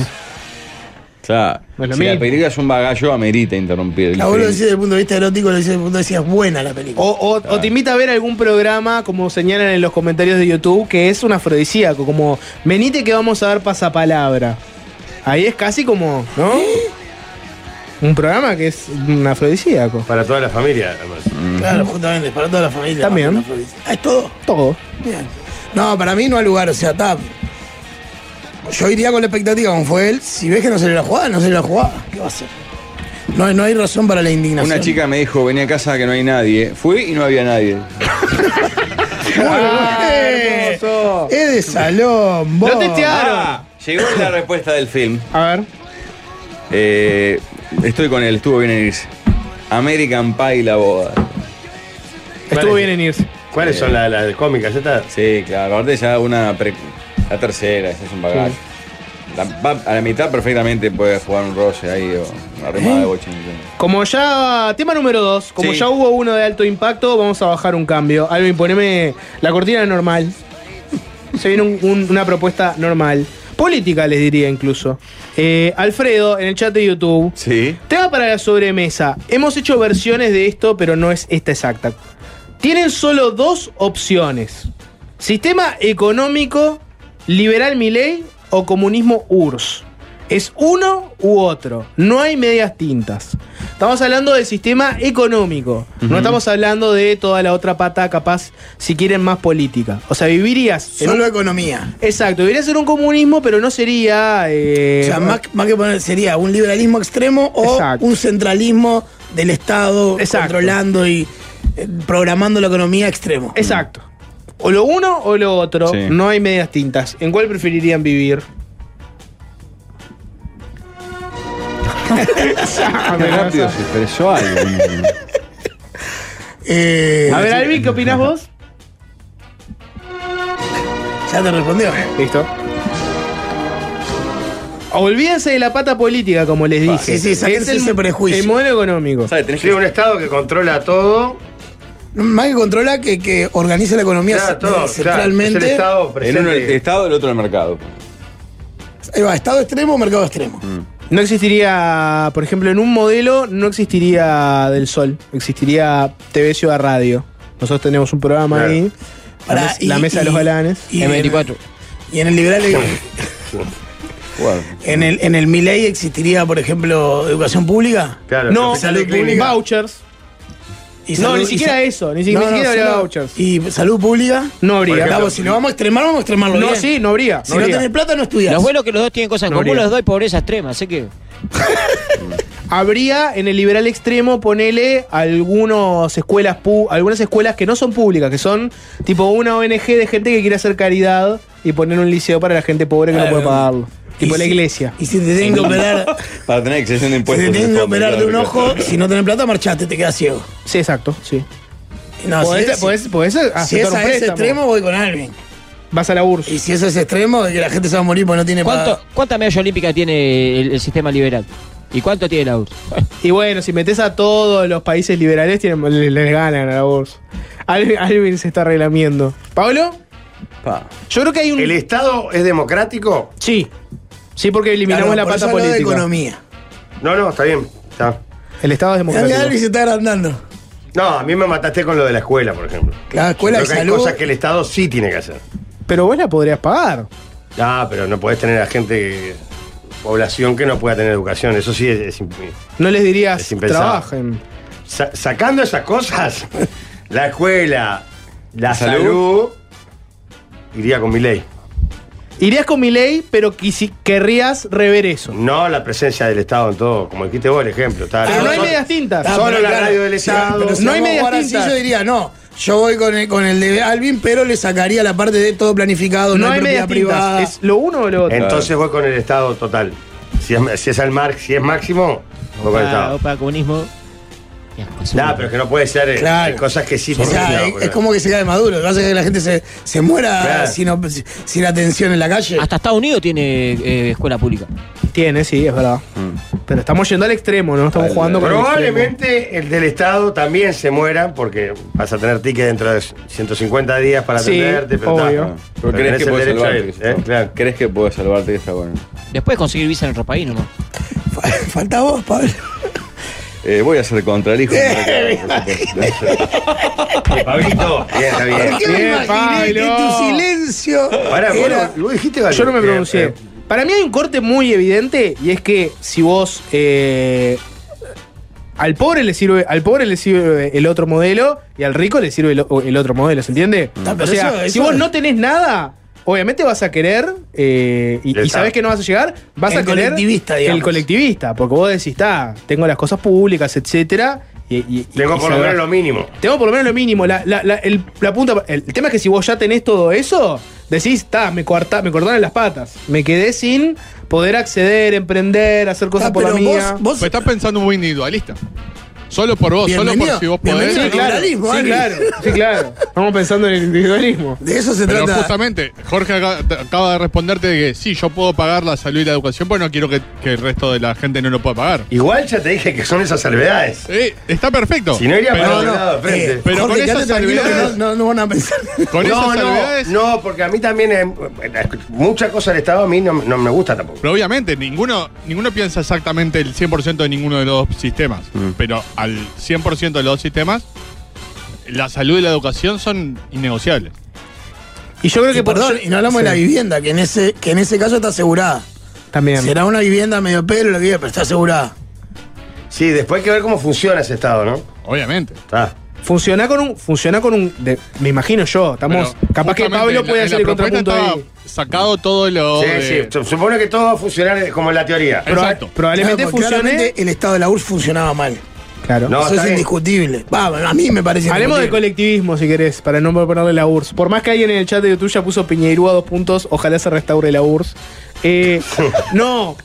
A: Claro.
H: No es lo
A: si la
H: mismo.
A: película es un bagallo, amerita interrumpir el
B: La vos lo
A: film.
B: decís desde el punto de vista erótico, lo decís desde el punto de vista es buena la película.
H: O, o- o te invita a ver algún programa, como señalan en los comentarios de YouTube, que es un afrodisíaco, como venite que vamos a ver pasapalabra. Ahí es casi como, ¿no? Un programa que es un afrodisíaco.
C: Para toda la familia, además.
B: Claro, justamente, para toda la familia.
H: Oh. También.
B: Para toda la familia. Ah, es todo.
H: Todo.
B: Bien. No, para mí no hay lugar, o sea, está. Yo iría con la expectativa, como fue él. Si ves que no se le la jugada, no se le la jugada. ¿Qué va a hacer? No, no hay razón para la indignación.
A: Una chica me dijo, venía a casa que no hay nadie. Fui y no había nadie.
B: ¡Eh! Es de salón, vos.
H: Ah, ¡Lo testearon!
A: Ah, Llegó la respuesta del film.
H: A ver.
A: Eh, estoy con él, estuvo bien en irse. American Pie la boda.
H: Estuvo
C: es?
H: bien en irse.
C: ¿Cuáles son las, las cómicas? estas?
A: Sí, claro, aparte ya una pre- la tercera, esa es un bagallo. La- va- a la mitad perfectamente puede jugar un roce ahí o una
B: ¿Eh?
A: remada de boche.
H: Como ya. Tema número 2. Como
A: Sí.
H: ya hubo uno de alto impacto, vamos a bajar un cambio. Alvin, poneme la cortina normal. Se viene un- un- una propuesta normal. Política, les diría incluso. Eh, Alfredo, en el chat de YouTube.
A: Sí.
H: Tema para la sobremesa. Hemos hecho versiones de esto, pero no es esta exacta. Tienen solo dos opciones: sistema económico, liberal Milei o comunismo URSS. Es uno u otro. No hay medias tintas. Estamos hablando del sistema económico. No estamos hablando de toda la otra pata, capaz, si quieren, más política. O sea, vivirías. en un-
B: Solo economía.
H: Exacto, vivirías en un comunismo, pero no sería. eh,
B: O sea, más, más que poner, sería un liberalismo extremo o
H: Exacto.
B: un centralismo del Estado
H: Exacto.
B: controlando y eh, programando la economía extremo.
H: Exacto. O lo uno o lo otro.
A: Sí.
H: No hay medias tintas. ¿En cuál preferirían vivir?
B: Ah,
A: Qué rápido se expresó algo.
B: Eh,
H: A ver, Alvin, ¿qué opinás vos?
B: ya te respondió.
H: Listo. Olvídense de la pata política, como les dije.
B: Sí, sí, sáquense ese prejuicio.
H: El modelo económico.
A: ¿Sabes? Tenés
C: Sí,
A: que
C: un Estado que controla todo.
B: Más que controla que, que organiza la economía
C: Claro,
B: ce-
C: todo. claro.
B: centralmente.
C: Es el Estado
A: en uno el
C: presente.
A: Estado, el otro el mercado.
B: Ahí Eh, va, Estado extremo, mercado extremo.
H: No existiría, por ejemplo, en un modelo no existiría Del Sol. Existiría TV Ciudad Radio. Nosotros tenemos un programa
C: Claro.
H: ahí.
B: Pará,
H: la, mes-
B: y-
H: la mesa de los
B: y-
H: galanes.
B: y en-
E: M24.
B: Y en el liberal, eh,
A: Bueno,
B: en el, en el Milei existiría, por ejemplo, educación pública.
C: Claro,
H: no,
C: hospital de
H: salud
C: clínica.
H: pública. Vouchers.
B: Y
H: No, ni siquiera
B: sa-
H: eso, ni si- ni siquiera habría
B: solo-
H: vouchers.
B: Y salud pública.
H: No habría.
B: Claro, vos, si lo vamos a extremar, vamos a extremarlo.
H: No,
B: bien.
H: sí, no habría.
B: Si
H: no
B: no
H: habría.
B: tenés plata, no estudias.
E: Lo bueno es que los dos tienen cosas en
H: No
E: común,
H: habría.
E: los dos hay pobreza extrema, así que...
H: Habría en el liberal extremo, ponele algunos escuelas pu- algunas escuelas que no son públicas, que son tipo una ONG de gente que quiere hacer caridad y poner un liceo para la gente pobre que no
B: Claro.
H: puede pagarlo. Tipo la
B: si-
H: iglesia.
B: Y si te tienen que operar,
A: para tener excepción de
B: si
A: impuestos.
B: te tienen que
A: supongo,
B: operar de
A: claro,
B: un
A: que-
B: ojo, si no tenés plata, marchaste, te quedas ciego.
H: Sí, exacto, sí.
B: No, si
H: podés,
B: es-
H: podés- podés aceptar
B: si
H: un
B: esa es
H: préstamo.
B: extremo, voy con Alvin.
H: Vas a la URSS.
B: Y si eso es extremo, de que la gente se va a morir porque no tiene
E: ¿Cuánto,
B: para-
E: ¿Cuánta medalla olímpica tiene el, el sistema liberal? ¿Y cuánto tiene la URSS?
H: Y bueno, si metes a todos los países liberales, tienen, les, les ganan a la URSS. Al- Alvin se está reglamiendo. ¿Pablo?
A: Pa.
H: Yo creo que hay un.
C: ¿El Estado es democrático?
H: Sí. Sí, porque eliminamos
B: Claro,
H: la
B: por eso
H: pata
B: hablaba de
H: política.
B: economía.
C: No, no, está bien. Está.
H: El Estado es
B: Mirá, mirá, Alvin
H: democrático.
B: se está agrandando.
C: No, a mí me mataste con lo de la escuela, por ejemplo.
B: La escuela
C: Creo
B: y
C: que hay
B: salud.
C: cosas que el Estado sí tiene que hacer.
H: Pero vos la podrías pagar.
C: Ah, pero no podés tener a gente, población que no pueda tener educación. Eso sí es, es imp-
H: No les dirías
C: Es impensable.
H: trabajen.
C: Sa- sacando esas cosas, la escuela, la
A: Salud.
C: salud, iría con mi ley.
H: Irías con mi ley, pero quisi- querrías rever eso.
C: No la presencia del Estado en todo, como dijiste vos el ejemplo. está-
H: Pero no hay
C: son-
H: medias tintas.
B: Ah,
C: Solo
B: pero
C: la radio del Estado.
B: pero si
H: No hay
B: vamos a
H: medias
B: jugar así,
H: tintas.
B: Yo diría, no, yo voy con el, con el de Alvin, pero le sacaría la parte de todo planificado, no,
H: No hay
B: propiedad
H: medias
B: privada.
H: tintas. Es lo uno o lo otro.
C: Entonces voy con el Estado total. Si es, si es al mar, si es máximo, voy con el
E: Opa,
C: Estado.
E: opa, comunismo. Ya, pues,
C: Nah, pero que no puede ser. eh,
B: Claro.
C: Hay cosas que sí
B: O
C: tienen que
B: sea,
C: ser,
B: es, es
C: porque-
B: como que se cae maduro. Lo que pasa es que la gente se, se muera
C: Claro.
B: sin, op- sin atención en la calle.
E: Hasta Estados Unidos tiene eh, escuela pública.
H: Tiene, sí, es verdad. Pero estamos yendo al extremo, ¿no? Estamos
A: Al-
H: jugando con el extremo.
C: Probablemente el del Estado también se muera porque vas a tener ticket dentro de 150 días para
H: Sí,
C: atenderte, pero
H: obvio.
C: está.
A: Ah. Pero crees
C: tenés
A: que
C: el
A: podés
C: derecho a
A: salvarte.
C: ir,
A: que está
C: eh,
A: bueno.
C: claro.
A: Crees que podés salvarte, que está bueno.
E: Después conseguir visa en otro país nomás.
B: Falta vos, Pablo.
A: Eh, voy a ser contra el hijo.
B: Eh,
C: Eh, Pablito, bien, está bien.
B: ¿Por qué me
H: Bien,
B: imaginé que
H: Pablo.
B: tu silencio
C: Pará, vos
B: era-
C: no- vos dijiste algo.
H: Yo no me
C: Eh,
H: pronuncié.
C: eh,
H: Para mí hay un corte muy evidente y es que si vos eh, al pobre le sirve al pobre le sirve el otro modelo y al rico le sirve el, o- el otro modelo, ¿se entiende?
B: Ah,
H: O
B: pero
H: sea,
B: eso-
H: si
B: eso-
H: vos no tenés nada, obviamente vas a querer eh, y,
C: Ya
H: y
C: está.
H: sabés que no vas a llegar, vas
B: El
H: a querer
B: colectivista, digamos.
H: el colectivista, porque vos decís, está, tengo las cosas públicas, etcétera, y, y- y-
C: Tengo
H: y
C: por lo
H: sabrás-
C: menos lo mínimo.
H: tengo por lo menos lo mínimo. La, la- la- el, la punta, el, el tema es que si vos ya tenés todo eso, decís, ta, me, corta, me cortaron las patas. Me quedé sin poder acceder, emprender, hacer cosas
B: Ah,
H: por la
B: pero
H: mía.
B: vos,
D: Pero
B: vos
D: Pues estás pensando muy individualista. Solo por vos, solo por
B: Bienvenido,
D: si vos podés.
B: bienvenido.
H: sí,
B: el
H: claro, sí,
B: liberalismo, Ale.
H: claro, sí, claro. Vamos pensando en el individualismo.
B: de eso se
D: Pero
B: trata.
D: justamente, Jorge acá- te- acaba de responderte de que sí, yo puedo pagar la salud y la educación, pero no quiero que, que el resto de la gente no lo pueda pagar.
C: Igual ya te dije que son esas salvedades.
D: Eh, está perfecto.
C: Si no iría
D: pero,
C: para otro lado de frente.
B: Eh,
D: Pero
B: Jorge,
D: con
B: quédate
D: esas
B: tranquilo que
D: salvedades-
B: no, no, no van a pensar.
D: Con esas
C: No, no,
D: salvedades,
C: no, porque a mí también eh, muchas cosas del Estado a mí no, no me gusta tampoco.
D: Pero obviamente, ninguno, ninguno piensa exactamente el 100% de ninguno de los sistemas.
C: Mm.
D: Pero al 100% de los sistemas, la salud y la educación son innegociables.
H: Y yo creo que
B: Y
H: por-
B: perdón, y no hablamos
H: Sí,
B: de la vivienda, que en ese, que en ese caso está asegurada.
H: También.
B: Será una vivienda medio pelo, la vivienda, pero está asegurada.
C: Sí, después hay que ver cómo funciona ese Estado, ¿no?
D: Obviamente.
C: Está.
H: Funciona con un. Funciona con un. de- me imagino yo. Estamos.
D: Pero
H: capaz que
D: justamente
H: Pablo
D: en la-
H: puede
D: en la
H: hacer el
D: propuesta
H: contrapunto ahí.
D: estaba Sacado todo lo.
C: Sí,
D: de-
C: sí. se Supone que todo va a funcionar eh, como en la teoría.
D: Eh, Exacto.
H: Probablemente
B: Claro, porque
H: funcione.
B: claramente el estado de la URSS funcionaba mal.
H: Claro.
C: No,
B: Eso
C: está
B: es
C: bien.
B: indiscutible. Va, a mí me parece
H: Hablemos de
B: indiscutible.
H: colectivismo, si querés, para no ponerle la URSS. Por más que alguien en el chat de YouTube ya puso Piñeirúa dos puntos, ojalá se restaure la URSS. Eh, no,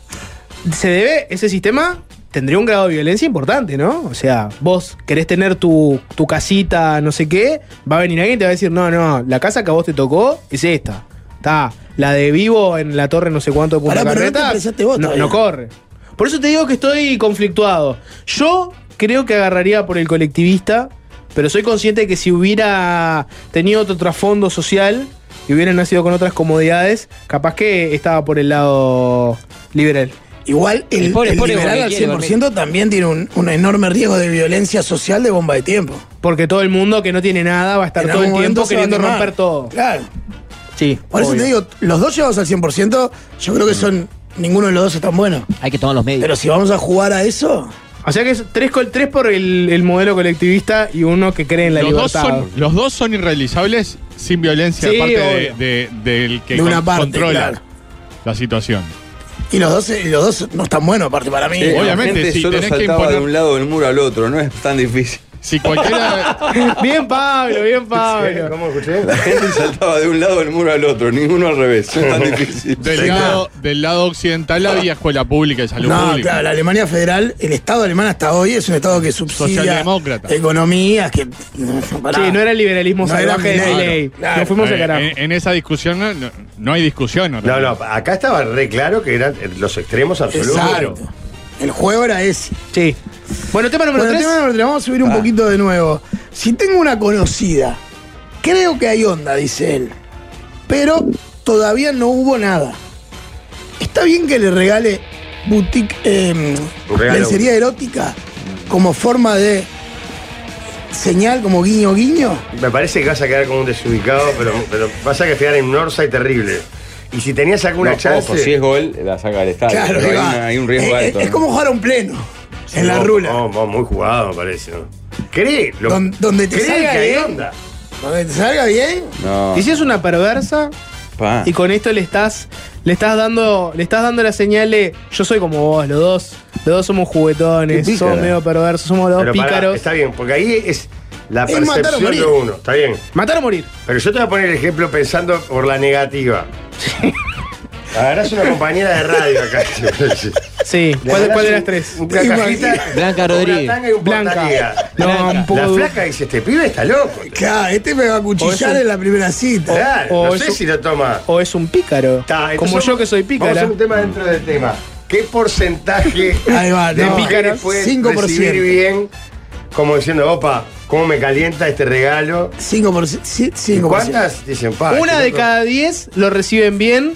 H: se debe, ese sistema tendría un grado de violencia importante, ¿no? O sea, vos querés tener tu, tu casita, no sé qué, va a venir alguien y te va a decir, no, no, la casa que a vos te tocó es esta. Está, la de vivo en la torre no sé cuánto de Punta
B: Pará, pero no te
H: Carretas,
B: expresaste vos
H: no,
B: todavía.
H: no corre. Por eso te digo que estoy conflictuado. Yo creo que agarraría por el colectivista, pero soy consciente de que si hubiera tenido otro trasfondo social y hubiera nacido con otras comodidades, capaz que estaba por el lado liberal.
B: Igual el,
E: El pobre-
B: el
E: pobre
B: liberal
E: porque
B: al
E: quiere
B: 100% también tiene un, un enorme riesgo de violencia social de bomba de tiempo.
H: Porque todo el mundo que no tiene nada va a estar
B: En
H: todo
B: algún
H: el
B: momento
H: tiempo
B: se va a
H: queriendo
B: quemar.
H: romper todo.
B: Claro.
H: Sí.
B: Por eso
H: obvio. Mm.
B: te digo, los dos llevados al 100%, yo creo que son. Ninguno de los dos es tan bueno.
E: Hay que tomar los medios.
B: Pero si vamos a jugar a eso.
H: O sea que es tres, col- tres por el, el modelo colectivista y uno que cree en la
D: los, dos
H: libertad.
D: son, los dos son irrealizables sin violencia
H: Sí,
D: de parte de-
H: obvio.
D: de- del que
B: De una parte,
D: controla
B: claro.
D: la situación.
B: Y los dos, y los dos no están buenos, aparte para mí.
D: Sí. obviamente,
A: Obviamente,
D: si
A: Eh, solo
D: tenés que
A: saltaba
D: imponer-
A: de un lado del muro al otro, no es tan difícil.
D: Si cualquiera.
H: Bien, Pablo, bien,
C: Eh,
H: Pablo.
C: ¿Cómo escuché?
A: La gente saltaba de un lado del muro al otro, ninguno al revés, no es tan difícil.
D: del, lado, del lado occidental había escuela pública y salud
B: No,
D: pública.
B: claro, la Alemania federal, el Estado alemán hasta hoy es un Estado que subsidia
D: Socialdemócrata.
B: economías que.
H: Sí, no era el liberalismo
B: No
H: salvaje
B: era
H: de
B: Milei.
H: Milei.
B: Claro.
H: Nos fuimos
D: Eh,
H: a carajo.
D: en, en esa discusión no, no- no hay discusión. en
C: No, no,
D: realidad.
C: acá estaba re claro que eran eh, los extremos absolutos.
B: Exacto. El juego era ese.
H: Sí. Bueno, tema número
B: Bueno,
H: 3.
B: tema número tres, vamos a subir
A: Ah.
B: un poquito de nuevo. Si tengo una conocida, creo que hay onda, dice él. Pero todavía no hubo nada. Está bien que le regale boutique em,
C: Un regalo.
B: lencería erótica como forma de señal, como guiño guiño.
C: Me parece que vas a quedar como un desubicado, pero, pero vas a quedar en Norsa y terrible. Y si tenías alguna
A: No,
C: chance.
A: ojo, si es gol, la saca del estadio.
B: Claro,
A: pero hay,
B: ahí va.
A: una- hay un riesgo
B: es,
A: alto.
B: es
A: ¿no?
B: como jugar a un pleno en la
C: No,
B: rula.
C: No, no, muy jugado, me parece. ¿no? ¿Cree? Lo,
B: Don- donde te
C: cree
B: salga
C: que hay
B: bien.
C: onda.
B: Donde te salga bien,
A: No,
H: Y si es una perversa
B: Ah.
A: pa.
H: y con esto le estás, le estás dando, le estás dando la señal de yo soy como vos, los dos, los dos somos
A: Qué
H: juguetones,
A: pícara.
H: somos medio perversos, somos los
C: Pero
H: dos
C: pará,
H: pícaros.
C: está bien, porque ahí es la
B: Es matar o
C: percepción
B: morir.
C: de uno. Está bien.
H: Matar o morir.
C: Pero yo te voy a poner el ejemplo pensando por la negativa. Agarás una compañera de radio acá.
H: Sí.
C: Le
H: ¿Cuál,
C: agarrás
H: cuál de las
C: un-
H: tres?
C: Una cajita.
E: Blanca
C: una
E: Rodríguez.
C: tanga y un
H: Blanca.
C: portaría.
H: No, un poco
C: La
H: duro.
C: flaca dice, este pibe está loco.
B: claro, este me va a cuchillar
H: eso-
B: en la primera cita.
C: Claro,
H: o
C: no
H: eso-
C: sé si lo toma.
H: O es un pícaro.
C: Está,
H: como
C: entonces
H: yo que soy
C: Vamos a
H: pícara.
C: hacer un tema dentro del tema. ¿Qué porcentaje
B: Ahí va,
C: de
B: no,
C: pícaros puede
B: 5%.
C: recibir bien? Como diciendo, opa, ¿cómo me calienta este regalo?
B: 5%. sí,
C: ¿Y
B: 5%.
C: ¿Cuántas? Dicen, pa.
H: Una
C: qué
H: de
C: loco.
H: cada diez lo reciben bien.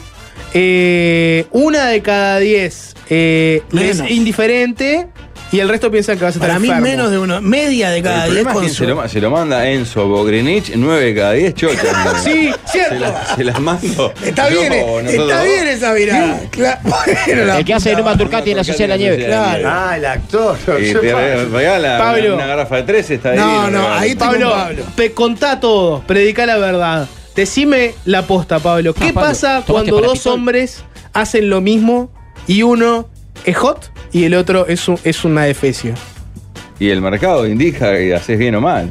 H: eh, una de cada diez eh, le es
B: Menos.
H: indiferente. Y el resto piensan que vas a estar
B: Para mí,
H: enfermo.
B: menos de uno. Media de cada
A: El
B: 10
A: problema es
B: con
A: que se
B: su.
A: lo, ma- se lo manda Enzo Bogrenich, 9 de cada 10 chochas.
H: Sí,
A: Se
H: cierto.
A: las se las mando.
B: Está
A: yo,
B: bien, eh,
A: nosotros
B: está
A: dos.
B: bien esa mirada. Cla- Bueno, la
E: El que
B: puta
E: hace de Numa
B: madre.
E: Turcati en la sociedad de la nieve.
B: Claro.
C: Ah, el actor.
A: Y
C: Yo,
A: te
C: pa,
A: re- regala
H: Pablo.
A: una, una garrafa de 13, está ahí.
B: No, no, ahí estoy con
H: Pablo,
B: Pablo.
H: pe- contá todo, predica la verdad. Decime la posta, Pablo. ¿Qué
E: Ah, Pablo,
H: pasa
E: ¿tomaste
H: cuando
E: para
H: dos
E: Pitol?
H: hombres hacen lo mismo y uno es hot y el otro es, un- es una defecio?
A: Y el mercado indica que haces bien o mal.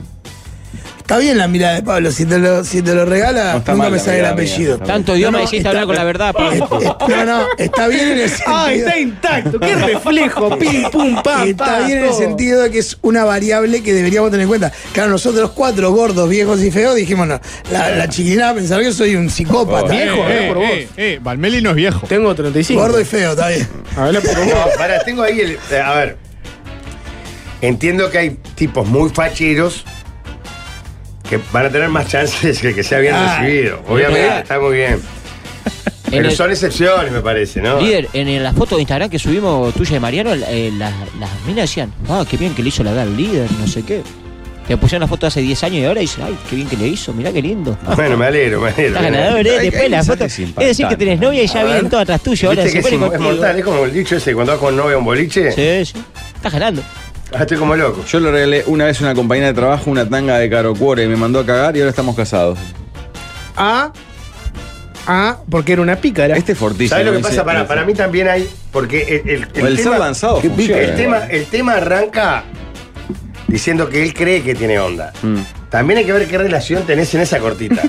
B: Está bien la mirada de Pablo. Si te lo, si te lo regala,
A: No está
B: nunca
A: mal
B: me
A: la
B: sale el
A: mirada mía,
B: apellido.
A: está
E: Tanto Dios
B: No, no,
E: me hiciste
B: está-
E: hablar con la verdad,
B: Eh,
E: Pablo.
B: eh, No, no, está bien en el sentido.
H: Ah, está intacto, qué reflejo, pim, pum, pam,
B: Está
H: pam,
B: bien en el
H: todo.
B: sentido de que es una variable que deberíamos tener en cuenta. Claro, nosotros cuatro, gordos, viejos y feos, dijimos, no, la, la chiquilina va a pensar que soy un psicópata.
A: Oh,
H: Viejo, habla
D: eh,
H: por
D: eh, eh, Valmeli no es viejo.
H: Tengo 35.
B: Gordo y feo, está bien.
H: Habla por vos.
C: No, pará, tengo ahí el. eh, A ver. Entiendo que hay tipos muy facheros que van a tener más chances que que sea bien
B: Ah,
C: recibido. Obviamente,
A: claro.
C: está muy bien.
E: En
C: Pero
E: el-
C: son excepciones, me parece, ¿no?
E: Líder, en, en las fotos de Instagram que subimos tuya de Mariano, eh, las, las minas decían, ah, qué bien que le hizo la edad al líder, no sé qué. Te pusieron la foto hace 10 años y ahora dicen, ay, qué bien que le hizo, mirá qué lindo.
C: Bueno, me alegro, me alegro.
E: Estás ganador,
A: Hay-
E: eh,
A: hay
E: después la foto.
A: mensajes
E: Es decir, que tenés novia y ya
C: A ver.
E: vienen todas atrás tuyo, ahora
C: Viste que
E: se
C: es,
E: ponen
C: im- es
E: contigo.
C: mortal, es como el dicho ese, cuando vas con novia a un boliche,
E: Sí, sí. Estás ganando.
C: ah, estoy como loco.
A: Yo le regalé una vez a una compañera de trabajo una tanga de caro cuore y me mandó a cagar y ahora estamos casados.
H: A. A, porque era una pícara.
A: Este es fortísimo.
C: ¿Sabes lo que
A: dice-
C: pasa? Para, para mí también hay, porque el, el- el
A: O el ser lanzado
C: el
A: funciona.
C: tema, el tema arranca diciendo que él cree que tiene onda.
A: Mm.
C: También hay que ver qué relación tenés en esa cortita.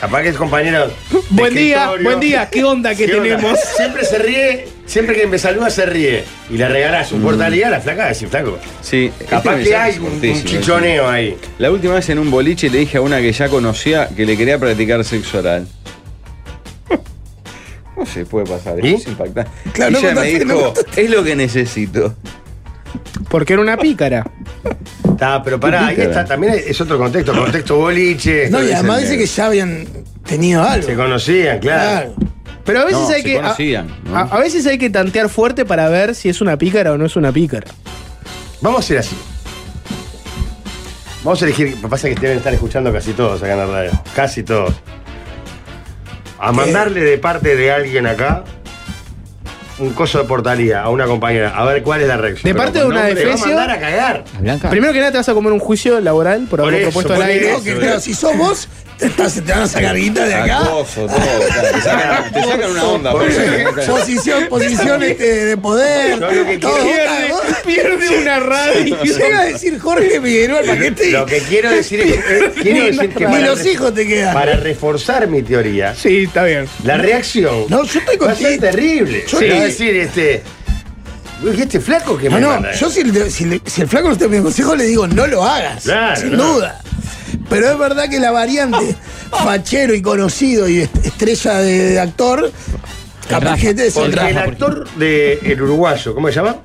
C: Capaz que es compañero. de
H: Buen día,
C: escritorio.
H: buen día, ¿qué onda que
C: ¿Qué onda?
H: tenemos?
C: Siempre se ríe, siempre que me saluda se ríe. Y le regalás un portalía a la flaca, decís, flaco.
A: Sí, Mm. este
C: Capaz
A: mensaje
C: que hay
A: es
C: un, un
A: fortísimo,
C: chichoneo ahí.
A: sí. La última vez en un boliche le dije a una que ya conocía que le quería practicar sexo oral. No se puede pasar,
C: ¿Y?
A: eso es impactante.
B: Claro,
A: Y
B: no
A: ella me
B: contaste, no
A: dijo, es lo que necesito.
H: Porque era una pícara.
C: Está, pero pará, ahí
A: Pícara.
C: está, también es otro contexto, contexto boliche.
B: No, y
A: dice el
B: además dice que
A: negro.
B: ya habían tenido algo.
C: Se conocían, claro.
B: Claro.
H: Pero a veces
A: No,
H: hay
A: se
H: que. a-
A: conocían, ¿no?
H: a, a veces hay que tantear fuerte para ver si es una pícara o no es una pícara.
C: Vamos a hacer así. Vamos a elegir, pasa que deben estar escuchando casi todos acá en la radio. Casi todos. A mandarle de parte de alguien acá un coso de portalía a una compañera. A ver cuál es la reacción.
H: ¿De parte de
C: con
H: una
C: nombre,
H: defesio?
C: Va a mandar a cagar.
E: ¿A Blanca?
H: Primero que nada te vas a comer un juicio laboral por
C: Por
H: haber
C: eso, Ah,
H: propuesto al
C: por
H: aire.
B: No, que claro, si sos vos, te, estás- te van a sacar guita de acá.
A: Acoso, todo. claro, te, sacan, te sacan una onda.
C: Por eso.
A: porque-
B: Posición, posición este, de poder.
C: No, lo que
B: todo,
H: Pierde,
B: vos-
H: pierde una radio.
B: Llega a decir Jorge Figueroa al paquete.
C: Lo que quiero decir es que, eh, quiero decir que
B: Ni
C: para
B: los
C: re-
B: hijos te quedan.
C: Para reforzar mi teoría,
H: Sí, está bien.
C: la reacción
B: No, yo estoy
C: va a ser
B: contigo.
C: terrible.
B: Yo
C: Sí.
B: te-
C: Va a decir, este. "Uy, este flaco que
B: No,
C: me
B: no,
C: manda
B: yo si, le- si le- si el flaco no está pidiendo consejo, le digo, no lo hagas.
C: Claro,
B: sin
C: claro.
B: duda. Pero es verdad que la variante fachero y conocido y est- estrella de, de actor, capaz
E: Rafa.
B: que te
C: Porque el
E: Rafa,
C: actor de el uruguayo, ¿cómo se llama?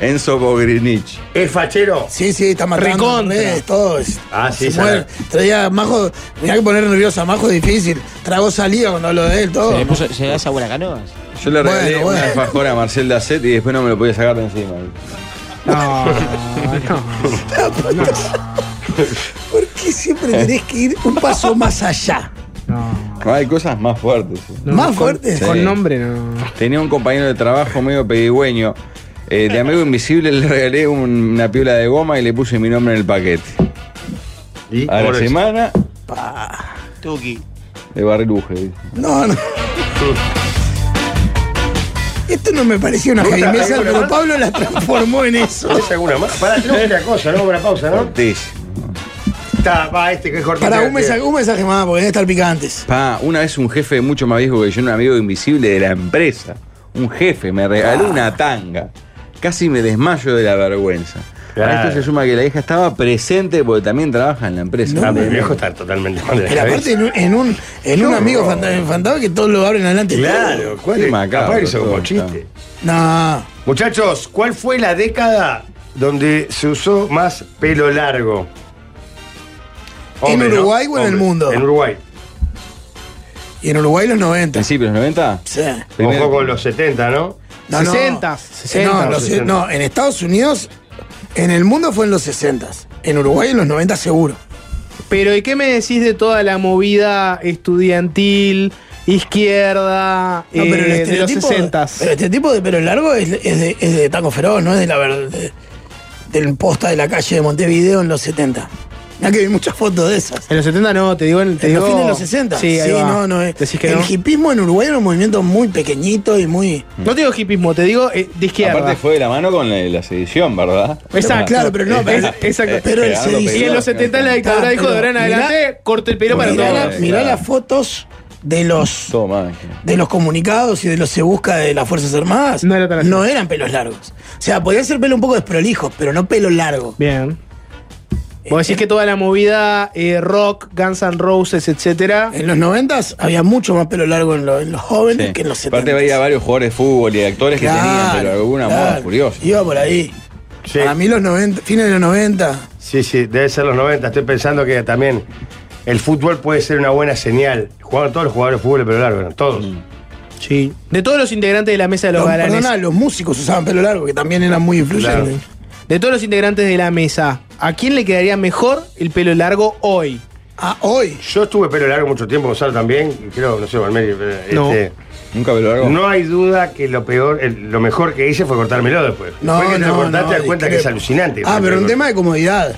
A: Enzo Bogrinich.
C: ¿Es fachero?
B: Sí, sí, está matando.
H: Recontra.
B: redes, todo. es-
C: Ah, sí,
B: se mueve.
C: sabe.
B: Traía a Majo, tenía que poner nerviosa, Majo es difícil. Trago salida cuando hablo de él, todo.
E: Se le puso, se le da sabor a canoas.
A: Yo le
B: Bueno,
A: regalé
B: bueno.
A: una alfajora a Marcel Dacet y después no me lo podía sacar de encima.
H: No,
B: Ah, ¿Por qué siempre tenés que ir un paso más allá?
H: no,
A: Ah, Hay cosas más fuertes. sí.
H: no.
B: Más
H: Con-
B: fuerte.
H: Con
A: Sí.
H: nombre no.
A: Tenía un compañero de trabajo medio pedigüeño. Eh, de amigo invisible le regalé un- una piola de goma y le puse mi nombre en el paquete.
C: ¿Y?
A: A la
C: Pobre-
A: semana,
E: Tuki.
A: de barriluje.
B: No, no. Esto no me parecía una
C: ¿Te gusta
B: heavy metal,
C: alguna
B: pero
C: más?
B: Pablo la transformó en eso.
C: ¿Es alguna más? Para, tenemos otra cosa, ¿no? Una pausa, ¿no?
A: Cortés.
C: Está, va, este que es cortito.
B: Para un mensaje, un mensaje más, porque deben estar picantes.
A: Pa, una vez un jefe mucho más viejo que yo, un amigo invisible de la empresa, un jefe me regaló una tanga. Casi me desmayo de la vergüenza. A
C: Claro.
A: esto se suma que la hija estaba presente porque también trabaja en la empresa.
C: Ah, pero el viejo está totalmente mal de la
B: Pero
C: cabeza.
B: aparte en un, en un, en un amigo fanta- fantasma que todos lo abren adelante.
C: Claro, ¿cuál
A: Qué
C: es?
A: macabro
C: Capaz hizo como
A: todo,
C: chiste.
B: No.
C: Muchachos, ¿cuál fue la década donde se usó más pelo largo?
B: ¿En
C: ¿no?
B: Uruguay o en el
C: Hombre.
B: mundo?
C: En Uruguay.
B: Y en Uruguay los 90. Sí.
A: ¿Principios 90? Primero-
C: Ojo con los 70, ¿no?
B: No, no.
H: 60, 60,
B: No, los-
C: 60.
B: no, en Estados Unidos, en el mundo fue en los 60. En Uruguay en los 90 seguro.
H: Pero ¿y qué me decís de toda la movida estudiantil, izquierda,
B: No,
H: eh,
B: pero el
H: de los
B: estereotipo-
H: 60?
B: Pero este tipo de pelo largo es, es de, es de Tango Feroz, no es de la ver- de- del posta de la calle de Montevideo en los 70. Ya que vi muchas fotos de esas.
H: En los 70 no, te digo en te
B: En los
H: digo-
B: fines de los 60.
H: Sí, ahí va.
B: no, no. es-
H: Decís que
B: el
H: no.
B: hipismo en Uruguay era un movimiento muy pequeñito y muy.
H: No te digo hipismo, te digo eh, de izquierda.
A: Aparte fue de la mano con la, la sedición, ¿verdad?
H: Exacto.
B: Ah, Claro, pero no, pero-
H: Es- exacto.
B: pero él se
A: Gerardo
B: dice-
H: y en los 70 la dictadura
B: Ah,
H: dijo de ahora en
B: pero mirá-
H: adelante, corte el pelo para
B: mirá
H: todos.
B: la-
A: eh,
B: mirá
A: claro.
B: las fotos de los.
A: Todo mal.
B: de los comunicados y de los se busca de las Fuerzas Armadas
H: No era tan así.
B: no eran pelos largos. O sea, podía ser pelo un poco desprolijos, pero no pelo largo.
H: Bien. Vos
B: Eh,
H: decís que toda la movida eh, rock, Guns N' Roses, etcétera.
B: En los 90 había mucho más pelo largo en, lo- en los jóvenes
A: Sí.
B: que en los 70.
A: Aparte veía varios jugadores de fútbol y actores que tenían, pero alguna moda furiosa.
B: Iba por ahí.
C: Sí.
B: Para mí los 90, fines de los 90.
C: Sí, sí, debe ser los 90. Estoy pensando que también el fútbol puede ser una buena señal. Jugaban todos los jugadores de fútbol de pelo largo, ¿no? todos.
B: Mm.
H: Sí. De todos los integrantes de la mesa de los
B: Los,
H: galanes.
B: perdona, los músicos usaban pelo largo, que también eran muy influyentes.
H: De todos los integrantes de la mesa, ¿a quién le quedaría mejor el pelo largo hoy?
B: Ah, hoy.
C: Yo estuve pelo largo mucho tiempo, Gonzalo también. y Creo, no sé, Valmeri. eh,
H: No.
C: este,
A: Nunca me lo largo.
C: No hay duda que lo peor, el- lo mejor que hice fue cortármelo después.
B: No,
C: después que te
B: no,
C: lo cortaste,
B: no,
C: te das cuenta que es
B: discrepo.
C: alucinante.
B: Ah, pero un tema de comodidad.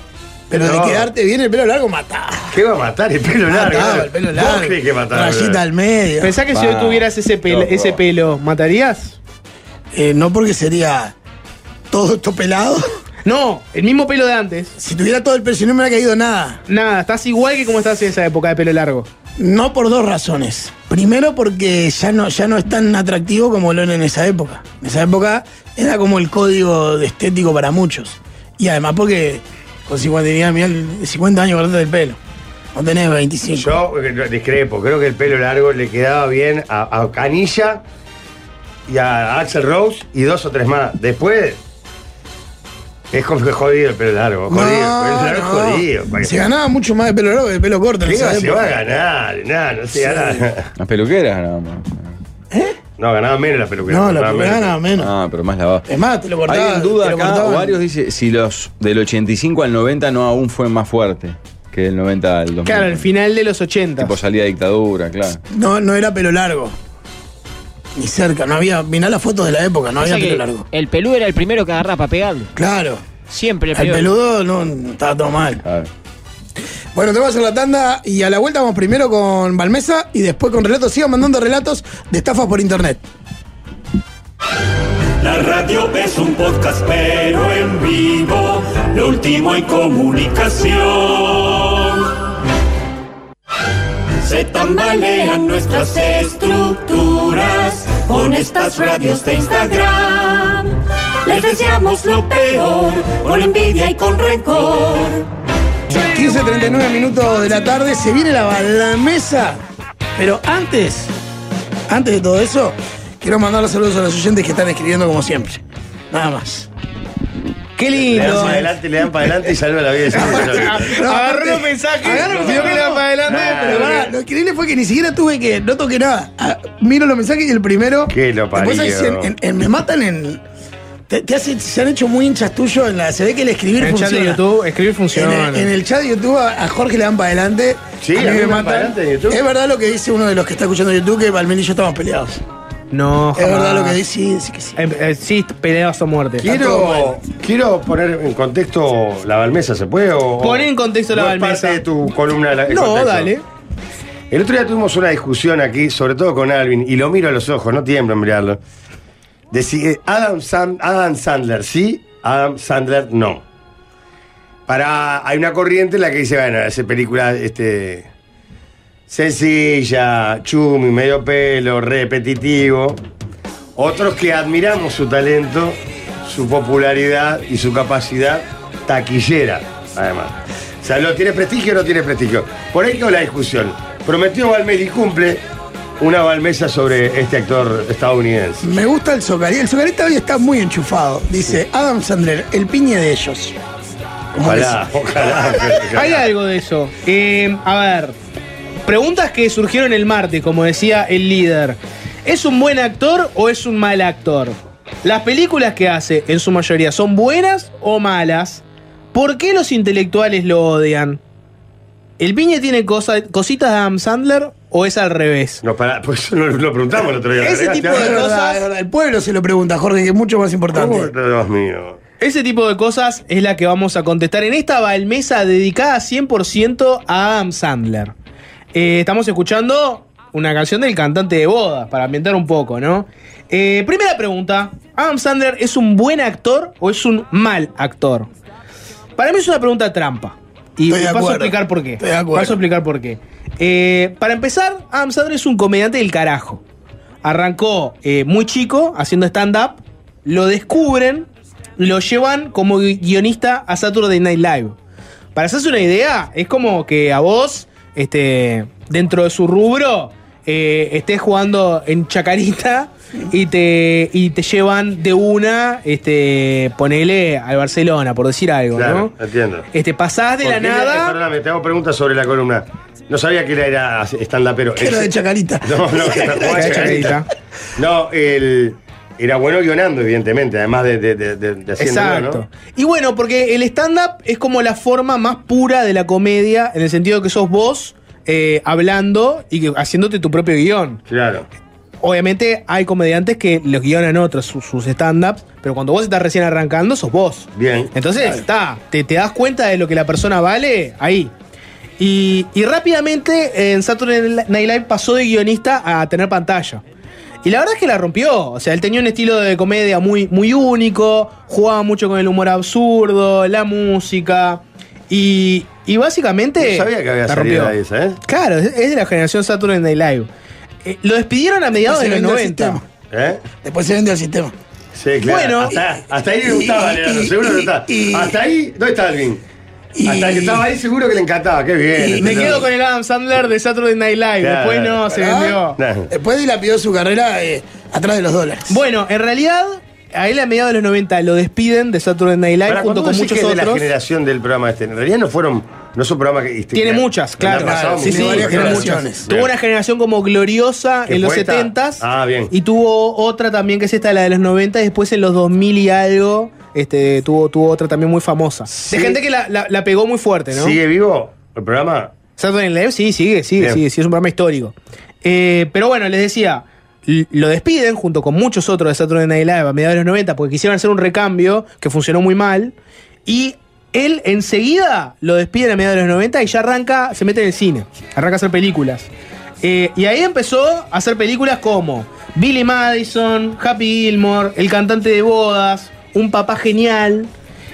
B: Pero
C: No.
B: de quedarte bien el pelo largo, mataba.
C: ¿Qué va a matar el pelo largo?
B: Mataba Ah, el pelo largo.
C: ¿Vos crees que eh. mataba el pelo
B: Rayita al
C: largo?
B: medio.
H: Pensá que si
A: Pa,
H: hoy tuvieras ese, pel-
A: loco.
H: ese pelo, ¿matarías?
B: Eh, no porque sería todo esto pelado.
H: No, el mismo pelo de antes.
B: Si tuviera todo el pelo, si no me hubiera caído nada.
H: Nada, estás igual que como estás en esa época de pelo largo.
B: No por dos razones. Primero porque ya no, ya no es tan atractivo como lo era en esa época. En esa época era como el código de estético para muchos. Y además porque con 50, días, mirá, 50 años cortarte el pelo. No tenés 25.
C: Yo eh, discrepo, creo que el pelo largo le quedaba bien a, a Canilla y a Axel Rose y dos o tres más. Después. Es como que jodido el pelo largo, jodido, el pelo largo
B: No, no.
C: jodido. para que-
B: Se ganaba mucho más de pelo largo que de pelo corto. en
C: ¿Qué
B: esa
C: va- se
B: época.
C: va a ganar? Nada, no se gana.
A: Las peluqueras nada más.
C: No, ganaba menos la peluquera.
B: No, la
C: ganaba
B: primera
C: menos.
B: ganaba menos.
A: Ah, pero más lavado.
B: Es más, te lo cortaba.
A: Hay en duda
B: te lo
A: acá,
B: cortaban.
A: varios dice si los del 85 al 90 no aún fue más fuerte que del 90 al 2000.
H: Claro, al final de los 80.
A: Tipo salía dictadura, claro.
B: No, no era pelo largo. Ni cerca, no había. Mirá las fotos de la época, no
E: O
B: había
E: sea
B: pelo
E: que
B: largo.
E: El peludo era el primero que agarraba para pegarle.
B: Claro.
E: Siempre el
B: El
E: peludo.
B: peludo no estaba todo mal.
A: A ver.
B: Bueno, te vas a la tanda y a la vuelta vamos primero con Balmesa y después con relatos. Sigan mandando relatos de estafas por internet.
F: La radio es un podcast, pero en vivo, lo último en comunicación. Se tambalean nuestras estructuras con estas radios de Instagram. Les deseamos lo peor, con envidia y con rencor.
B: 15.39 minutos de la tarde, se viene la Balmesa. Pero antes, antes de todo eso, quiero mandar los saludos a los oyentes que están escribiendo como siempre. Nada más.
H: Qué
C: Le dan
H: lindo.
C: para adelante, le dan para adelante y salva la vida. de ese
H: Agarró los mensajes,
B: Agarró los
H: vio que le da para adelante,
C: Nah,
H: pero
B: Pero pará,
H: pará.
B: lo increíble fue que ni siquiera tuve que. No toqué nada. Ah, miro los mensajes y el primero.
C: Que lo parió.
B: Después hay cien- en- en- me matan en. Te, te hace- se han hecho muy hinchas tuyos en la. Se ve que el escribir
H: En el chat
B: funciona.
H: de YouTube, escribir
B: En
H: funciona.
B: el, en el chat de YouTube a, a Jorge le dan para adelante.
C: Sí, a mí me dan para adelante en YouTube.
B: Es verdad lo que dice uno de los que está escuchando YouTube, que Balmín y yo estamos peleados.
H: No,
B: Es verdad
H: jamás.
B: lo que dice, sí, sí que sí.
H: Eh, eh, sí, peleados a muerte.
C: Quiero, quiero poner en contexto la balmesa, ¿se puede? O,
H: Poner en contexto
C: o
H: la
C: es
H: Balmesa.
C: parte de tu columna. la- el
H: No,
C: contexto?
H: dale.
C: El otro día tuvimos una discusión aquí, sobre todo con Alvin, y lo miro a los ojos, no tiemblo en mirarlo. De si, eh, Adam, Sam- Adam Sandler sí, Adam Sandler no. Para, hay una corriente en la que dice, bueno, hace películas este, sencilla, chumi, medio pelo, repetitivo. Otros que admiramos su talento, su popularidad y su capacidad taquillera, además. O sea, ¿lo tiene prestigio o no tiene prestigio? Por ahí quedó la discusión. Prometió Valmés y cumple una Valmesa sobre este actor estadounidense.
B: Me gusta el Socarí. El Socarí todavía está muy enchufado. Dice Adam Sandler, el piñe de ellos. Como
C: Ojalá, ojalá.
H: Hay algo de eso. Eh, a ver, preguntas que surgieron el martes, como decía el líder. ¿Es un buen actor o es un mal actor? Las películas que hace, en su mayoría, ¿son buenas o malas? ¿Por qué los intelectuales lo odian? ¿El piñe tiene cosa- cositas de Adam Sandler o es al revés?
C: No, para, por eso no lo preguntamos el otro día. ¿eh?
H: Ese tipo
B: Es
H: de
C: ¿verdad?
B: verdad, es verdad. El pueblo se lo pregunta, Jorge, que es mucho más importante.
C: Oh, Dios mío.
H: Ese tipo de cosas es la que vamos a contestar en esta balmesa dedicada 100% a Adam Sandler. Eh, estamos escuchando una canción del cantante de boda, para ambientar un poco, ¿no? Eh, primera pregunta, ¿Adam Sandler es un buen actor o es un mal actor? Para mí es una pregunta trampa. Y
B: Estoy de
H: paso a
B: acuerdo.
H: explicar por qué.
B: Estoy de acuerdo.
H: Paso a explicar por qué. Eh, para empezar, Adam Sandler es un comediante del carajo. Arrancó eh, muy chico haciendo stand-up, lo descubren, lo llevan como gui- guionista a Saturday Night Live. Para hacerse una idea, es como que a vos, este, dentro de su rubro, eh, estés jugando en Chacarita y te, y te llevan de una, este, ponele al Barcelona, por decir algo,
C: Claro,
H: ¿no?
C: entiendo.
H: Este, pasás de la
C: Porque ella-
H: nada.
C: Perdóname, te hago preguntas sobre la columna. No sabía que era, era stand pero
B: Que era de Chacarita.
C: No, no, que era
H: Era de
C: de
H: Chacarita.
C: Chacarita. No, el, era bueno guionando, evidentemente, además de, de, de, de- de haciéndolo,
H: Exacto. Y bueno, porque el stand-up es como la forma más pura de la comedia, en el sentido que sos vos eh, hablando y que- haciéndote tu propio guión.
C: ¿no? Claro.
H: Obviamente hay comediantes que los guionan otros, sus, sus stand-ups, pero cuando vos estás recién arrancando, sos vos.
C: Bien.
H: Entonces, está, te, te das cuenta de lo que la persona vale ahí. Y, y rápidamente en Saturday Night Live pasó de guionista a tener pantalla. Y la verdad es que la rompió. O sea, él tenía un estilo de comedia muy, muy único, jugaba mucho con el humor absurdo, la música. Y, y básicamente.
C: No sabía que había
H: la
C: salido
H: rompió.
C: de esa, ¿eh?
H: Claro, es es de la generación Saturday Night Live. Eh, lo despidieron a mediados
B: Se
H: de los
B: vende al
H: 90.
B: sistema.
C: ¿Eh?
B: Después se vende al sistema.
C: Sí, claro.
H: Bueno.
C: hasta, hasta ahí le
B: Y-
C: gustaba, Leandro,
B: y-
C: seguro que
B: y-
C: está.
B: y-
C: Hasta ahí, ¿dónde está Alvin?
B: Y-
C: Hasta que estaba ahí seguro que le encantaba, qué bien.
B: y-
H: Me
C: ¿entendés?
H: quedo con el Adam Sandler de Saturday Night Live.
C: Claro,
H: Después no,
C: claro.
H: se
B: ¿Ah?
H: vendió.
C: Nah.
B: Después dilapidó su carrera eh, atrás de los dólares.
H: Bueno, en realidad, a él a mediados de los 90 lo despiden de Saturday Night Live
C: Ahora, cuando
H: junto con
C: vos decís
H: muchos
C: que es de la
H: otros.
C: generación del programa este, en realidad no fueron, no son programas que... este,
H: Tiene
C: que-
H: muchas,
C: que han
H: claro.
C: pasado
H: Sí, sí,
C: muchas
B: varias
H: tiene
C: generaciones.
H: muchas.
C: Bien.
H: Tuvo una generación como gloriosa
C: Que
H: en los
C: fue esta.
H: 70
C: Ah, bien.
H: y tuvo otra también que es esta, la de los 90 y después en los 2000 y algo este, tuvo, tuvo otra también muy famosa. De gente que la, la- la pegó muy fuerte, ¿no?
C: ¿Sigue vivo el programa?
H: Saturday Night Live, sí, sigue, sigue,
C: Bien.
H: sigue, sí, es un programa histórico. Eh, pero bueno, les decía, l- lo despiden junto con muchos otros de Saturday Night Live a mediados de los 90 porque quisieron hacer un recambio que funcionó muy mal. Y él enseguida lo despiden a mediados de los 90 y ya arranca, se mete en el cine, arranca a hacer películas. Eh, y ahí empezó a hacer películas como Billy Madison, Happy Gilmore, El cantante de bodas, Un papá genial.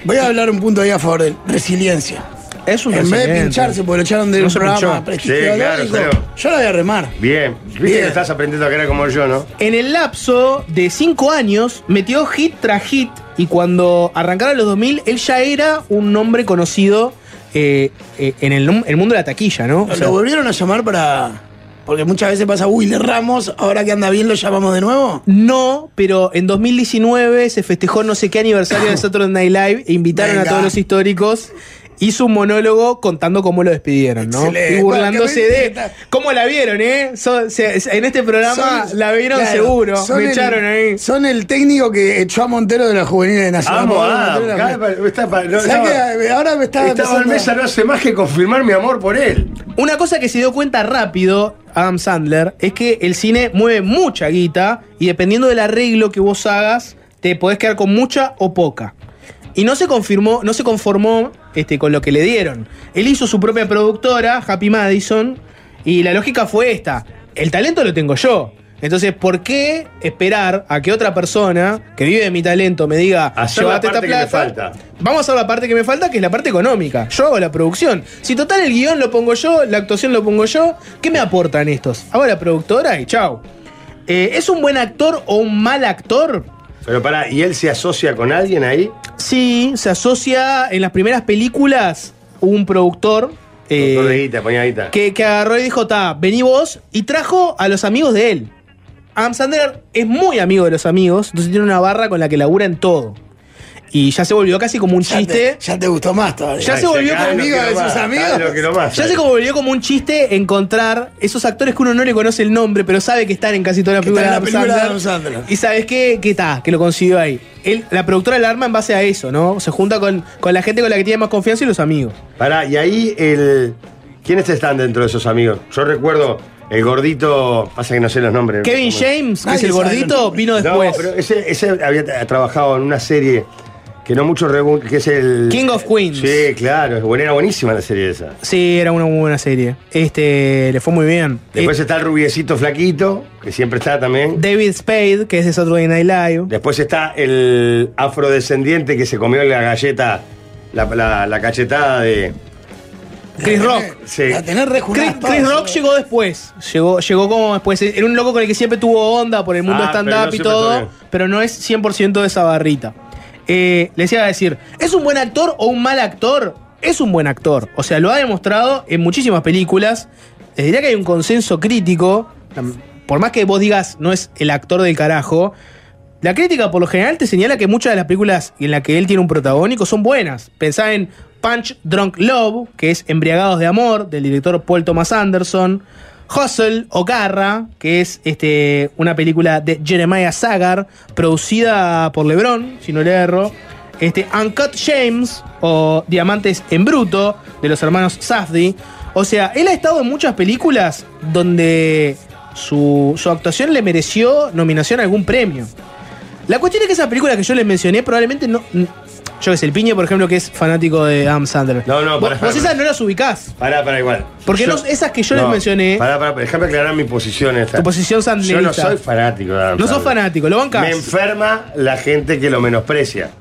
B: Voy a hablar un punto ahí a favor de él. resiliencia.
H: Es un
B: en vez de
H: residente.
B: pincharse porque lo echaron de
H: No
B: un
H: se
B: programa
H: pinchó.
B: prestigioso,
C: Sí, claro,
B: dijo,
C: salió.
B: yo la voy a remar.
C: Bien. Viste
B: Bien.
C: que estás aprendiendo a querer como yo, ¿no?
H: En el lapso de 5 años metió hit tras hit y cuando arrancaron los 2000 él ya era un nombre conocido eh, eh, en el, num- el mundo de la taquilla, ¿no? O sea,
B: lo volvieron a llamar para Porque muchas veces pasa, uy, le Ramos, ahora que anda bien lo llamamos de nuevo.
H: No, pero en 2019 se festejó no sé qué aniversario de Saturday Night Live e invitaron
B: Venga.
H: a todos los históricos. Hizo un monólogo contando cómo lo despidieron, ¿no?
B: Excelente.
H: Y burlándose
B: Bueno, qué
H: de
B: bonita.
H: cómo la vieron, ¿eh? So- se- se- en este programa
B: Son-
H: la vieron
B: claro,
H: seguro.
B: son
H: Me
B: el-
H: echaron ahí.
B: Son el técnico que echó a Montero de la juvenil de Nacional.
C: Amo,
B: Montero
C: ah,
B: de la-
C: cada pa- está pa- no,
B: ¿Sabés
C: estaba-
B: que ahora me está
C: Estaba en
B: empezando-
C: mesa, no hace más que confirmar mi amor por él.
H: Una cosa que se dio cuenta rápido Adam Sandler es que el cine mueve mucha guita y dependiendo del arreglo que vos hagas, te podés quedar con mucha o poca. Y no se confirmó, no se conformó este, con lo que le dieron. Él hizo su propia productora, Happy Madison, y la lógica fue esta: el talento lo tengo yo. Entonces, ¿por qué esperar a que otra persona que vive de mi talento me diga,
C: Hacer la
H: "Llévate
C: parte que me falta"?
H: Vamos a hacer la parte que me falta, que es la parte económica. Yo hago la producción. Si total el guión lo pongo yo, la actuación lo pongo yo, ¿qué me aportan estos? Hago la productora y chao. Eh, ¿Es un buen actor o un mal actor?
C: Pero pará, ¿y él se asocia con alguien ahí?
H: Sí, se asocia en las primeras películas un productor. eh,
C: Doctor de guita, ponía guita.
H: que, que agarró y dijo, ta, vení vos, y trajo a los amigos de él. Adam Sandler es muy amigo de los amigos, entonces tiene una barra con la que labura en todo. Y ya se volvió casi como un
B: Ya
H: chiste.
B: te, ya te gustó más todavía.
H: Ya
C: Ay,
H: se volvió
C: cada vez lo
B: amigo
C: quiero
B: de
C: más,
B: sus
C: cada vez
B: amigos.
C: lo quiero más.
H: Ya se como volvió como un chiste encontrar esos actores que uno no le conoce el nombre, pero sabe que están en casi toda la
B: Que
H: película, de Adam,
B: están en la película de
H: Sandler.
B: Adam Sandler.
H: Y sabes qué, qué está, que lo consiguió ahí. Él- la productora la arma en base a eso, ¿no? Se junta con, con la gente con la que tiene más confianza y los amigos.
C: Pará, y ahí el. ¿Quiénes están dentro de esos amigos? Yo recuerdo el gordito. Pasa que no sé los nombres.
H: Kevin
C: ¿Cómo?
H: James, que
B: Nadie
H: es
B: sabe
H: el
B: los
H: gordito,
B: nombres.
H: vino después.
C: No, pero ese, ese había tra- trabajado en una serie que no muchos regun- que es el.
H: King of Queens.
C: Sí, claro, es buena- era buenísima la serie esa.
H: Sí, era una muy buena serie. Este, le fue muy bien.
C: Después
H: Eh,
C: está el rubiecito flaquito, que siempre está también.
H: David Spade, que es de Saturday Night Live.
C: Después está el afrodescendiente que se comió la galleta, la, la- la cachetada de.
H: Chris Rock.
C: Sí.
B: A tener
H: Chris,
B: rejuntadas
H: Chris
B: todas.
H: Rock llegó después. Llegó, llegó como después. Era un loco con el que siempre tuvo onda por el mundo
C: Ah, pero
H: stand-up
C: no
H: y
C: siempre
H: todo,
C: estuvo bien.
H: pero no es 100% de esa barrita. Eh, les iba a decir, ¿es un buen actor o un mal actor? Es un buen actor. O sea, lo ha demostrado en muchísimas películas. Les diría que hay un consenso crítico. Por más que vos digas, no es el actor del carajo. La crítica por lo general te señala que muchas de las películas en las que él tiene un protagónico son buenas. Pensá en Punch Drunk Love, que es Embriagados de Amor, del director Paul Thomas Anderson. Hustle o Garra, que es este, una película de Jeremiah Sagar, producida por Lebron, si no le erro. Este, Uncut James o Diamantes en Bruto, de los hermanos Safdie. O sea, él ha estado en muchas películas donde su, su actuación le mereció nominación a algún premio. La cuestión es que esas películas que yo les mencioné probablemente no. n- Yo que sé, el Piñe, por ejemplo, que es fanático de Adam Sandler.
C: No, no,
H: Vos,
C: pará,
H: vos
C: pará.
H: esas no las ubicás.
C: Pará, pará, igual.
H: Porque no- esas que yo les mencioné-
C: Pará, pará, déjame aclarar mi posición en esta.
H: Tu posición
C: Yo
H: sandlerista.
C: no soy fanático de Adam
H: No sos
C: Sandler.
H: fanático, lo bancás.
C: Me enferma la gente que lo menosprecia,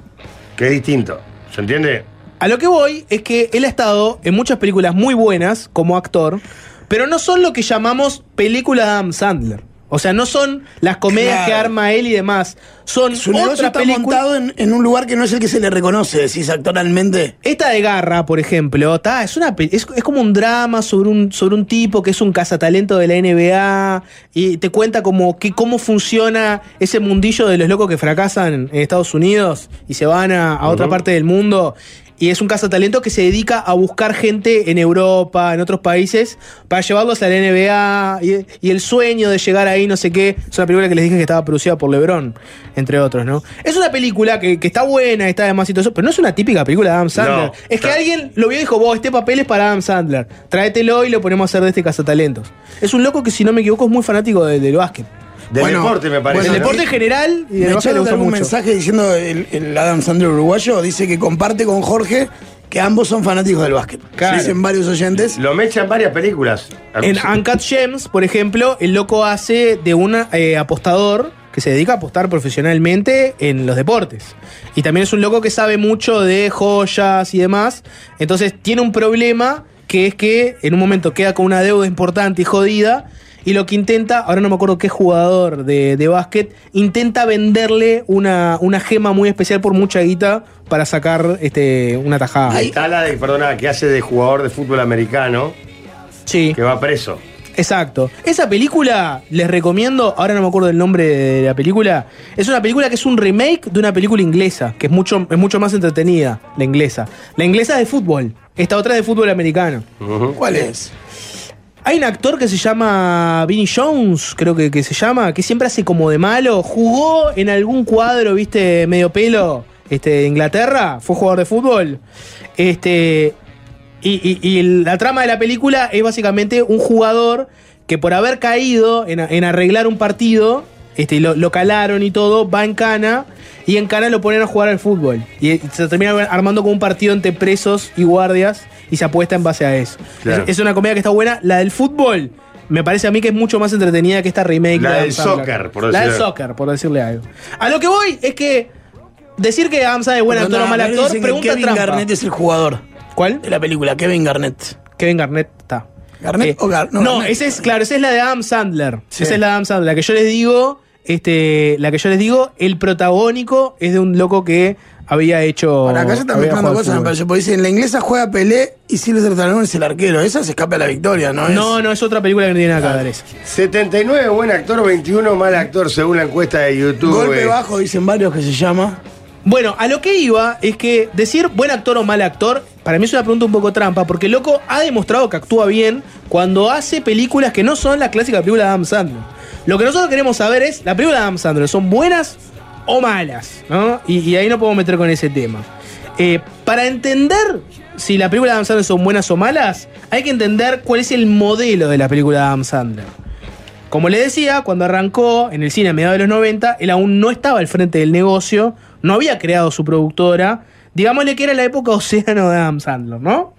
C: que es distinto. ¿Se entiende?
H: A lo que voy es que él ha estado en muchas películas muy buenas como actor, pero no son lo que llamamos películas de Adam Sandler. O sea, no son las comedias
B: Claro.
H: que arma él y demás. Son
B: Su negocio
H: otras
B: está
H: películas.
B: montado en, en un lugar que no es el que se le reconoce, decís actualmente.
H: Esta de Garra, por ejemplo, ta, es, una, pe- es, es como un drama sobre un, sobre un tipo que es un cazatalento de la NBA y te cuenta como que, cómo funciona ese mundillo de los locos que fracasan en Estados Unidos y se van a, a otra
C: Ujú.
H: parte del mundo. Y es un cazatalento que se dedica a buscar gente en Europa, en otros países, para llevarlos a la NBA y, y el sueño de llegar ahí, no sé qué. Es una película que les dije que estaba producida por Lebron, entre otros, ¿no? Es una película que, que está buena, está además y todo eso, pero no es una típica película de Adam Sandler.
C: No.
H: es que alguien lo vio y dijo, vos, este papel es para Adam Sandler. Tráetelo y lo ponemos a hacer de este cazatalentos. Es un loco que, si no me equivoco, es muy fanático de- del básquet.
C: Del
B: Bueno,
C: deporte, me parece.
B: bueno,
H: Del
C: ¿no?
H: deporte en general eh, y
B: Me
H: del básquet le
B: echaron
H: gusta
B: algún
H: mucho.
B: mensaje diciendo el, el Adam Sandler uruguayo, dice que comparte con Jorge que ambos son fanáticos del básquet.
H: Claro.
B: Dicen varios oyentes.
C: Lo mecha en varias películas.
H: En Uncut Gems, por ejemplo, el loco hace de un eh, apostador que se dedica a apostar profesionalmente en los deportes. Y también es un loco que sabe mucho de joyas y demás. Entonces tiene un problema que es que en un momento queda con una deuda importante y jodida. Y lo que intenta, ahora no me acuerdo qué jugador de, de básquet, intenta venderle una, una gema muy especial por mucha guita para sacar este, una tajada.
C: Está la de, perdona, que hace de jugador de fútbol americano
H: sí.
C: que va preso.
H: Exacto. Esa película, les recomiendo, ahora no me acuerdo el nombre de la película, es una película que es un remake de una película inglesa, que es mucho, es mucho más entretenida, la inglesa. La inglesa es de fútbol, esta otra es de fútbol americano.
B: ¿Cuál es?
H: Hay un actor que se llama Vinnie Jones, creo que, que se llama, que siempre hace como de malo. Jugó en algún cuadro, viste, medio pelo, este, de Inglaterra. Fue jugador de fútbol. Este. Y, y- y la trama de la película es básicamente un jugador que por haber caído en, en arreglar un partido, este, y lo, lo calaron y todo, va en cana. Y en cana lo ponen a jugar al fútbol. Y eh, se termina armando como un partido entre presos y guardias. Y se apuesta en base a eso.
C: Claro.
H: Es- es una comedia que está buena. La del fútbol, me parece a mí que es mucho más entretenida que esta remake.
C: La
H: de Adam
C: del
H: Sandler.
C: soccer, por
H: La
C: decirle-
H: del soccer, por decirle algo. A lo que voy es que decir que Adam Sandler es buen actor o mal actor, pregunta
B: Kevin
H: trampa.
B: Garnett es el jugador
H: ¿Cuál?
B: de la película, Kevin Garnett.
H: Kevin Garnett está.
B: ¿Garnett
H: Eh,
B: o Gar-
H: No,
B: no, Garnett.
H: esa es, claro, esa es la de Adam Sandler.
B: Sí.
H: Esa es la de Adam Sandler. La que yo les digo, este, la que yo les digo, el protagónico es de un loco que había hecho.
B: Para acá ya están
H: había
B: mezclando
H: jugado al
B: cosas, me
H: fútbol.
B: parece. Porque dicen, la inglesa juega Pelé y Silvester Stallone es el arquero. Esa se escapa a la victoria, ¿no? Es,
H: No, no, es otra película que no tiene nada que ver esa.
C: 79 buen actor, 21 mal actor, según la encuesta de YouTube.
B: Golpe
C: eh.
B: bajo, dicen varios que se llama.
H: Bueno, a lo que iba es que decir buen actor o mal actor, para mí es una pregunta un poco trampa, porque el loco ha demostrado que actúa bien cuando hace películas que no son las clásicas películas de Adam Sandler. Lo que nosotros queremos saber es, ¿las películas de Adam Sandler son buenas o malas? ¿no? Y, y ahí no podemos meter con ese tema. Eh, para entender si las películas de Adam Sandler son buenas o malas, hay que entender cuál es el modelo de la película de Adam Sandler. Como le decía, cuando arrancó en el cine a mediados de los 90, él aún no estaba al frente del negocio, no había creado su productora. Digámosle que era la época océano de Adam Sandler, ¿no?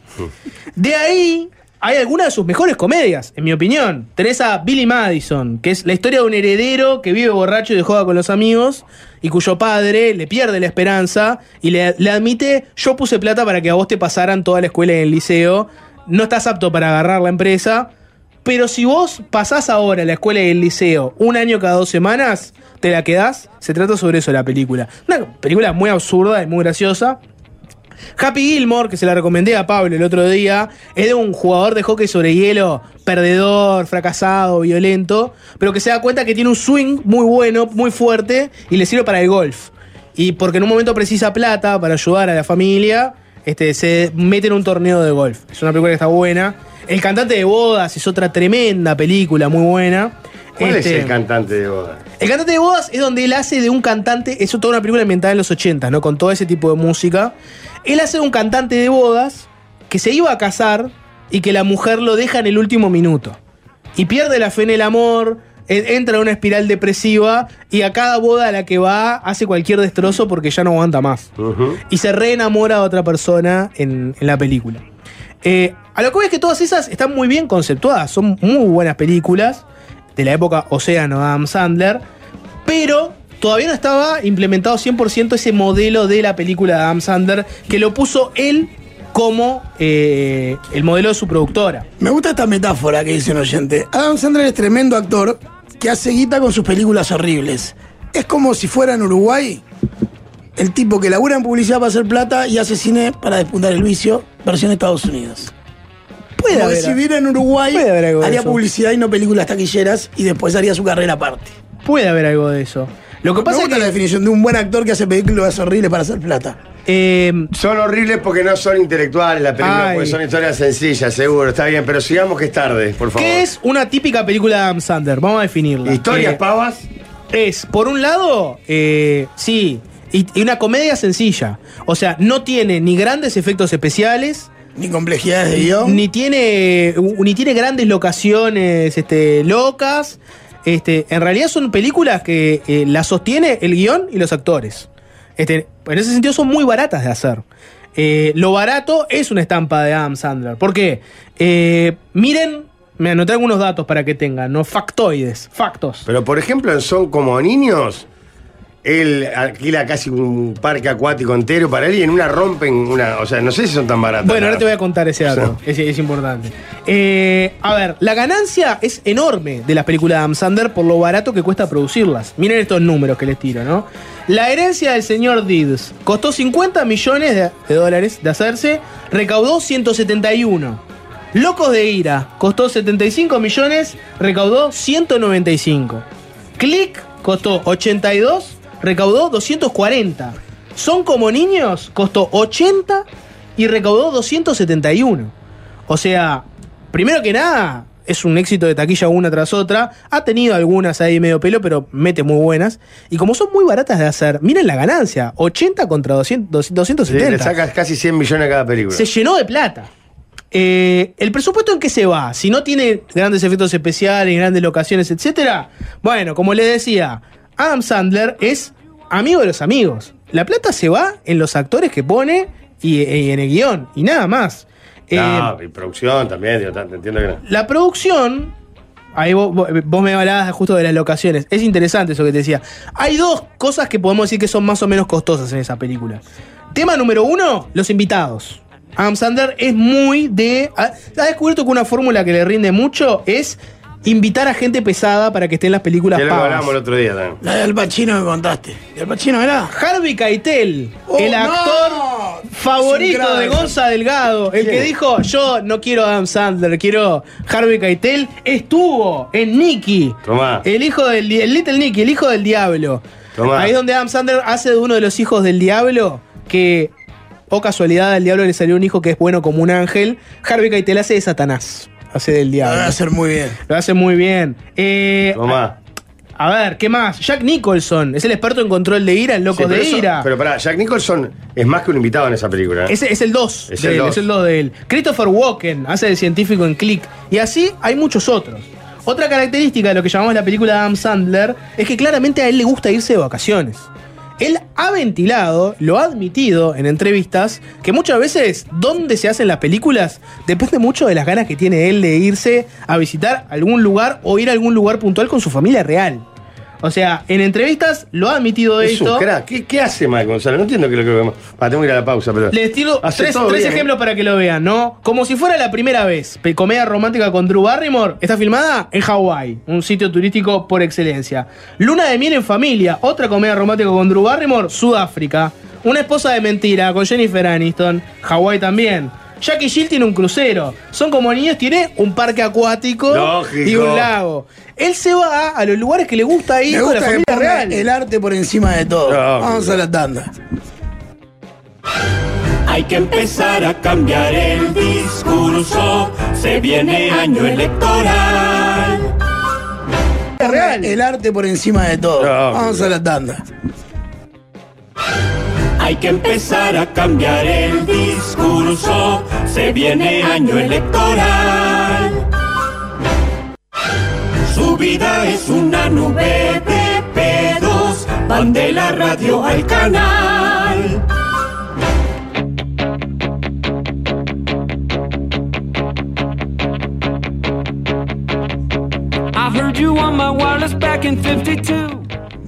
H: De ahí hay algunas de sus mejores comedias, en mi opinión. Tenés a Billy Madison, que es la historia de un heredero que vive borracho y de joda con los amigos, y cuyo padre le pierde la esperanza y le, le admite, yo puse plata para que a vos te pasaran toda la escuela en el liceo, no estás apto para agarrar la empresa, pero si vos pasás ahora a la escuela y el liceo un año cada dos semanas, te la quedás. Se trata sobre eso la película. Una película muy absurda y muy graciosa. Happy Gilmore, que se la recomendé a Pablo el otro día, es de un jugador de hockey sobre hielo, perdedor, fracasado, violento, pero que se da cuenta que tiene un swing muy bueno, muy fuerte, y le sirve para el golf. Y porque en un momento precisa plata para ayudar a la familia, este, se mete en un torneo de golf. Es una película que está buena. El cantante de bodas es otra tremenda película, muy buena.
C: ¿Cuál
H: Este,
C: es el cantante de boda?
H: el cantante de bodas es donde él hace de un cantante, es toda una película ambientada en los 80, ¿no? Con todo ese tipo de música. Él hace de un cantante de bodas que se iba a casar y que la mujer lo deja en el último minuto. Y pierde la fe en el amor, e- entra en una espiral depresiva y a cada boda a la que va hace cualquier destrozo porque ya no aguanta más
C: Ujú.
H: y se reenamora a otra persona en, en la película. Eh, a lo que voy es que todas esas están muy bien conceptuadas, son muy buenas películas de la época Océano Adam Sandler, pero todavía no estaba implementado 100% ese modelo de la película de Adam Sandler que lo puso él como eh, el modelo de su productora.
B: Me gusta esta metáfora que dice un oyente. Adam Sandler es tremendo actor que hace guita con sus películas horribles. Es como si fuera en Uruguay el tipo que labura en publicidad para hacer plata y hace cine para despuntar el vicio, versión Estados Unidos.
H: Puede
B: Como que
H: haber-
B: si viviera en Uruguay,
H: Puede haber algo de
B: haría
H: eso.
B: publicidad y no películas taquilleras y después haría su carrera aparte.
H: puede haber algo de eso. Lo que
B: Me
H: pasa es
B: gusta la
H: que
B: definición de un buen actor que hace películas horribles para hacer plata.
H: eh,
C: Son horribles porque no son intelectuales las películas,
H: Ay.
C: porque son historias sencillas, seguro. Está bien, pero sigamos que es tarde, por favor.
H: ¿qué es una típica película de Adam Sandler? Vamos a definirla.
C: ¿Historias
H: Eh,
C: pavas?
H: es, por un lado, eh, sí, y, y una comedia sencilla. O sea, no tiene ni grandes efectos especiales,
B: Ni complejidades de guión.
H: ni tiene, u- ni tiene grandes locaciones este, locas. Este, en realidad son películas que eh, las sostiene el guión y los actores. Este, en ese sentido son muy baratas de hacer. Eh, lo barato es una estampa de Adam Sandler. ¿Por qué? Eh, miren, me anoté algunos datos para que tengan, ¿no? Factoides, factos.
C: Pero por ejemplo, en Son como niños, él alquila casi un parque acuático entero para él y en una rompen una. O sea, no sé si son tan baratas.
H: Bueno,
C: la
H: ahora te voy a contar ese
C: O
H: dato. Es, es importante. Eh, a ver, la ganancia es enorme de las películas de Adam Sandler por lo barato que cuesta producirlas. Miren estos números que les tiro, ¿no? La herencia del señor Deeds costó 50 millones de, de dólares de hacerse, recaudó 171. Locos de Ira costó 75 millones, recaudó 195. Click costó 82, recaudó 240. Son como niños costó 80 y recaudó 271. O sea, primero que nada, es un éxito de taquilla una tras otra. Ha tenido algunas ahí medio pelo, pero mete muy buenas. Y como son muy baratas de hacer, miren la ganancia: 80 contra 200, 270
C: Le sacas casi 100 millones a cada película.
H: se llenó de plata. Eh, ¿El presupuesto en qué se va? Si no tiene grandes efectos especiales, grandes locaciones, etcétera. Bueno, como les decía, Adam Sandler es amigo de los amigos. La plata se va en los actores que pone y, y en el guión, y nada más. Eh,
C: No, y producción también, digo, te- te entiendo que no.
H: la producción. Ahí vos, vos- vos me hablabas justo de las locaciones. Es interesante eso que te decía. Hay dos cosas que podemos decir que son más o menos costosas en esa película. Tema número uno, los invitados. Adam Sandler es muy de. Ha, ha descubierto que una fórmula que le rinde mucho es invitar a gente pesada para que esté en las películas
C: Ya lo
H: pagas.
C: hablábamos el otro día también.
B: La de Al Pacino me contaste. ¿De Al Pacino era?
H: Harvey Keitel,
B: Oh,
H: el
B: no.
H: actor
B: Es un
H: favorito
B: crack.
H: de Gonza Delgado, el que dijo yo no quiero a Adam Sandler, quiero Harvey Keitel, estuvo en Nicky,
C: Tomá.
H: el hijo del di- el Little Nicky, el hijo del diablo.
C: Tomá.
H: Ahí es donde Adam Sandler hace de uno de los hijos del diablo que o casualidad al diablo le salió un hijo que es bueno como un ángel. Harvey Keitel hace de Satanás, hace del
B: La van a
H: diablo.
B: hacer muy bien.
H: Lo hace muy bien. Eh,
C: Tomá.
H: a ver, ¿qué más? Jack Nicholson, es el experto en control de ira, el loco
C: Sí, pero
H: de
C: eso-
H: ira.
C: Pero pará, Jack Nicholson es más que un invitado en esa película. ¿eh?
H: Ese es el 2
C: Es
H: de
C: el
H: él,
C: dos.
H: es el 2 de él. Christopher Walken hace de científico en Click. Y así hay muchos otros. Otra característica de lo que llamamos la película de Adam Sandler es que claramente a él le gusta irse de vacaciones. Él ha ventilado, lo ha admitido en entrevistas, que muchas veces donde se hacen las películas depende mucho de las ganas que tiene él de irse a visitar algún lugar o ir a algún lugar puntual con su familia real. O sea, en entrevistas lo ha admitido
C: Es
H: esto.
C: un crack. ¿Qué, qué hace Mike Gonzalo? No entiendo qué es lo que vemos. Ah, tengo que ir a la pausa, pero.
H: Les tiro
C: Hace
H: tres,
C: todo
H: tres
C: bien, ¿eh?
H: ejemplos para que lo vean, ¿no? Como si fuera la primera vez. Pe- Comedia romántica con Drew Barrymore está filmada en Hawái, un sitio turístico por excelencia. Luna de miel en familia, otra comedia romántica con Drew Barrymore, Sudáfrica. Una esposa de mentira con Jennifer Aniston, Hawái también. Jackie Jill tiene un crucero. Son como niños, tiene un parque acuático
C: Lógico.
H: y un lago. Él se va a los lugares que le gusta ir
B: Me
H: con
B: gusta
H: la
B: que
H: familia
B: ponga
H: real.
B: el arte por encima de todo.
C: No,
B: Vamos a la tanda.
F: Hay que empezar a cambiar el discurso. Se viene año electoral.
H: real.
B: El arte por encima de todo.
C: No,
B: Vamos a la tanda.
F: Hay que empezar a cambiar el discurso. Se viene año electoral. Su vida es una nube de pedos. Van de la radio al canal.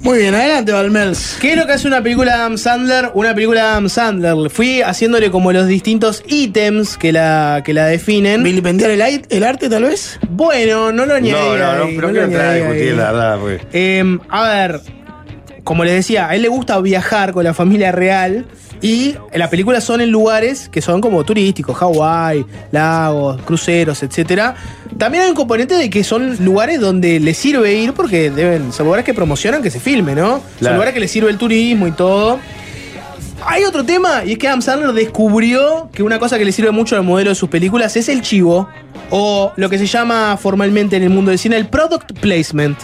B: Muy bien, adelante, Valmels.
H: ¿Qué es lo que hace una película de Adam Sandler? Una película de Adam Sandler. Fui haciéndole como los distintos ítems que la, que la definen.
B: ¿Vilipendiar el, ai- el arte, tal vez?
H: Bueno, no lo añadí.
C: no, no, no,
H: ahí,
C: pero
H: lo
C: quiero entrar a
H: añadí
C: discutir,
H: ahí.
C: la verdad, porque.
H: Eh, a ver, como les decía, a él le gusta viajar con la familia real y en las películas son en lugares que son como turísticos, Hawái, lagos, cruceros, etc. También hay un componente de que son lugares donde les sirve ir porque deben, son lugares que promocionan que se filme, ¿no? Son
C: Claro.
H: lugares que les sirve el turismo y todo. Hay otro tema, y es que Adam Sandler descubrió que una cosa que le sirve mucho al modelo de sus películas es el chivo, o lo que se llama formalmente en el mundo del cine el product placement.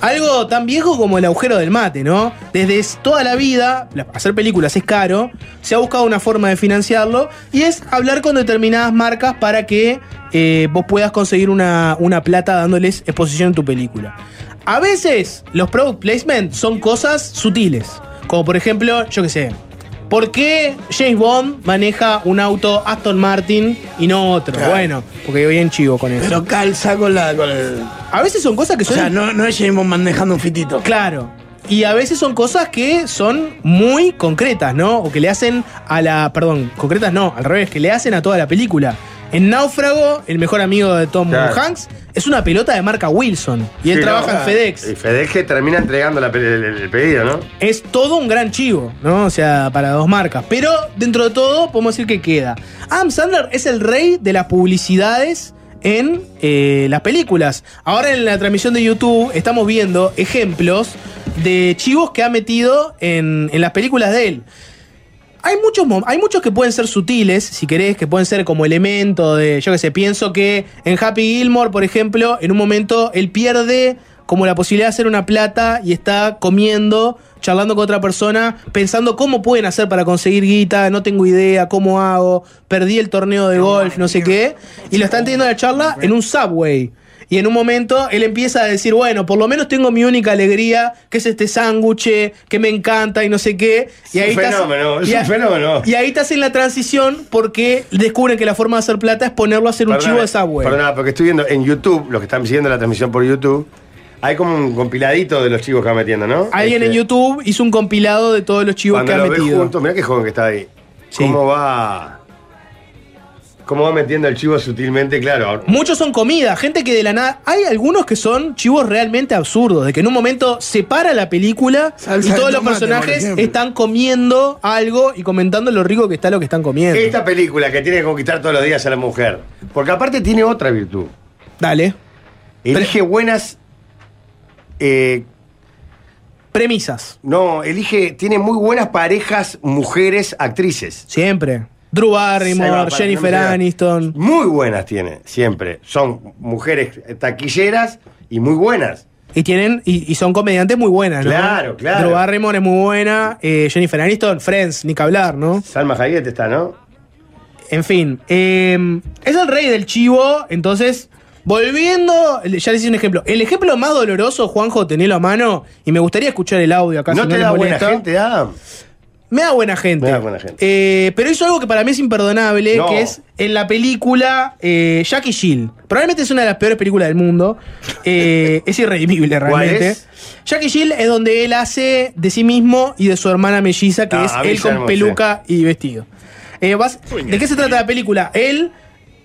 H: Algo tan viejo como el agujero del mate, ¿no? Desde es- toda la vida, la- hacer películas es caro, se ha buscado una forma de financiarlo, y es hablar con determinadas marcas para que eh, vos puedas conseguir una, una plata dándoles exposición en tu película. A veces los product placement son cosas sutiles, como por ejemplo, yo qué sé, ¿Por qué James Bond maneja un auto Aston Martin y no otro?
B: Claro.
H: Bueno, porque voy en chivo con eso.
B: Pero calza con la. con el-
H: a veces son cosas que
B: O
H: son.
B: sea, no, no es James Bond manejando un fitito.
H: Claro. Y a veces son cosas que son muy concretas, ¿no? O que le hacen a la. Perdón, concretas no, al revés, que le hacen a toda la película. En Náufrago, el mejor amigo de Tom
C: Claro.
H: Hanks es una pelota de marca Wilson. Y él
C: Sí,
H: trabaja
C: no,
H: en FedEx.
C: Y FedEx que termina entregando la pe- el, el pedido, ¿no?
H: Es todo un gran chivo, ¿no? O sea, para dos marcas. Pero dentro de todo, podemos decir que queda. Adam Sandler es el rey de las publicidades en eh, las películas. Ahora en la transmisión de YouTube estamos viendo ejemplos de chivos que ha metido en, en las películas de él. Hay muchos, mom- hay muchos que pueden ser sutiles, si querés, que pueden ser como elemento de, yo qué sé, pienso que en Happy Gilmore, por ejemplo, en un momento él pierde como la posibilidad de hacer una plata y está comiendo, charlando con otra persona, pensando cómo pueden hacer para conseguir guita, no tengo idea, cómo hago, perdí el torneo de golf, no sé qué, y lo están teniendo la charla en un subway. Y en un momento él empieza a decir, bueno, por lo menos tengo mi única alegría, que es este sándwich, que me encanta y no sé qué. Y
C: Es un
H: ahí estás-
C: fenómeno, es
H: y
C: un
H: a-
C: fenómeno.
H: y ahí te hacen la transición porque descubren que la forma de hacer plata es ponerlo a hacer un chivo de Subway.
C: Perdona, porque estoy viendo en YouTube, los que están siguiendo la transmisión por YouTube, hay como un compiladito de los chivos que va metiendo, ¿no?
H: Alguien en
C: Este,
H: YouTube hizo un compilado de todos los chivos
C: Cuando
H: que ha
C: lo ves
H: metido.
C: juntos, mirá qué joven que está ahí.
H: Sí.
C: ¿Cómo va? ¿Cómo va metiendo el chivo sutilmente? Claro.
H: Muchos son comida, gente que de la nada. Hay algunos que son chivos realmente absurdos, de que en un momento se para la película
B: Salsa
H: y
B: de
H: todos los
B: tomate, por
H: personajes
B: ejemplo.
H: están comiendo algo y comentando lo rico que está lo que están comiendo.
C: Esta película que tiene que conquistar todos los días a la mujer. Porque aparte tiene otra virtud.
H: Dale.
C: Elige buenas. eh,
H: Premisas.
C: no, elige. Tiene muy buenas parejas, mujeres, actrices.
H: Siempre. Drew
C: Se va,
H: Barrymore,
C: para-
H: Jennifer
C: no me llega.
H: Aniston.
C: Muy buenas tiene, siempre. Son mujeres taquilleras y muy buenas.
H: Y tienen y, y son comediantes muy buenas, ¿no?
C: Claro, claro.
H: Drew Barrymore es muy buena, eh, Jennifer Aniston, Friends, ni que hablar, ¿no?
C: Salma Hayek está, ¿no?
H: En fin, eh, es el rey del chivo, entonces, volviendo, ya les hice un ejemplo. El ejemplo más doloroso, Juanjo, tenelo a mano, y me gustaría escuchar el audio acá.
C: no
H: si
C: te
H: les
C: da buena
H: molesta.
C: gente, Adam.
H: Me da buena gente.
C: Me da buena gente.
H: Eh, pero hizo algo que para mí es imperdonable,
C: No.
H: que es en la película eh, Jackie Jill. Probablemente es una de las peores películas del mundo. Eh, es irredimible
C: ¿Cuál
H: realmente.
C: es?
H: Jackie Jill es donde él hace de sí mismo y de su hermana melliza, que
C: Ah,
H: es
C: a mí
H: él
C: ya
H: con
C: no me
H: peluca y vestido. Eh, vas- ¿De qué se trata la película? Él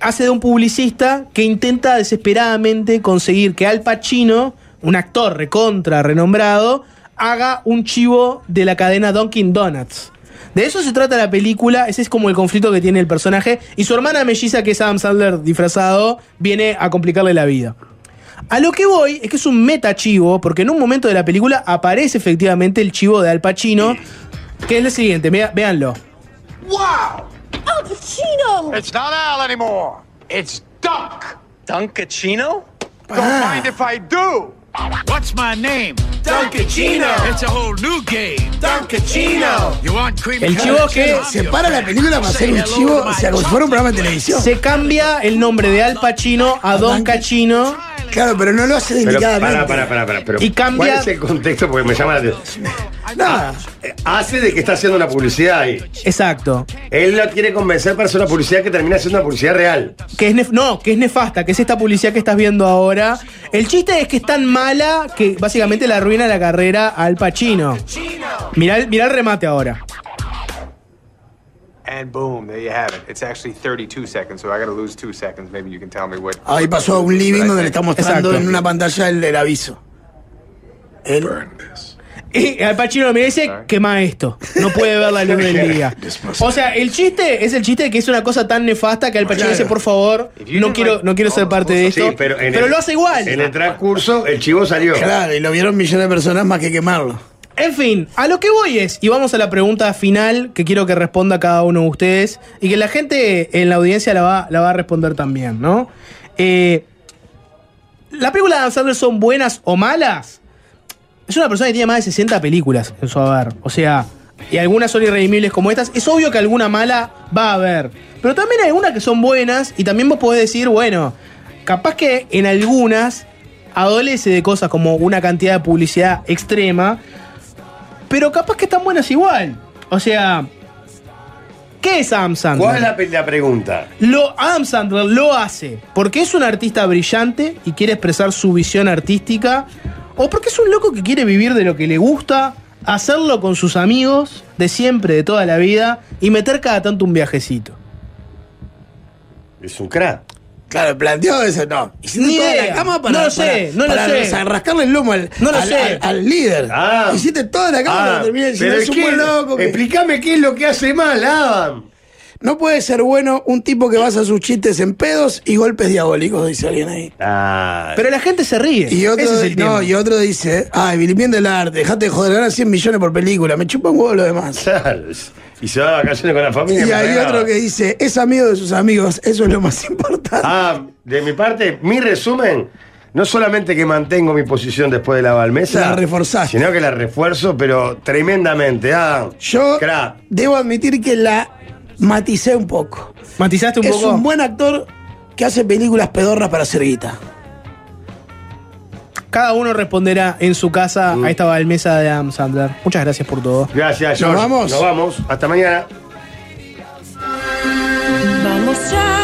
H: hace de un publicista que intenta desesperadamente conseguir que Al Pacino, un actor recontra renombrado, haga un chivo de la cadena Dunkin' Donuts. De eso se trata la película, ese es como el conflicto que tiene el personaje. Y su hermana melliza, que es Adam Sandler disfrazado, viene a complicarle la vida. A lo que voy es que es un meta chivo, porque en un momento de la película aparece efectivamente el chivo de Al Pacino, que es el siguiente, vea- véanlo.
G: ¡Al Pacino!
I: It's not Al anymore. It's Dunk. Dunkachino? Don't mind if I do. What's my name? Dunkachino. It's a whole new game. Dunkachino. You want cream
H: El chivo que
B: Se para la película para hacer un chivo, o sea, como si fuera un programa de televisión.
H: se cambia el nombre de Al Pacino a Don Cachino.
B: Claro, pero no lo hace
C: Pero,
B: delicadamente.
C: para, para, para, para. Pero,
H: Y cambia-
C: ¿Cuál es el contexto? Porque me llama la atención.
B: Nada.
C: Eh, Hace de que está haciendo una publicidad ahí.
H: Exacto.
C: Él la quiere convencer para hacer una publicidad que termina siendo una publicidad real.
H: Que es nef- no, que es nefasta, que es esta publicidad que estás viendo ahora. El chiste es que es tan mala que básicamente le arruina la carrera a Al Pacino. Mirá, el- mirá el remate ahora.
J: And boom, there you have it. It's actually 32 seconds, so I got to lose two seconds. Maybe you can tell me what.
B: Ahí pasó a un living donde le está mostrando
H: Exacto.
B: en una pantalla el, el aviso. Él,
H: Y Al Pacino me dice, quema esto. No puede ver la luz del día. O sea, el chiste es el chiste de que es una cosa tan nefasta que Al Pacino dice, por favor, no quiero, no quiero ser parte de esto. Pero,
C: en el-
H: lo hace igual.
C: En el transcurso, el chivo salió.
B: claro, y lo vieron millones de personas más que quemarlo.
H: En fin, a lo que voy es, y vamos a la pregunta final que quiero que responda cada uno de ustedes y que la gente en la audiencia la va, la va a responder también, ¿no? Eh, ¿Las películas de Adam Sandler son buenas o malas? Es una persona que tiene más de 60 películas en su haber, o sea, y algunas son irredimibles como estas. Es obvio que alguna mala va a haber, pero también hay algunas que son buenas y también vos podés decir, bueno, capaz que en algunas adolece de cosas como una cantidad de publicidad extrema, pero capaz que están buenas igual. O sea, ¿qué es Adam Sandler?
C: ¿Cuál es la, pe- la pregunta?
H: Lo, Adam Sandler lo hace porque es un artista brillante y quiere expresar su visión artística, o porque es un loco que quiere vivir de lo que le gusta, hacerlo con sus amigos de siempre, de toda la vida, y meter cada tanto un viajecito.
C: Es un crack.
B: Claro, planteó eso, no. Hiciste
H: Ni
B: toda
H: idea.
B: la cama para.
H: No lo sé,
B: para-
H: no lo
B: para
H: sé.
B: o sea, rascarle el lomo al,
H: No lo
B: al-
H: sé.
B: al- al líder.
C: Ah.
B: Hiciste toda la cama para terminar diciendo,
C: pero
B: es
C: es
B: un
C: que-
B: buen loco. que-
C: Explícame qué es lo que hace mal, Adam.
B: No puede ser bueno un tipo que basa sus chistes en pedos y golpes diabólicos, dice alguien ahí.
C: Ah,
H: Pero la gente se ríe.
B: Y otro,
H: Ese es el
B: no,
H: tema.
B: y otro dice, ay, vilipendio el arte, dejate de joder, ganar 100 millones por película, me chupa un huevo lo demás.
C: claro. Y se va de vacaciones con la familia.
B: Y
C: me
B: hay
C: regala.
B: otro que dice, es amigo de sus amigos, eso es lo más importante.
C: Ah, de mi parte, mi resumen, no solamente que mantengo mi posición después de la balmesa.
B: La reforzaste.
C: Sino que la refuerzo, pero tremendamente, Adam.
B: Yo
C: Crack.
B: debo admitir que la maticé un poco.
H: ¿Matizaste un
B: es
H: poco?
B: un buen actor que hace películas pedorras para hacer guita.
H: Cada uno responderá en su casa
B: Mm.
H: a esta balmesa de Adam Sandler. Muchas gracias por todo.
C: Gracias,
B: ¿Nos
C: George.
B: vamos?
C: Nos vamos. Hasta mañana.
G: Vamos ya.